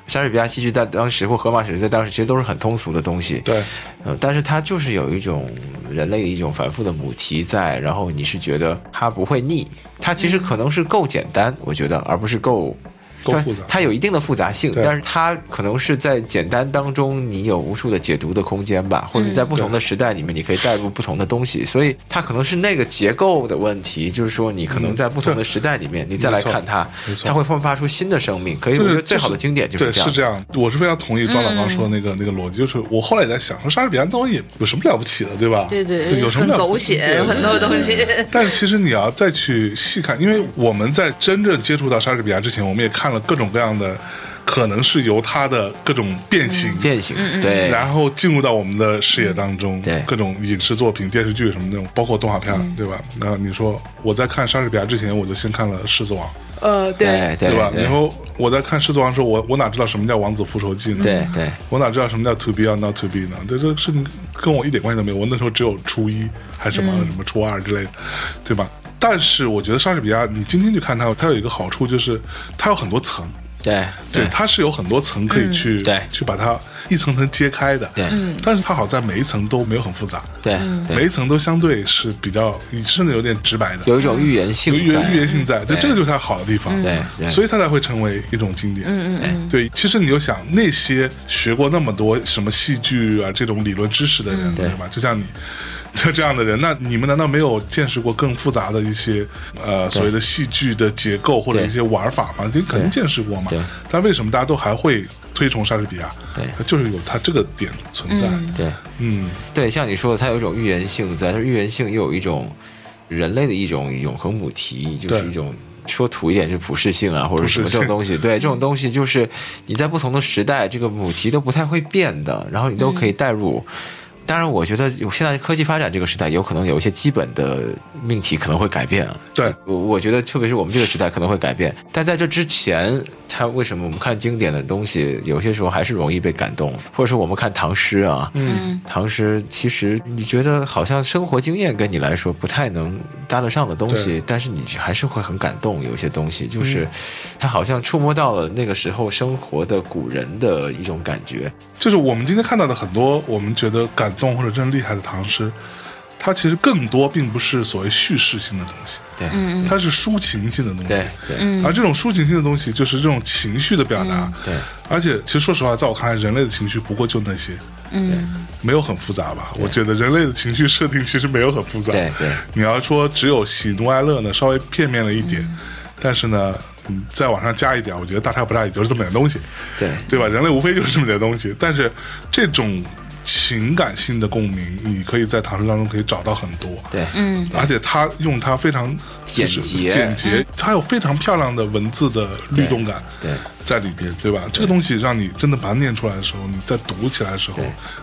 Speaker 3: 莎士比亚戏剧在当时或荷马史诗在当时其实都是很通俗的东西，
Speaker 1: 对，
Speaker 3: 呃，但是它就是有一种人类的一种反复的母题在，然后你是觉得它不会腻，它其实可能是够简单，我觉得，而不是够。
Speaker 1: 够
Speaker 3: 它
Speaker 1: 复杂
Speaker 3: 它有一定的复杂性，
Speaker 1: 对
Speaker 3: 但是它可能是在简单当中，你有无数的解读的空间吧，或者在不同
Speaker 1: 嗯
Speaker 3: 的时代里面，你可以带入不同的东西，所以它可能是那个结构的问题，就是说你可能在不同的时代里面，你再来
Speaker 1: 嗯没错
Speaker 3: 看它
Speaker 1: 没，错
Speaker 3: 它会焕发出新的生命。可以，
Speaker 1: 就
Speaker 3: 我觉
Speaker 1: 是
Speaker 3: 得最好的经典就是
Speaker 1: 对，
Speaker 3: 这样
Speaker 1: 是。这样。我是非常同意庄老
Speaker 2: 嗯
Speaker 1: 刚说的那个、那个逻辑，就是我后来也在想，说莎士比亚东西有什么了不起的，对吧？
Speaker 2: 对对，
Speaker 1: 有什么
Speaker 2: 很
Speaker 1: 了不
Speaker 2: 狗
Speaker 1: 起
Speaker 2: 血，很多东西。
Speaker 1: 但是其实你要再去细看，因为我们在真正接触到莎士比亚之前，我们也看了各种各样的，可能是由他的各种变形，
Speaker 2: 嗯
Speaker 3: 践行，对，
Speaker 1: 然后进入到我们的视野当中，
Speaker 3: 对
Speaker 1: 各种影视作品、电视剧什么那种，包括动画片，
Speaker 2: 嗯
Speaker 1: 对吧？那你说我在看莎士比亚之前，我就先看了《狮子王》，
Speaker 2: 呃，
Speaker 3: 对对
Speaker 1: 吧？然后我在看《狮子王》的时候，我我哪知道什么叫王子复仇记呢？
Speaker 3: 对对
Speaker 1: 我哪知道什么叫 to be or not to be 呢？这这个事情跟我一点关系都没有。我那时候只有初一还是什么、
Speaker 3: 嗯
Speaker 1: 什么初二之类的，对吧？但是我觉得莎士比亚，你今天去看它，它有一个好处就是它有很多层，
Speaker 3: 对嗯
Speaker 1: 对，它是有很多层可以去、
Speaker 3: 对
Speaker 1: 去把它一层层揭开的。
Speaker 3: 对
Speaker 1: 但是它好在每一层都没有很复杂，
Speaker 3: 对
Speaker 1: 每
Speaker 3: 对，
Speaker 1: 一层都相对是比较甚至有点直白的，
Speaker 3: 有一种预言性
Speaker 1: 有
Speaker 3: 在，嗯
Speaker 1: 预言预言性在，对，
Speaker 3: 对
Speaker 1: 这个就是它好的地方，
Speaker 3: 对对
Speaker 1: 所以它才会成为一种经典。嗯
Speaker 3: 嗯，
Speaker 1: 对，其实你就想那些学过那么多什么戏剧啊这种理论知识的
Speaker 3: 嗯
Speaker 1: 人，对吧？就像你。就这样的人，那你们难道没有见识过更复杂的一些呃所谓的戏剧的结构或者
Speaker 3: 对
Speaker 1: 一些玩法吗？你肯定见识过嘛
Speaker 3: 对。
Speaker 1: 但为什么大家都还会推崇莎士比亚？
Speaker 3: 对
Speaker 1: 它就是有它这个点存在。
Speaker 3: 对
Speaker 1: 嗯，
Speaker 3: 对，像你说的，它有一种预言性在，它预言性又有一种人类的一种永恒母题，就是
Speaker 1: 对
Speaker 3: 一种。说土一点，就是普适性啊，或者什么
Speaker 1: 普适
Speaker 3: 这
Speaker 1: 性
Speaker 3: 种东西。对，这种东西就是你在不同的时代，这个母题都不太会变的，然后你都可以代入。当然，我觉得有现在科技发展这个时代，有可能有一些基本的命题可能会改变啊。
Speaker 1: 对，
Speaker 3: 我我觉得，特别是我们这个时代可能会改变，但在这之前，它为什么我们看经典的东西，有些时候还是容易被感动，或者说我们看唐诗啊，
Speaker 2: 嗯，
Speaker 3: 唐诗其实你觉得好像生活经验跟你来说不太能搭得上的东西，但是你还是会很感动，有些东西就是、它好像触摸到了那个时候生活的古人的一种感觉，
Speaker 1: 就是我们今天看到的很多我们觉得感动或者真厉害的唐诗，它其实更多并不是所谓叙事性的东西，
Speaker 3: 对、
Speaker 2: 嗯
Speaker 1: 它是抒情性的东西。
Speaker 3: 嗯对对
Speaker 1: 而这种抒情性的东西，就是这种情绪的表达。
Speaker 3: 嗯对，
Speaker 1: 而且其实说实话，在我看来，人类的情绪不过就那些，
Speaker 2: 嗯，
Speaker 1: 没有很复杂吧？我觉得人类的情绪设定其实没有很复杂。
Speaker 3: 对对
Speaker 1: 你要说只有喜怒哀乐呢，稍微片面了一点，
Speaker 3: 嗯
Speaker 1: 但是呢，你再往上加一点，我觉得大差不差，也就是这么点东西。
Speaker 3: 对
Speaker 1: 对吧？人类无非就是这么点东西，但是这种情感性的共鸣，你可以在唐诗当中可以找到很多。
Speaker 3: 对，
Speaker 2: 嗯，
Speaker 1: 而且他用他非常
Speaker 3: 简
Speaker 1: 就是
Speaker 3: 洁
Speaker 1: 简洁，他有非常漂亮的文字的律动感，
Speaker 3: 对对
Speaker 1: 在里边，对吧？这个东西让你真的把它念出来的时候，你在读起来的时候，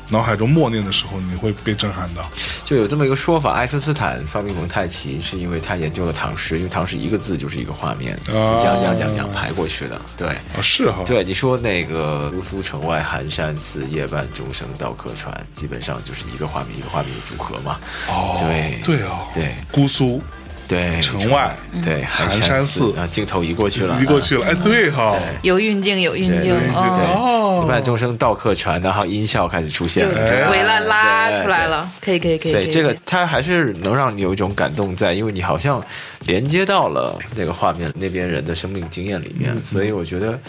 Speaker 1: 脑海中默念的时候，你会被震撼到。
Speaker 3: 就有这么一个说法，爱因斯坦发明蒙太奇是因为他研究了唐诗，因为唐诗一个字就是一个画面，就这样这样这样这样排过去的。对，
Speaker 1: 啊，是哈，
Speaker 3: 对，你说那个“乌苏城外寒山寺，夜半钟声到客船”，基本上就是一个画面一个画面的组合嘛。
Speaker 1: 哦，
Speaker 3: 对
Speaker 1: 对哦，
Speaker 3: 对
Speaker 1: 姑苏
Speaker 3: 对，
Speaker 1: 城外
Speaker 3: 对寒
Speaker 1: 寒山寺
Speaker 3: 啊，镜头移过去了，啊
Speaker 1: 移过去了，哎，对哈，
Speaker 3: 对
Speaker 2: 有运镜，有运
Speaker 3: 对
Speaker 2: 镜
Speaker 3: 对对，
Speaker 2: 哦，
Speaker 1: 哦
Speaker 3: 夜半钟声到客船，然后音效开始出现
Speaker 2: 又
Speaker 3: 了，
Speaker 1: 哎
Speaker 2: 回来拉
Speaker 3: 对
Speaker 2: 出来。了，可以可以可
Speaker 3: 对所
Speaker 2: 以，可
Speaker 3: 以
Speaker 2: 以
Speaker 3: 这个它还是能让你有一种感动在，因为你好像连接到了那个画面那边人的生命经验里
Speaker 1: 嗯
Speaker 3: 面，所以我觉得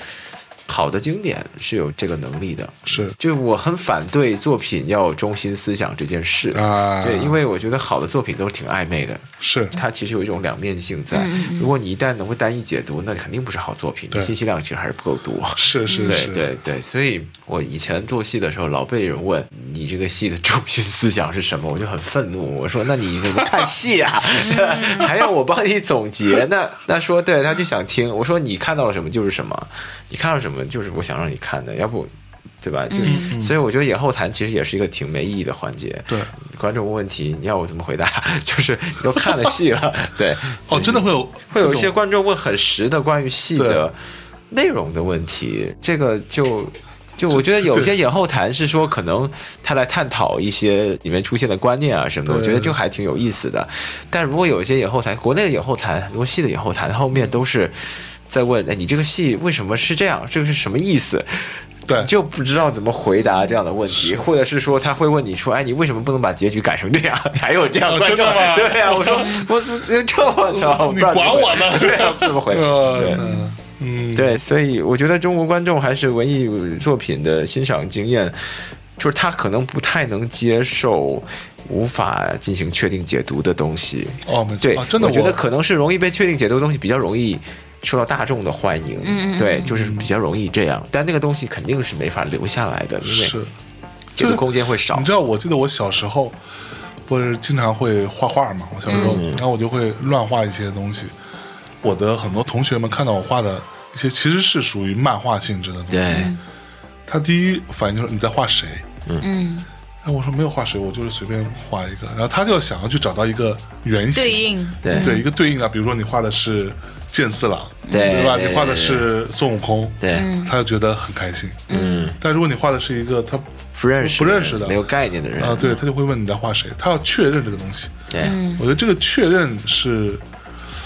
Speaker 3: 好的经典是有这个能力的。
Speaker 1: 是
Speaker 3: 就我很反对作品要有中心思想这件事。
Speaker 1: 啊，嗯
Speaker 3: 对，因为我觉得好的作品都是挺暧昧的，
Speaker 1: 是
Speaker 3: 它其实有一种两面性在。如果你一旦能够单一解读，那肯定不是好作品，
Speaker 1: 嗯对
Speaker 3: 信息量其实还是不够多。
Speaker 1: 是是
Speaker 3: 对
Speaker 1: 是，
Speaker 3: 对对，所以我以前做戏的时候，老被人问你这个戏的中心思想是什么，我就很愤怒。我说：“那你怎么看戏 啊？
Speaker 1: 嗯
Speaker 3: 还要我帮你总结？”那那说对，他就想听。我说：“你看到了什么就是什么，你看到什么就是我想让你看的，要不。”对吧？就、
Speaker 1: 嗯
Speaker 3: 所以我觉得演后谈其实也是一个挺没意义的环节。
Speaker 1: 对，
Speaker 3: 观众问问题，你要我怎么回答？ 就是你都看了戏了，对，
Speaker 1: 哦，真的会有
Speaker 3: 会有一
Speaker 1: 这
Speaker 3: 些
Speaker 1: 种
Speaker 3: 观众问很实的关于戏的
Speaker 1: 对
Speaker 3: 内容的问题，这个就。就我觉得有些演后谈是说，可能他来探讨一些里面出现的观念啊什么的，我觉得就还挺有意思的。但如果有一些演后谈，国内的演后谈，很多戏的演后谈后面都是在问，哎，你这个戏为什么是这样？这个是什么意思？
Speaker 1: 对
Speaker 3: 就不知道怎么回答这样的问题，或者是说他会问你说，哎，你为什么不能把结局改成这样？ 还有这样的
Speaker 1: 哦
Speaker 3: 观众？
Speaker 1: 真的吗
Speaker 3: 对啊，我 说我怎么这我 操，
Speaker 1: 你管我 呢
Speaker 3: 对啊，怎么回？
Speaker 1: 呃
Speaker 3: 对，
Speaker 1: 嗯，
Speaker 3: 对，所以我觉得中国观众还是文艺作品的欣赏经验，就是他可能不太能接受。无法进行确定解读的东西，
Speaker 1: 哦，没错
Speaker 3: 对，
Speaker 1: 啊真的
Speaker 3: 我觉得可能是容易被确定解读的东西比较容易受到大众的欢迎，
Speaker 2: 嗯嗯嗯
Speaker 3: 对，就是比较容易这样。但那个东西肯定是没法留下来的，因
Speaker 1: 是
Speaker 3: 为。解读空间会少
Speaker 1: 你。知道，我记得我小时候不是经常会画画嘛？我小时候，
Speaker 3: 嗯
Speaker 1: 然后我就会乱画一些东西。我的很多同学们看到我画的一些，其实是属于漫画性质的东西。
Speaker 3: 对，
Speaker 1: 他第一反应就是你在画谁？
Speaker 2: 嗯
Speaker 1: 哎，我说没有画谁，我就是随便画一个。然后他就想要去找到一个原型，
Speaker 2: 对应，
Speaker 3: 对
Speaker 1: 对一个对应啊，比如说你画的是剑四郎，
Speaker 3: 对
Speaker 1: 对吧？
Speaker 3: 对
Speaker 1: 你画的是孙悟空，
Speaker 3: 对，
Speaker 2: 嗯
Speaker 1: 他就觉得很开心。
Speaker 3: 嗯，
Speaker 1: 但如果你画的是一个他
Speaker 3: 不认识
Speaker 1: 不认识的
Speaker 3: 没有概念的人
Speaker 1: 啊、对他就会问你在画谁，他要确认这个东西。
Speaker 3: 对，
Speaker 2: 嗯
Speaker 1: 我觉得这个确认是，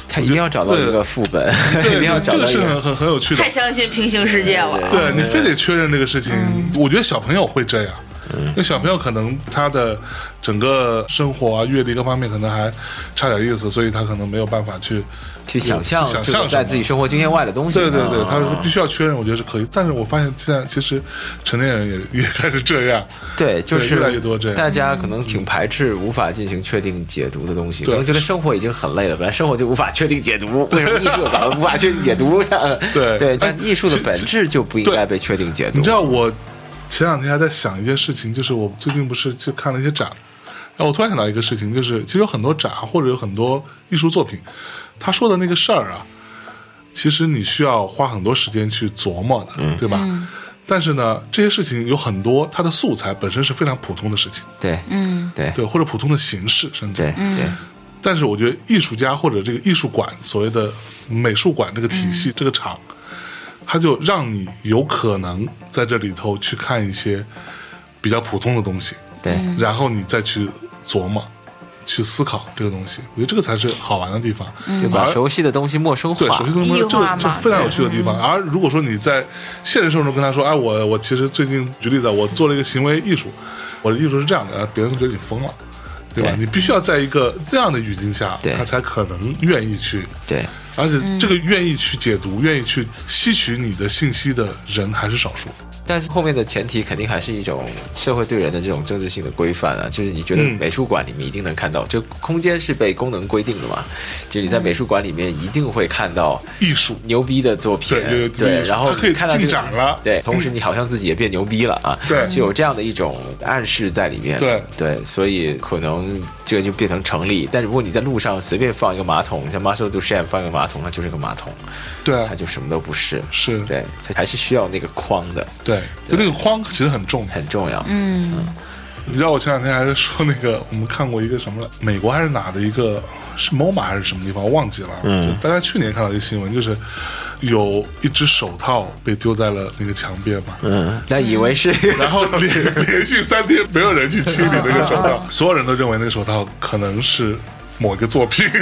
Speaker 3: 他一定要找到
Speaker 1: 对
Speaker 3: 一个副本， 一定要
Speaker 1: 对，
Speaker 3: 找到
Speaker 1: 这个
Speaker 3: 一
Speaker 1: 是很
Speaker 3: 个。
Speaker 1: 很很有趣的
Speaker 2: 太。相信平行世界了，嗯
Speaker 1: 对你非得确认这个事情，我觉得小朋友会这样，
Speaker 3: 嗯
Speaker 1: 因为小朋友可能他的整个生活啊、阅历各方面可能还差点意思，所以他可能没有办法去
Speaker 3: 去想象，
Speaker 1: 想
Speaker 3: 这种
Speaker 1: 象
Speaker 3: 在
Speaker 1: 什么
Speaker 3: 自己生活经验外的东西。
Speaker 1: 对对对，他
Speaker 3: 啊
Speaker 1: 必须要确认，我觉得是可以。但是我发现现在其实成年人也也开始这样，
Speaker 3: 对，就
Speaker 1: 对
Speaker 3: 是
Speaker 1: 越来越多这样嗯
Speaker 3: 大家可能挺排斥无法进行确定解读的东西，可
Speaker 1: 对
Speaker 3: 能觉得生活已经很累了，本来生活就无法确定解读，为什么艺术搞得无法确定解读呢？
Speaker 1: 对
Speaker 3: 对，
Speaker 1: 哎
Speaker 3: 但艺术的
Speaker 1: 其
Speaker 3: 本
Speaker 1: 其
Speaker 3: 质就不应
Speaker 1: 对
Speaker 3: 该被确定解读。
Speaker 1: 你知道我前两天还在想一件事情，就是我最近不是去看了一些展，然后我突然想到一个事情，就是其实有很多展或者有很多艺术作品，他说的那个事儿啊，其实你需要花很多时间去琢磨的，对吧？
Speaker 3: 嗯
Speaker 1: 但是呢，这些事情有很多，它的素材本身是非常普通的事情，
Speaker 3: 对，
Speaker 2: 嗯
Speaker 3: 对，
Speaker 1: 对，或者普通的形式，甚至
Speaker 3: 对，对，
Speaker 1: 但是我觉得艺术家或者这个艺术馆所谓的美术馆这个体系、这个场，它就让你有可能在这里头去看一些比较普通的东西，
Speaker 3: 对，
Speaker 1: 然后你再去琢磨、去思考这个东西。我觉得这个才是好玩的地方，
Speaker 3: 就
Speaker 1: 而
Speaker 3: 把熟悉的东西陌生
Speaker 1: 嗯对，
Speaker 3: 化
Speaker 1: 首先。东西
Speaker 2: 异
Speaker 1: 这个
Speaker 2: 化
Speaker 1: 这个
Speaker 2: 嘛
Speaker 1: 非常有趣的地方。而如果说你在现实生活中跟他说，哎，我我其实最近举例子，我做了一个行为艺术，我的艺术是这样的，然后别人觉得你疯了，对吧？
Speaker 3: 对
Speaker 1: 你必须要在一个这样的语境下
Speaker 3: 对，
Speaker 1: 他才可能愿意去
Speaker 3: 对，
Speaker 1: 而且这个愿意去解读、愿意去吸取你的信息的人还是少数。
Speaker 3: 但是后面的前提肯定还是一种社会对人的这种政治性的规范啊，就是你觉得
Speaker 1: 嗯
Speaker 3: 美术馆里面一定能看到，就空间是被功能规定的嘛，就你在美术馆里面一定会看到
Speaker 1: 艺术
Speaker 3: 牛逼的作品，
Speaker 1: 对有有有
Speaker 3: 然后
Speaker 1: 它可以
Speaker 3: 你看到这个
Speaker 1: 进展了
Speaker 3: 对，同时你好像自己也变牛逼了啊，
Speaker 1: 对
Speaker 3: 就有这样的一种暗示在里面，
Speaker 1: 对
Speaker 3: 对，所以可能这个就变成成立，但如果你在路上随便放一个马桶，像 Marshall Duchamp 放一个马桶，它就是个马桶，
Speaker 1: 对啊
Speaker 3: 它就什么都不是，
Speaker 1: 是
Speaker 3: 对，它还是需要那个框的，
Speaker 1: 对，就那个框其实很重。
Speaker 3: 很重要，
Speaker 2: 嗯，
Speaker 1: 你知道我前两天还是说那个我们看过一个什么来，美国还是哪的一个是 MoMA 还是什么地方我忘记了，嗯，就大概去年看到一个新闻，就是有一只手套被丢在了那个墙边嘛，
Speaker 3: 嗯，那以为是
Speaker 1: 然后连连续三天没有人去清理那个 手套，所有人都认为那个手套可能是。某一个作品，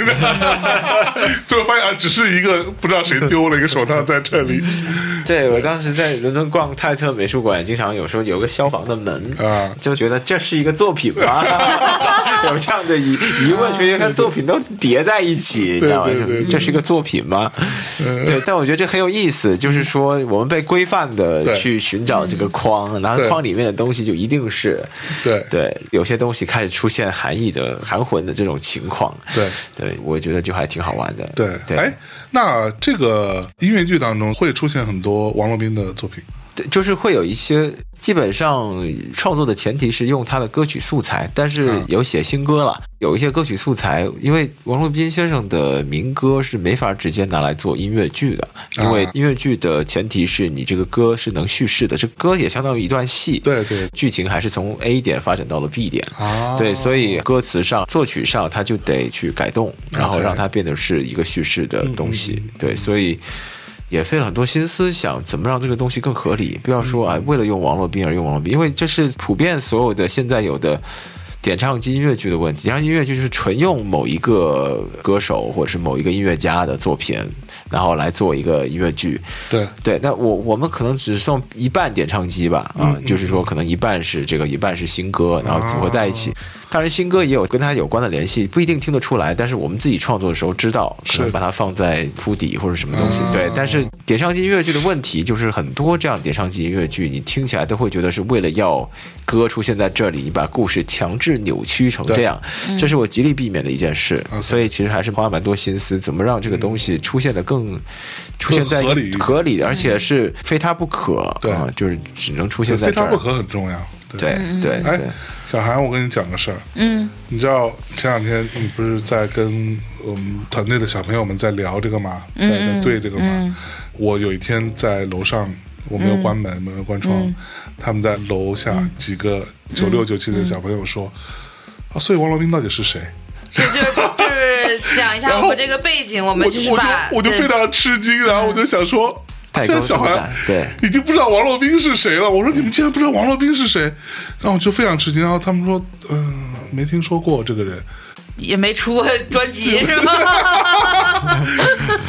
Speaker 1: 最后发现啊，只是一个不知道谁丢了一个手套在这 里，
Speaker 3: 对我当时在伦敦逛泰特美术馆，经常有时候有个消防的门
Speaker 1: 啊
Speaker 3: 就觉得这是一个作品 吗？有这样的疑疑问，觉得看作品都叠在一起，你知道吗
Speaker 1: 对对对？对嗯
Speaker 3: 这是一个作品吗？对，但我觉得这很有意思，就是说我们被规范的
Speaker 1: 对嗯
Speaker 3: 去寻找这个框，然后
Speaker 1: 对
Speaker 3: 框里面的东西就一定是
Speaker 1: 对
Speaker 3: 对，有些东西开始出现含义的含混的这种情况。
Speaker 1: 对
Speaker 3: 对，我觉得就还挺好玩的。
Speaker 1: 对，
Speaker 3: 对，
Speaker 1: 哎，那这个音乐剧当中会出现很多王洛宾的作品，
Speaker 3: 对，就是会有一些，基本上创作的前提是用他的歌曲素材，但是
Speaker 1: 嗯
Speaker 3: 有写新歌了，有一些歌曲素材，因为王洛宾先生的民歌是没法直接拿来做音乐剧的，因为
Speaker 1: 啊
Speaker 3: 音乐剧的前提是你这个歌是能叙事的，这歌也相当于一段戏，
Speaker 1: 对对
Speaker 3: 剧情还是从 A 点发展到了 B 点。
Speaker 1: 啊，
Speaker 3: 对，所以歌词上、作曲上，他就得去改动，然后
Speaker 1: OK
Speaker 3: 让它变得是一个叙事的东西。对，所以也费了很多心思，想怎么让这个东西更合理。不要说啊，为了用王洛宾而用王洛宾，因为这是普遍所有的现在有的。点唱机音乐剧的问题，点唱音乐剧就是纯用某一个歌手或者是某一个音乐家的作品，然后来做一个音乐剧。
Speaker 1: 对
Speaker 3: 对，那我我们可能只剩一半点唱机吧，啊，
Speaker 1: 嗯
Speaker 3: 就是说可能一半是这个，一半是新歌，然后组合在一
Speaker 1: 哦
Speaker 3: 起。当然，新歌也有跟它有关的联系，不一定听得出来，但是我们自己创作的时候知道，可能
Speaker 1: 是哦
Speaker 3: 把它放在铺底或者什么东西。对，但是点唱机音乐剧的问题就是很多这样点唱机音乐剧，你听起来都会觉得是为了要歌出现在这里，你把故事强制扭曲成这样，这是我极力避免的一件事。
Speaker 1: OK
Speaker 3: 所以其实还是花蛮多心思，怎么让这个东西出现的更出现在
Speaker 1: 合理一点
Speaker 3: 合
Speaker 2: 嗯
Speaker 3: 理，而且是非它不可，
Speaker 1: 对
Speaker 3: 啊，就是只能出
Speaker 1: 对，
Speaker 3: 现在
Speaker 1: 非
Speaker 3: 这
Speaker 1: 他
Speaker 3: 儿。
Speaker 1: 不可很重要，
Speaker 3: 对对
Speaker 1: 哎
Speaker 3: 对，，
Speaker 1: 小韩，我跟你讲个事儿。
Speaker 2: 嗯，
Speaker 1: 你知道前两天你不是在跟我们团队的小朋友们在聊这个吗？在在对这个吗？我有一天在楼上，我没有关门，没有关窗，他们在楼下几个九六九七的小朋友说、啊，所以王罗宾到底是谁？
Speaker 2: 这就就是讲一下
Speaker 1: 然
Speaker 2: 我
Speaker 1: 后
Speaker 2: 们这个背景，我
Speaker 1: 我
Speaker 2: 们
Speaker 1: 就
Speaker 2: 就是
Speaker 1: 我就
Speaker 2: 把
Speaker 1: 我就非常吃惊，然后我就想说，
Speaker 3: 代沟
Speaker 1: 现在小
Speaker 3: 这么
Speaker 1: 孩
Speaker 3: 大对
Speaker 1: 已经不知道王洛宾是谁了。我说你们竟然不知道王洛宾是谁，然后我就非常吃惊。然后他们说，嗯、没听说过这个 人。
Speaker 2: 也没出过专辑是 吗？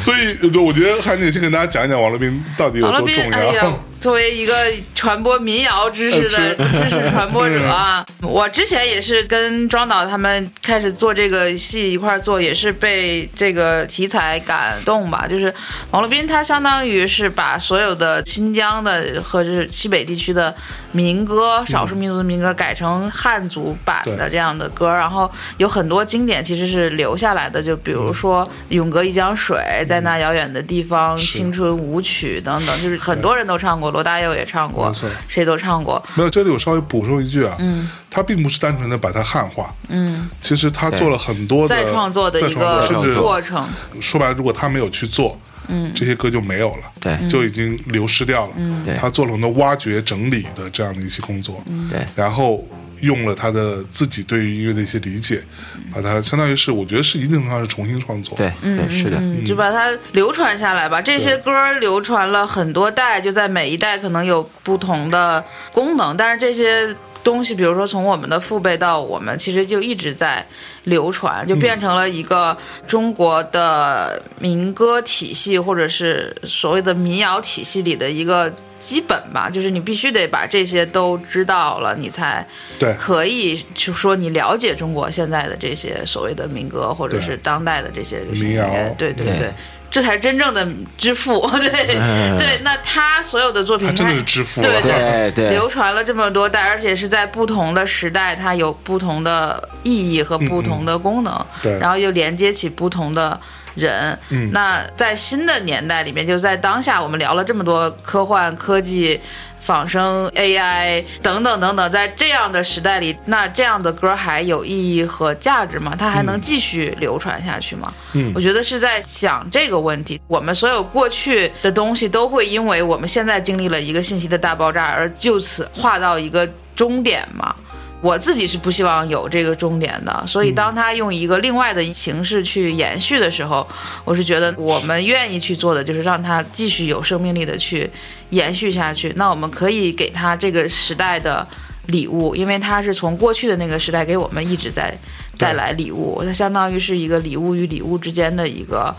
Speaker 1: 所以呃我觉得还得先跟大家讲一讲王洛宾到底有
Speaker 2: 王
Speaker 1: 多
Speaker 2: 洛宾，
Speaker 1: 重
Speaker 2: 哎呀
Speaker 1: 要。，
Speaker 2: 作为一个传播民谣知识的
Speaker 1: 呃
Speaker 2: 知识传播者啊，我之前也是跟庄导他们开始做这个戏一块儿做，也是被这个题材感动吧。就是王洛宾，他相当于是把所有的新疆的和是西北地区的民歌、少数民族的民歌改成汉族版的
Speaker 1: 嗯对
Speaker 2: 这样的歌，然后有很多经典其实是留下来的，就比
Speaker 1: 嗯
Speaker 2: 如说《永隔一江水》，在那遥远的地方，《青春舞曲》等等，就是很多人都唱过，罗大佑也唱过
Speaker 1: 没错，
Speaker 2: 谁都唱过。
Speaker 1: 没有，这里我稍微补充一句啊，嗯，他并不是单纯的把它汉化，嗯，其实他做了很多的
Speaker 2: 再创作的
Speaker 1: 再
Speaker 2: 一
Speaker 1: 创
Speaker 2: 个
Speaker 1: 作甚至
Speaker 2: 过程，
Speaker 1: 说白了，如果他没有去做，嗯，这些歌就没有了，
Speaker 3: 对
Speaker 1: 就已经流失掉了。
Speaker 3: 对
Speaker 1: 他做了很多挖掘、整理的这样的一些工作，
Speaker 2: 嗯
Speaker 3: 对
Speaker 1: 然后用了他的自己对于音乐的一些理解，把它相当于是，我觉得是一定程度上是重新创作，
Speaker 3: 对，对，是的，
Speaker 2: 嗯，就把它流传下来吧。这些歌儿流传了很多代，就在每一代可能有不同的功能，但是这些东西，比如说从我们的父辈到我们，其实就一直在流
Speaker 1: 嗯
Speaker 2: 传，就变成了一个中国的民歌体系，或者是所谓的民谣体系里的一个。基本吧，就是你必须得把这些都知道了，你才
Speaker 1: 对
Speaker 2: 可以就说你了解中国现在的这些所谓的民歌或者
Speaker 1: 对
Speaker 2: 是当代的这些
Speaker 1: 民谣
Speaker 2: 对对
Speaker 3: 对
Speaker 2: 对，这才是真正的之父。 对、
Speaker 3: 嗯
Speaker 2: 对，那他所有的作品，
Speaker 1: 他
Speaker 2: 你
Speaker 1: 真的
Speaker 2: 看
Speaker 1: 是致富
Speaker 2: 对
Speaker 1: 了，
Speaker 2: 对
Speaker 3: 对对，
Speaker 2: 流传了这么多代，而且是在不同的时代，它有不同的意义和不同的功能，
Speaker 1: 嗯对
Speaker 2: 然后又连接起不同的人。
Speaker 1: 嗯
Speaker 2: 那在新的年代里面，就在当下，我们聊了这么多科幻、科技。仿生 AI 等等等等，在这样的时代里，那这样的歌还有意义和价值吗？它还能继续流传下去吗？
Speaker 1: 嗯
Speaker 2: 我觉得是在想这个问题。我们所有过去的东西都会因为我们现在经历了一个信息的大爆炸，而就此画到一个终点嘛。我自己是不希望有这个终点的，所以当他用一个另外的形式去延续的时候，我是觉得我们愿意去做的就是让它继续有生命力的去延续下去。那我们可以给他这个时代的礼物，因为它是从过去的那个时代给我们一直在带来礼物，它相当于是一个礼物与礼物之间的一个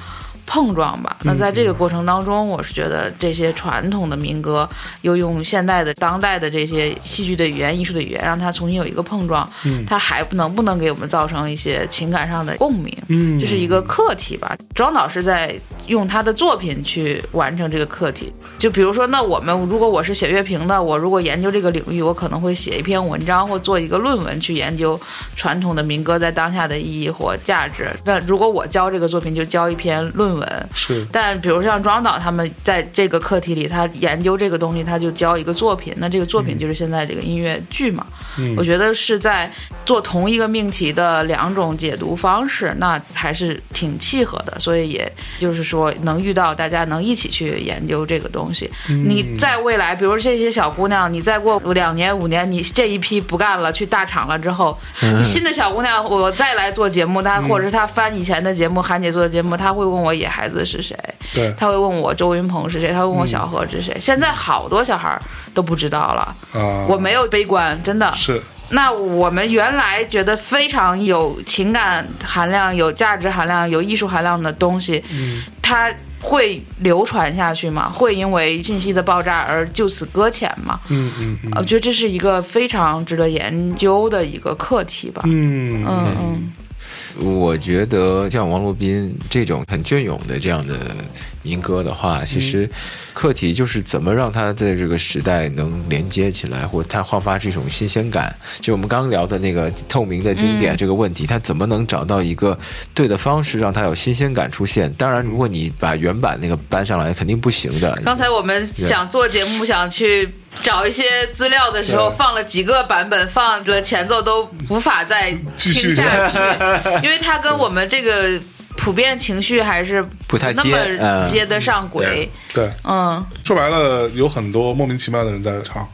Speaker 2: 碰撞吧。那在这个过程当中，我是觉得这些传统的民歌，又用现代的、当代的这些戏剧的语言、艺术的语言，让它重新有一个碰撞，它还能不能给我们造成一些情感上的共鸣？
Speaker 1: 嗯
Speaker 2: 这是一个课题吧。庄导是在用他的作品去完成这个课题。就比如说，那我们如果我是写乐评的，我如果研究这个领域，我可能会写一篇文章或做一个论文去研究传统的民歌在当下的意义或价值。那如果我教这个作品，就教一篇论文。
Speaker 1: 是
Speaker 2: 但比如像庄导他们在这个课题里，他研究这个东西，他就教一个作品，那这个作品就是现在这个音乐剧嘛。
Speaker 1: 嗯
Speaker 2: 我觉得是在做同一个命题的两种解读方式，那还是挺契合的。所以也就是说，能遇到大家能一起去研究这个东西。你在未来，比如这些小姑娘，你再过两年五年，你这一批不干了，去大厂了之后，你新的小姑娘，我再来做节目，她或者是她翻以前的节目，韩姐做的节目，她会问我野孩子是谁。
Speaker 1: 对
Speaker 2: 他会问我周云鹏是谁，他会问我小何是谁。现在好多小孩儿都不知道了，
Speaker 1: 啊，
Speaker 2: 我没有悲观，真的。
Speaker 1: 是
Speaker 2: 那我们原来觉得非常有情感含量、有价值含量、有艺术含量的东西，
Speaker 1: 嗯
Speaker 2: 它会流传下去吗？会因为信息的爆炸而就此搁浅吗？
Speaker 1: 嗯嗯嗯
Speaker 2: 呃我觉得这是一个非常值得研究的一个课题吧。
Speaker 1: 嗯
Speaker 2: 嗯嗯
Speaker 3: 我觉得像王洛宾这种很隽永的这样的民歌的
Speaker 2: 嗯
Speaker 3: 话，其实课题就是怎么让它在这个时代能连接起来，或它焕发这种新鲜感。就我们刚聊的那个透明的经
Speaker 2: 嗯
Speaker 3: 典这个问题，它怎么能找到一个对的方式让它有新鲜感出现？当然，如果你把原版那个搬上来，肯定不行的。
Speaker 2: 刚才我们想做节目，想去找一些资料的时候，
Speaker 1: 对
Speaker 2: 放了几个版本，放了前奏都无法再
Speaker 1: 继续
Speaker 2: 听下 去，因为它跟我们这个普遍情绪还是
Speaker 3: 不太
Speaker 2: 那
Speaker 3: 接
Speaker 2: 么
Speaker 3: 嗯
Speaker 2: 接得上轨。
Speaker 1: 对，
Speaker 2: 嗯，
Speaker 1: 说白了有很多莫名其妙的人在这唱，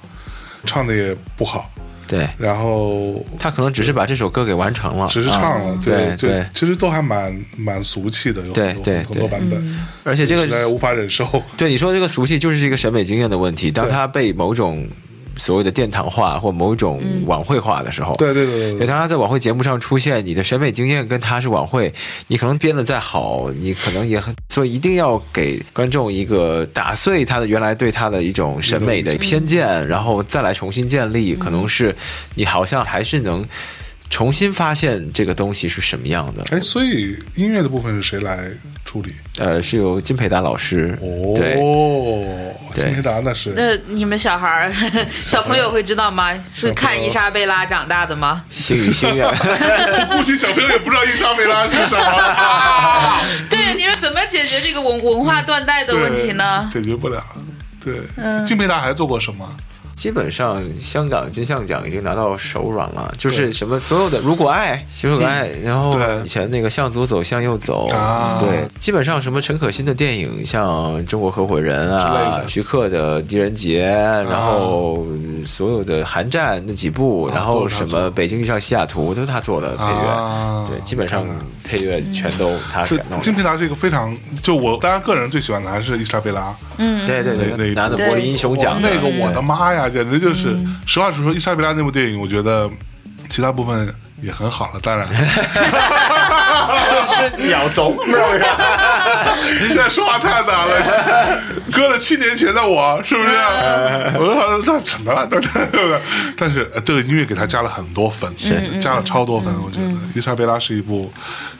Speaker 1: 唱的也不好，
Speaker 3: 对
Speaker 1: 然后
Speaker 3: 他可能只是把这首歌给完成了，
Speaker 1: 只是唱了，
Speaker 3: 嗯
Speaker 1: 对
Speaker 3: 对
Speaker 1: 就
Speaker 3: 对。
Speaker 1: 其实都还蛮蛮俗气的，有
Speaker 3: 对
Speaker 1: 很多
Speaker 3: 对
Speaker 1: 很多
Speaker 3: 对
Speaker 1: 版本，
Speaker 2: 嗯
Speaker 3: 而且这个
Speaker 1: 实在无法忍受，
Speaker 3: 对你说这个俗气，就是一个审美经验的问题。当
Speaker 1: 对
Speaker 3: 它被某种所谓的殿堂化或某种晚会化的时候，
Speaker 1: 对对对对
Speaker 3: 给
Speaker 1: 对，
Speaker 3: 他在晚会节目上出现，你的审美经验跟他是晚会，你可能编的再好，你可能也很，所以一定要给观众一个打碎他的原来对他的一种审美的偏见，然后再来重新建立，可能是你好像还是能重新发现这个东西是什么样的。
Speaker 1: 哎，所以音乐的部分是谁来处理？
Speaker 3: 呃，是由金培达老师，对，
Speaker 1: 哦，金
Speaker 3: 对
Speaker 1: 培达那是
Speaker 2: 嗯那你们小孩儿、 小朋友会知道吗？是看伊莎贝拉长大 的吗？
Speaker 3: 星语心 愿。
Speaker 1: 估计小朋友也不知道伊莎贝拉是什 么，
Speaker 2: 对，你说怎么解决这个文文化断代的
Speaker 1: 对
Speaker 2: 问题呢？嗯
Speaker 1: 解决不了。对，金培达还做过什么？
Speaker 3: 基本上香港金像奖已经拿到手软了，就是什么所有的《如果爱》《
Speaker 1: 嗯
Speaker 3: 行手可爱》然后
Speaker 1: 对
Speaker 3: 以前那个向左走向右走，
Speaker 1: 啊
Speaker 3: 对，基本上什么陈可辛的电影，像《中国合伙人》
Speaker 1: 之类
Speaker 3: 啊
Speaker 1: 的，啊
Speaker 3: 徐克的《狄仁杰》，然后嗯所有的《寒战》那几部，
Speaker 1: 啊
Speaker 3: 然
Speaker 1: 都
Speaker 3: 后
Speaker 1: 是他
Speaker 3: 什
Speaker 1: 做的
Speaker 3: 么《北京遇上西雅图》都是他做的配乐，
Speaker 1: 啊，
Speaker 3: 对，基本上配乐全都他给
Speaker 1: 是
Speaker 3: 弄
Speaker 1: 金
Speaker 3: 的。
Speaker 1: 培达是一个非常，就我当然个人最喜欢的还是伊莎贝拉，
Speaker 3: 对对
Speaker 1: 那那一
Speaker 3: 对，
Speaker 1: 部
Speaker 3: 拿的柏林英雄奖的
Speaker 1: 那个我的妈呀，简直就是！实话实说，伊莎贝拉那部电影，我觉得其他部分也很好了，当然，
Speaker 3: 就是鸟怂，
Speaker 1: 你现在说话太难了，搁了七年前的我是不是？
Speaker 3: 嗯
Speaker 1: 我都好像这什么了，等等等等。但是呃这个音乐给他加了很多分，是加了超多
Speaker 3: 嗯
Speaker 1: 分。我觉得《伊莎贝拉》是一部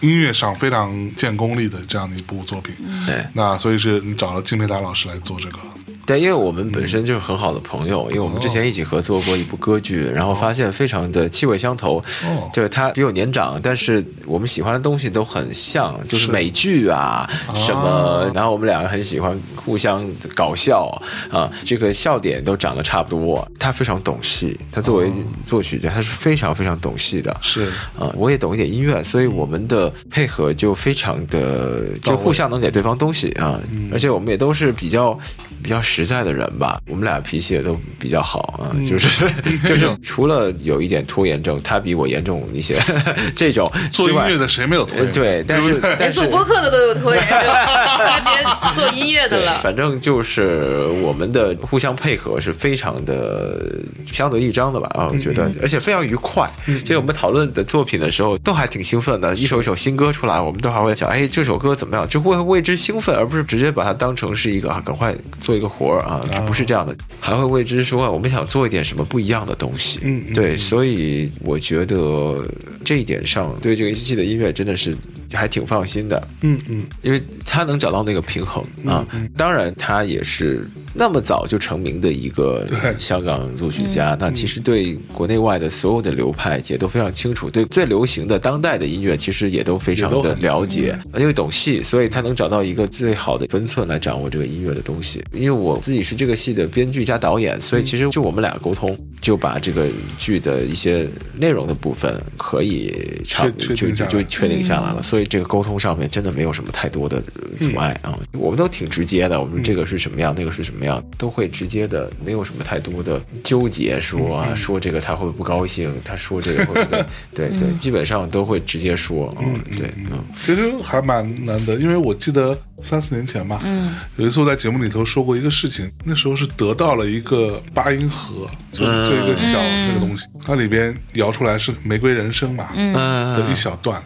Speaker 1: 音乐上非常见功力的这样的一部作品。
Speaker 3: 对
Speaker 1: 那所以是你找了金培达老师来做这个，
Speaker 3: 对，因为我们本身就是很好的朋友，因为我们之前一起合作过一部歌剧，然后发现非常的气味相投
Speaker 1: 哦，
Speaker 3: 就是他比我年长，但是我们喜欢的东西都很像，就是美剧啊什么，然后我们两个很喜欢互相搞笑啊，这个笑点都长得差不多。他非常懂戏，他作为作曲家，他是非常非常懂戏的，
Speaker 1: 是
Speaker 3: 啊、我也懂一点音乐，所以我们的配合就非常的就
Speaker 1: 到位
Speaker 3: 互相能给对方东西啊、而且我们也都是比较比较实在的人吧，我们俩脾气也都比较好啊、就是就是除了有一点拖延症，他比我严重一些， 这种
Speaker 1: 做
Speaker 3: 之
Speaker 1: 音
Speaker 3: 外
Speaker 1: 乐的谁没有推
Speaker 3: 呃？对，但是
Speaker 2: 连
Speaker 3: 但
Speaker 2: 做
Speaker 3: 是。
Speaker 2: 播客的都有拖延症， 还别做音乐的
Speaker 3: 对
Speaker 2: 了。
Speaker 3: 反正就是我们的互相配合是非常的相得益彰的吧啊，我觉得，而且非常愉快。所以我们讨论的作品的时候，都还挺兴奋的，一首一首新歌出来，我们都还会想，哎，这首歌怎么样？就会为之兴奋，而不是直接把它当成是一个啊，赶快做一个活儿啊，不是这样的，还会为之说，我们想做一点什么不一样的东西。
Speaker 1: 嗯嗯
Speaker 3: 对，所以我觉得这一点上，对这个一期的音乐真的是还挺放心的。
Speaker 1: 嗯嗯，
Speaker 3: 因为他能找到那个平衡啊。当然，他也是那么早就成名的一个香港作曲
Speaker 1: 嗯
Speaker 3: 家，那其实对国内外的所有的流派也都非常清楚，对最流行的当代的音乐其实也都非常
Speaker 1: 也都
Speaker 3: 的
Speaker 1: 很嗯
Speaker 3: 了解，因为懂戏，所以他能找到一个最好的分寸来掌握这个音乐的东西。因为我自己是这个戏的编剧加导演，
Speaker 1: 嗯
Speaker 3: 所以其实就我们俩沟通，就把这个剧的一些内容的部分可以差
Speaker 1: 确
Speaker 3: 就
Speaker 1: 确定
Speaker 3: 就
Speaker 1: 下来
Speaker 3: 就确定下来了，所以这个沟通上面真的没有什么太多的呃阻碍啊。我们都挺直接的，我们这个是什么样，那个是什么样，都会直接的，没有什么太多的纠结，说啊说这个他会不高兴，他说这个会不会， 对对，基本上都会直接说啊，对，嗯，
Speaker 1: 其实还蛮难的，因为我记得三四年前吧，嗯，有一次我在节目里头说过一个事情，那时候是得到了一个八音盒，就就一个小那个东西，它里边摇出来是玫瑰人生嘛，嗯，
Speaker 3: 嗯
Speaker 1: 的一小段，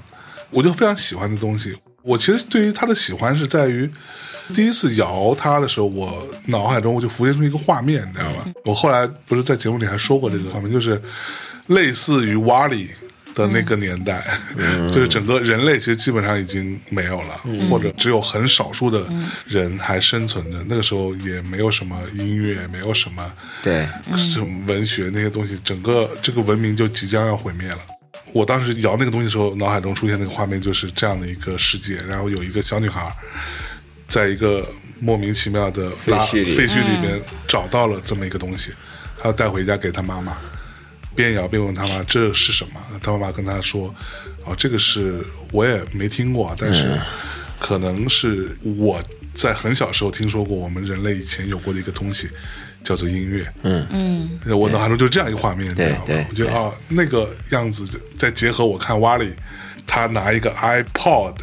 Speaker 1: 我就非常喜欢的东西。我其实对于它的喜欢是在于。第一次摇它的时候，我脑海中我就浮现出一个画面，你知道吧？我后来不是在节目里还说过这个画面，就是类似于瓦里的那个年代， 就是整个人类其实基本上已经没有了，或者只有很少数的人还生存着。那个时候也没有什么音乐，没有什么
Speaker 3: 对，
Speaker 1: 什么文学那些东西，整个这个文明就即将要毁灭了。我当时摇那个东西的时候，脑海中出现那个画面就是这样的一个世界，然后有一个小女孩，在一个莫名其妙的拉
Speaker 3: 废墟里
Speaker 1: 废墟里边找到了这么一个东西，她要带回家给她妈妈，边摇边问她妈这是什么，她妈妈跟她说，哦，这个是我也没听过，但是
Speaker 3: 嗯
Speaker 1: 可能是我在很小时候听说过我们人类以前有过的一个东西，叫做音乐，嗯嗯，我脑海中就这样一个画面，你知道吗
Speaker 3: 对对？
Speaker 1: 我觉得啊，那个样子，再结合我看瓦里，他拿一个 iPod。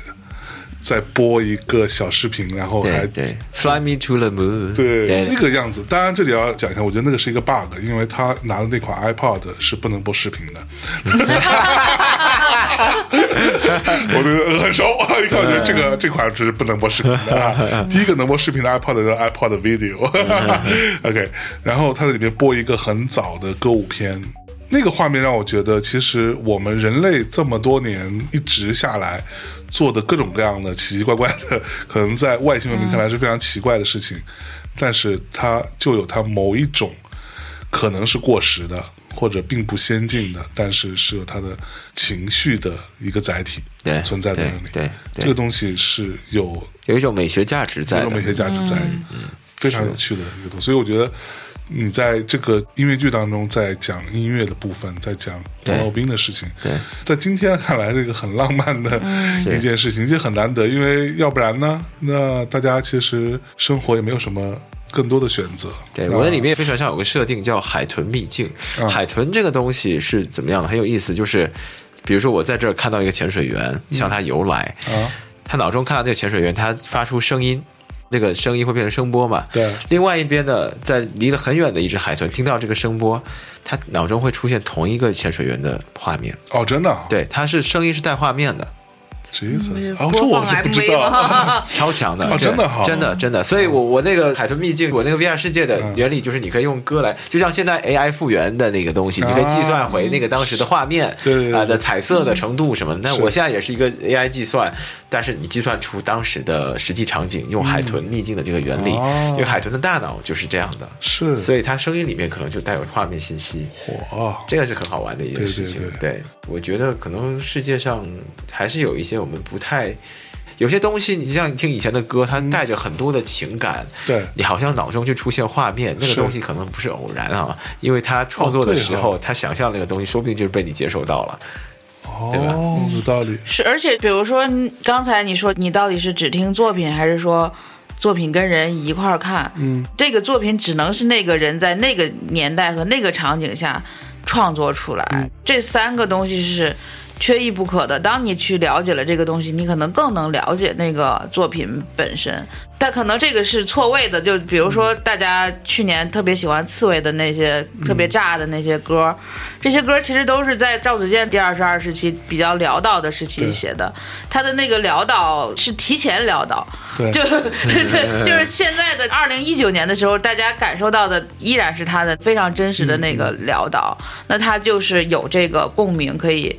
Speaker 1: 再播一个小视频，然后还
Speaker 3: 对对，Fly me to the moon，
Speaker 1: 对
Speaker 3: 对
Speaker 1: 那个样子。当然，这里要讲一下，我觉得那个是一个 bug，因为他拿的那款 iPod 是不能播视频的。 我对很熟，一看我觉得这个这款是不能播视频的啊。第一个能播视频的 iPod 叫 iPod Video ，OK，然后它在里面播一个很早的歌舞片。那个画面让我觉得，其实我们人类这么多年一直下来做的各种各样的奇奇怪怪的，可能在外星文明看来是非常奇怪的事情，但是它就有它某一种可能是过时的，或者并不先进的，但是是有它的情绪的一个载体
Speaker 3: 对
Speaker 1: 存在在那里。
Speaker 3: 对对对
Speaker 1: 这个东西是有
Speaker 3: 有一种美学价值
Speaker 1: 这
Speaker 3: 在
Speaker 1: 种
Speaker 3: 的
Speaker 1: 美，学价值在于，
Speaker 3: 嗯
Speaker 1: 非常有趣的一个东西。所以我觉得你在这个音乐剧当中，在讲音乐的部分，在讲
Speaker 3: 对
Speaker 1: 王老兵的事情，
Speaker 3: 对
Speaker 1: 在今天看来，这个很浪漫的一件事情，这很难得，
Speaker 3: 嗯
Speaker 1: 因为要不然呢，那大家其实生活也没有什么更多的选择。
Speaker 3: 对，
Speaker 1: 那
Speaker 3: 我在里面飞船上有个设定叫海豚秘境。
Speaker 1: 啊
Speaker 3: 海豚这个东西是怎么样的？很有意思，就是比如说我在这儿看到一个潜水员向他游来，
Speaker 1: 嗯啊，
Speaker 3: 他脑中看到这个潜水员，他发出声音，这个声音会变成声波嘛？
Speaker 1: 对
Speaker 3: 另外一边呢，在离得很远的一只海豚听到这个声波，它脑中会出现同一个潜水员的画面。
Speaker 1: 哦，真的啊，
Speaker 3: 对，它是声音是带画面的。
Speaker 1: Jesus，哦，这
Speaker 2: 播
Speaker 1: 我
Speaker 2: 放
Speaker 1: 是不知
Speaker 2: MV
Speaker 1: 道。
Speaker 2: 吗？
Speaker 3: 超强的，
Speaker 1: 啊
Speaker 3: 这
Speaker 1: 真的哈
Speaker 3: 真的真的。所以我我那个海豚秘境，我那个 VR 世界
Speaker 1: 嗯
Speaker 3: 的原理就是你可以用歌来，就像现在 AI 复原的那个东西，
Speaker 1: 啊
Speaker 3: 你可以计算回那个当时的画面
Speaker 1: 对对对
Speaker 3: 啊的彩色的程度什么的。那
Speaker 1: 是
Speaker 3: 我现在也是一个 AI 计算，但是你计算出当时的实际场景，用海豚秘境的这个原理
Speaker 1: 嗯哦，
Speaker 3: 因为海豚的大脑就是这样的，
Speaker 1: 是
Speaker 3: 所以它声音里面可能就带有画面信息。
Speaker 1: 我
Speaker 3: 这个是很好玩的一件事情。
Speaker 1: 对对
Speaker 3: 我觉得可能世界上还是有一些我们不太。有些东西，你像你听以前的歌，它带着很多的情感，
Speaker 1: 对
Speaker 3: 你好像脑中就出现画面，那个
Speaker 1: 是
Speaker 3: 东西可能不是偶然啊，因为他创作的时
Speaker 1: 哦
Speaker 3: 候，
Speaker 1: 对
Speaker 3: 他想象那个东西，说不定就是被你接受到了。对吧
Speaker 1: 哦，有道理。
Speaker 2: 是，而且比如说嗯刚才你说你到底是只听作品，还是说作品跟人一块儿看？
Speaker 1: 嗯，
Speaker 2: 这个作品只能是那个人在那个年代和那个场景下创作出来，这三个东西是缺一不可的。当你去了解了这个东西，你可能更能了解那个作品本身。但可能这个是错位的，就比如说大家去年特别喜欢刺猬的那些、特别炸的那些歌，这些歌其实都是在赵子健第二十二时期比较潦倒的时期
Speaker 1: 对
Speaker 2: 写的。他的那个潦倒是提前潦倒，
Speaker 1: 对
Speaker 2: 就对，就是现在的二零一九年的时候，大家感受到的依然是他的非常真实的那个潦倒，那他就是有这个共鸣可以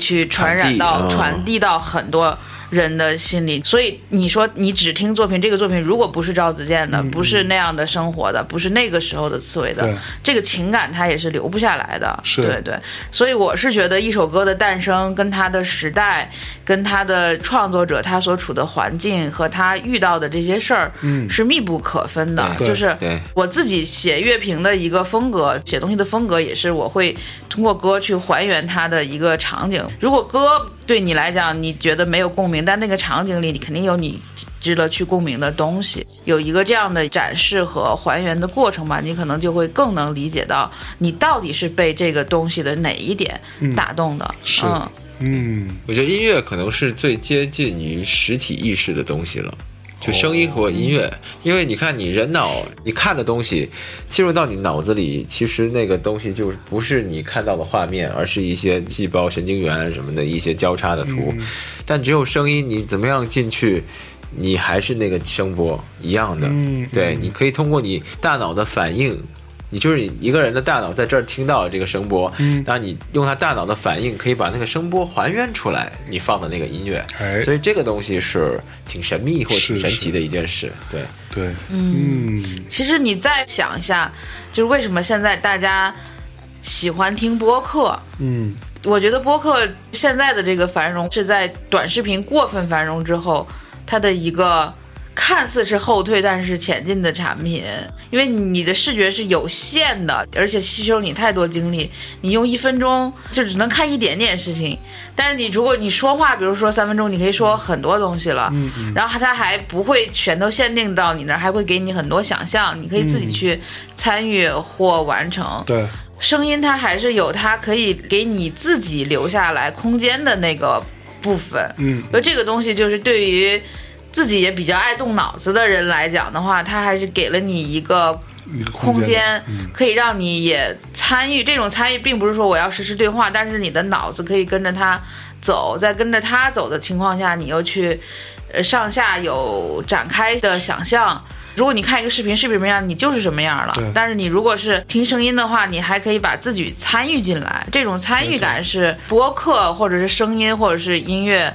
Speaker 2: 去传染到、
Speaker 3: 传递
Speaker 2: 传递到很多。人的心里，所以你说你只听作品，这个作品如果不是赵子健的，不是那样的生活的，不是那个时候的刺猬的
Speaker 1: 对，
Speaker 2: 这个情感它也是留不下来的。
Speaker 1: 是
Speaker 2: 对对，所以我是觉得一首歌的诞生跟它的时代、跟它的创作者他所处的环境和他遇到的这些事儿，嗯，是密不可分的。
Speaker 1: 对
Speaker 2: 就是
Speaker 3: 对
Speaker 2: 我自己写乐评的一个风格，写东西的风格也是我会通过歌去还原它的一个场景。如果歌对你来讲你觉得没有共鸣，但那个场景里你肯定有你值得去共鸣的东西，有一个这样的展示和还原的过程吧，你可能就会更能理解到你到底是被这个东西的哪一点打动的。嗯，
Speaker 1: 是嗯，
Speaker 3: 我觉得音乐可能是最接近于实体意识的东西了。就声音和音乐，因为你看，你人脑你看的东西进入到你脑子里，其实那个东西就不是你看到的画面，而是一些细胞、神经元什么的一些交叉的图。但只有声音，你怎么样进去，你还是那个声波一样的。
Speaker 1: 嗯
Speaker 3: 对，你可以通过你大脑的反应你就是一个人的大脑在这儿听到这个声波，嗯，然后你用他大脑的反应可以把那个声波还原出来，你放的那个音乐，
Speaker 1: 哎
Speaker 3: 所以这个东西是挺神秘或挺
Speaker 1: 是
Speaker 3: 神奇的一件事，对，
Speaker 1: 对，嗯，
Speaker 2: 其实你再想一下，就是为什么现在大家喜欢听播客？
Speaker 1: 嗯，
Speaker 2: 我觉得播客现在的这个繁荣是在短视频过分繁荣之后，它的一个看似是后退，但是前进的产品。因为你的视觉是有限的，而且吸收你太多精力，你用一分钟就只能看一点点事情。但是你如果你说话，比如说三分钟，你可以说很多东西了。然后它还不会全都限定到你那儿，还会给你很多想象，你可以自己去参与或完成。
Speaker 1: 对，
Speaker 2: 声音它还是有它可以给你自己留下来空间的那个部分。
Speaker 1: 嗯，
Speaker 2: 而这个东西就是对于自己也比较爱动脑子的人来讲的话，它还是给了你一个
Speaker 1: 一个
Speaker 2: 空
Speaker 1: 间
Speaker 2: 间，可以让你也参与。这种参与并不是说我要实时对话，但是你的脑子可以跟着它走，在跟着它走的情况下，你又去呃上下有展开的想象。如果你看一个视频，视频什么样，你就是什么样了
Speaker 1: 对。
Speaker 2: 但是你如果是听声音的话，你还可以把自己参与进来，这种参与感是播客或者是声音或者是音乐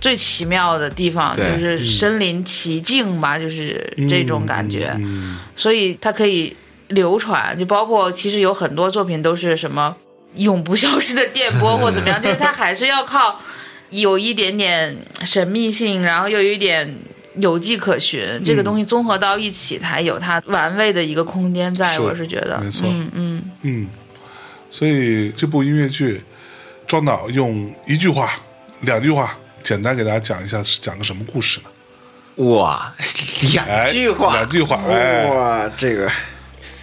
Speaker 2: 最奇妙的地方，就
Speaker 3: 对
Speaker 2: 是身临其境吧，就是这种感觉。
Speaker 1: 嗯，
Speaker 2: 所以它可以流传，就包括其实有很多作品都是什么永不消失的电 波或怎么样，就是它还是要靠有一点点神秘性，然后又有一点有迹可循，这个东西综合到一起才有它玩味的一个空间在，
Speaker 1: 是
Speaker 2: 哎我是觉得，
Speaker 1: 没错
Speaker 2: 嗯嗯，
Speaker 1: 嗯，所以这部音乐剧，庄导用一句话、两句话，简单给大家讲一下是讲个什么故事呢？
Speaker 3: 哇，
Speaker 1: 哎
Speaker 3: 两句话，
Speaker 1: 两句话哎
Speaker 2: 哦
Speaker 3: 哇，这个，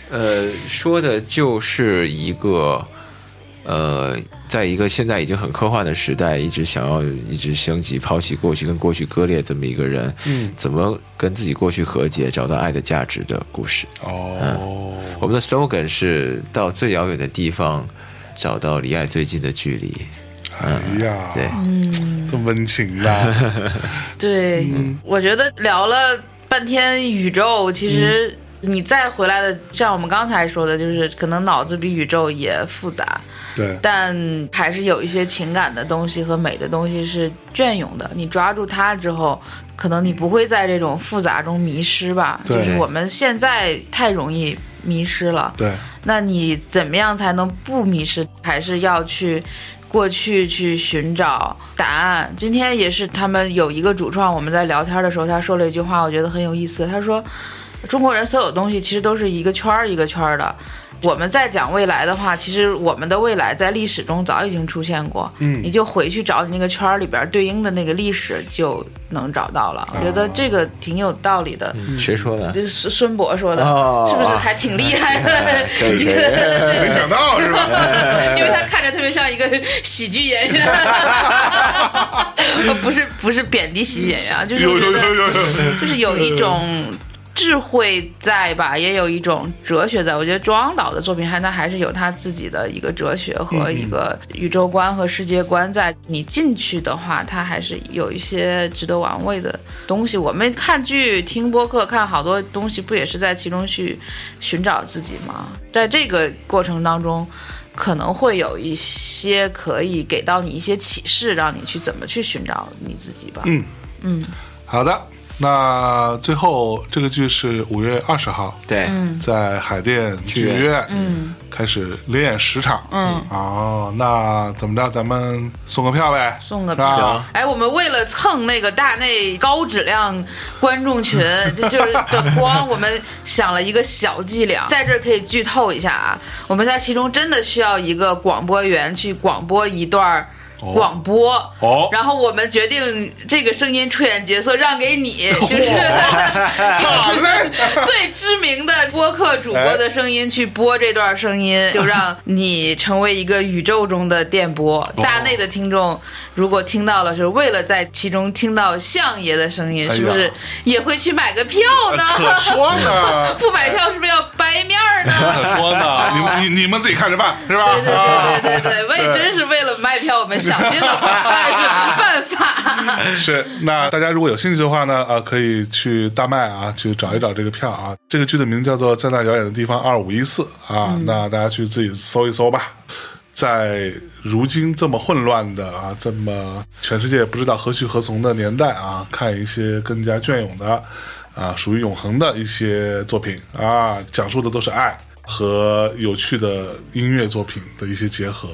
Speaker 3: 呃，说的就是一个，呃，在一个现在已经很科幻的时代，一直想要一直升级、抛弃过去、跟过去割裂这么一个人，嗯，怎么跟自己过去和解，找到爱的价值的故事。
Speaker 1: 哦，
Speaker 3: 我们的 slogan 是到最遥远的地方，找到离爱最近的距离。
Speaker 1: 哎呀，
Speaker 3: 嗯
Speaker 2: 嗯
Speaker 3: 对，
Speaker 1: 这温情啊 的，
Speaker 2: 对，
Speaker 1: 嗯
Speaker 2: 我觉得聊了半天宇宙，其实你再回来的，像我们刚才说的，就是可能脑子比宇宙也复杂，
Speaker 1: 对，
Speaker 2: 但还是有一些情感的东西和美的东西是隽永的。你抓住它之后，可能你不会在这种复杂中迷失吧？
Speaker 1: 对
Speaker 2: 就是我们现在太容易迷失了。
Speaker 1: 对，
Speaker 2: 那你怎么样才能不迷失？还是要去过去去寻找答案。今天也是他们有一个主创，我们在聊天的时候，他说了一句话，我觉得很有意思。他说，中国人所有东西其实都是一个圈儿一个圈儿的。我们在讲未来的话，其实我们的未来在历史中早已经出现过，嗯，你就回去找你那个圈儿里边儿对应的那个历史就能找到了。我觉得这个挺有道理的。
Speaker 3: 谁说的？
Speaker 2: 这是孙孙博说的，
Speaker 3: 哦
Speaker 2: 是不是还挺厉 害
Speaker 3: 可
Speaker 2: 的？
Speaker 3: 以
Speaker 2: 一
Speaker 3: 可以
Speaker 2: 个，
Speaker 1: 没想到是吧？
Speaker 2: 因为他看着特别像一个喜剧 演员， 哦不是不是贬低喜剧演员啊，就 是
Speaker 1: 有
Speaker 2: 我觉
Speaker 1: 有有
Speaker 2: 得
Speaker 1: 有有，
Speaker 2: 就是有一种。智慧在吧，也有一种哲学在。我觉得庄导的作品还他还是有他自己的一个哲学和一个宇宙观和世界观在。你进去的话，他还是有一些值得玩味的东西。我们看剧、听播客、看好多东西，不也是在其中去寻找自己吗？在这个过程当中，可能会有一些可以给到你一些启示，让你去怎么去寻找你自己吧。
Speaker 1: 嗯好的。那最后这个剧是五月二十号
Speaker 3: 对，
Speaker 2: 嗯
Speaker 1: 在海淀剧
Speaker 3: 剧
Speaker 1: 院，嗯，开始连演十场，嗯，哦，那怎么着，咱们送个票呗，
Speaker 2: 送个
Speaker 1: 是吧
Speaker 2: 票。哎，我们为了蹭那个大内高质量观众群，就就是的光，我们想了一个小伎俩，在这儿可以剧透一下啊，我们在其中真的需要一个广播员去广播一段儿广播。
Speaker 1: 哦，
Speaker 2: 然后我们决定这个声音出演角色让给你， 就是
Speaker 1: 好嘞，
Speaker 2: 最知名的播客主播的声音去播这段声音，就让你成为一个宇宙中的电波。大内的听众如果听到了，是为了在其中听到相爷的声音，
Speaker 1: 哎呀
Speaker 2: 是不是也会去买个票
Speaker 1: 可
Speaker 2: 呢？
Speaker 1: 说呢，
Speaker 2: 不买票是不是要掰面 儿
Speaker 1: 可
Speaker 2: 呢？
Speaker 1: 说呢，你们你你们自己看着办，是吧？
Speaker 2: 对对对对对对，为真是为了卖票，我们想尽了办法。
Speaker 1: 是，那大家如果有兴趣的话呢，呃，可以去大麦啊，去找一找这个票啊。这个剧的名字叫做《在那遥远的地方二五一四》啊，
Speaker 2: 嗯
Speaker 1: 那大家去自己搜一搜吧。在如今这么混乱的啊，这么全世界不知道何去何从的年代啊，看一些更加隽永的啊，属于永恒的一些作品啊，讲述的都是爱和有趣的音乐作品的一些结合，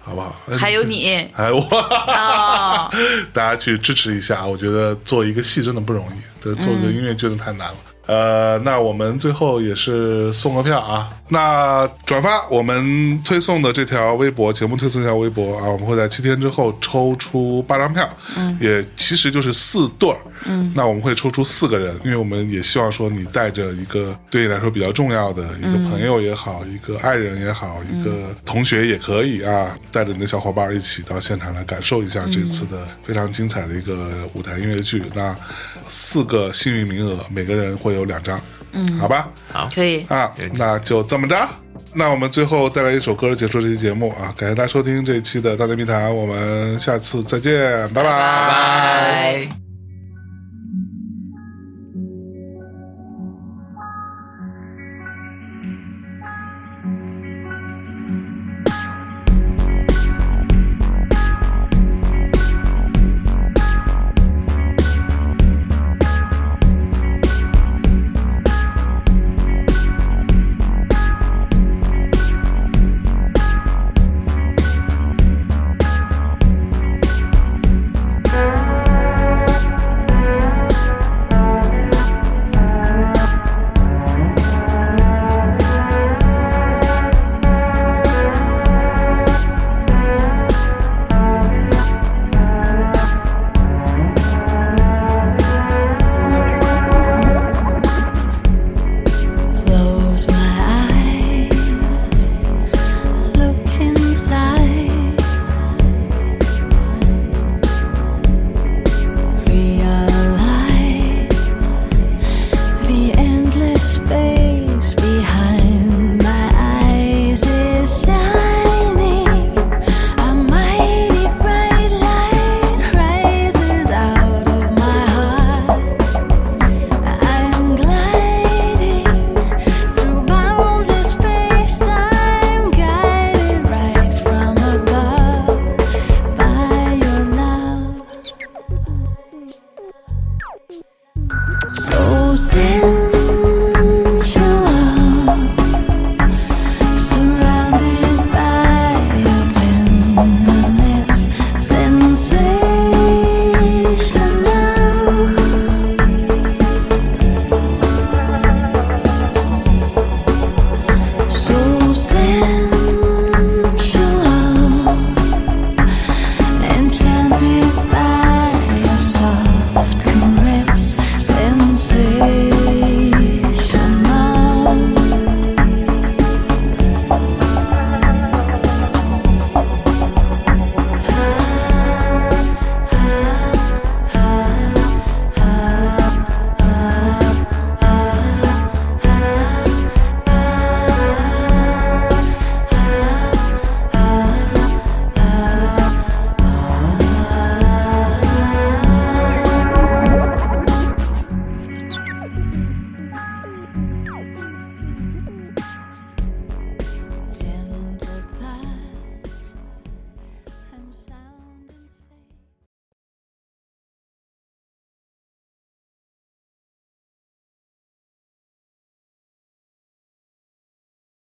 Speaker 1: 好不好？哎
Speaker 2: 还有你
Speaker 1: 还有我。哦
Speaker 2: 啊，
Speaker 1: 大家去支持一下。啊我觉得做一个戏真的不容易，这做个音乐剧真的太难了。呃，那我们最后也是送个票啊。那转发我们推送的这条微博，节目推送这条微博啊，我们会在七天之后抽出八张票，嗯，也其实就是四对儿，嗯，那我们会抽出四个人，因为我们也希望说你带着一个对你来说比较重要的一个朋友也好，一个爱人也好，一个同学也可以啊，带着你的小伙伴一起到现场来感受一下这次的非常精彩的一个舞台音乐剧。那四个幸运名额，每个人会有两张，嗯，好吧，
Speaker 2: 可以，
Speaker 1: 啊，那就这么着。那我们最后带来一首歌结束这期节目啊，感谢大家收听这一期的《大内密谈》，我们下次再见，拜拜
Speaker 2: 拜。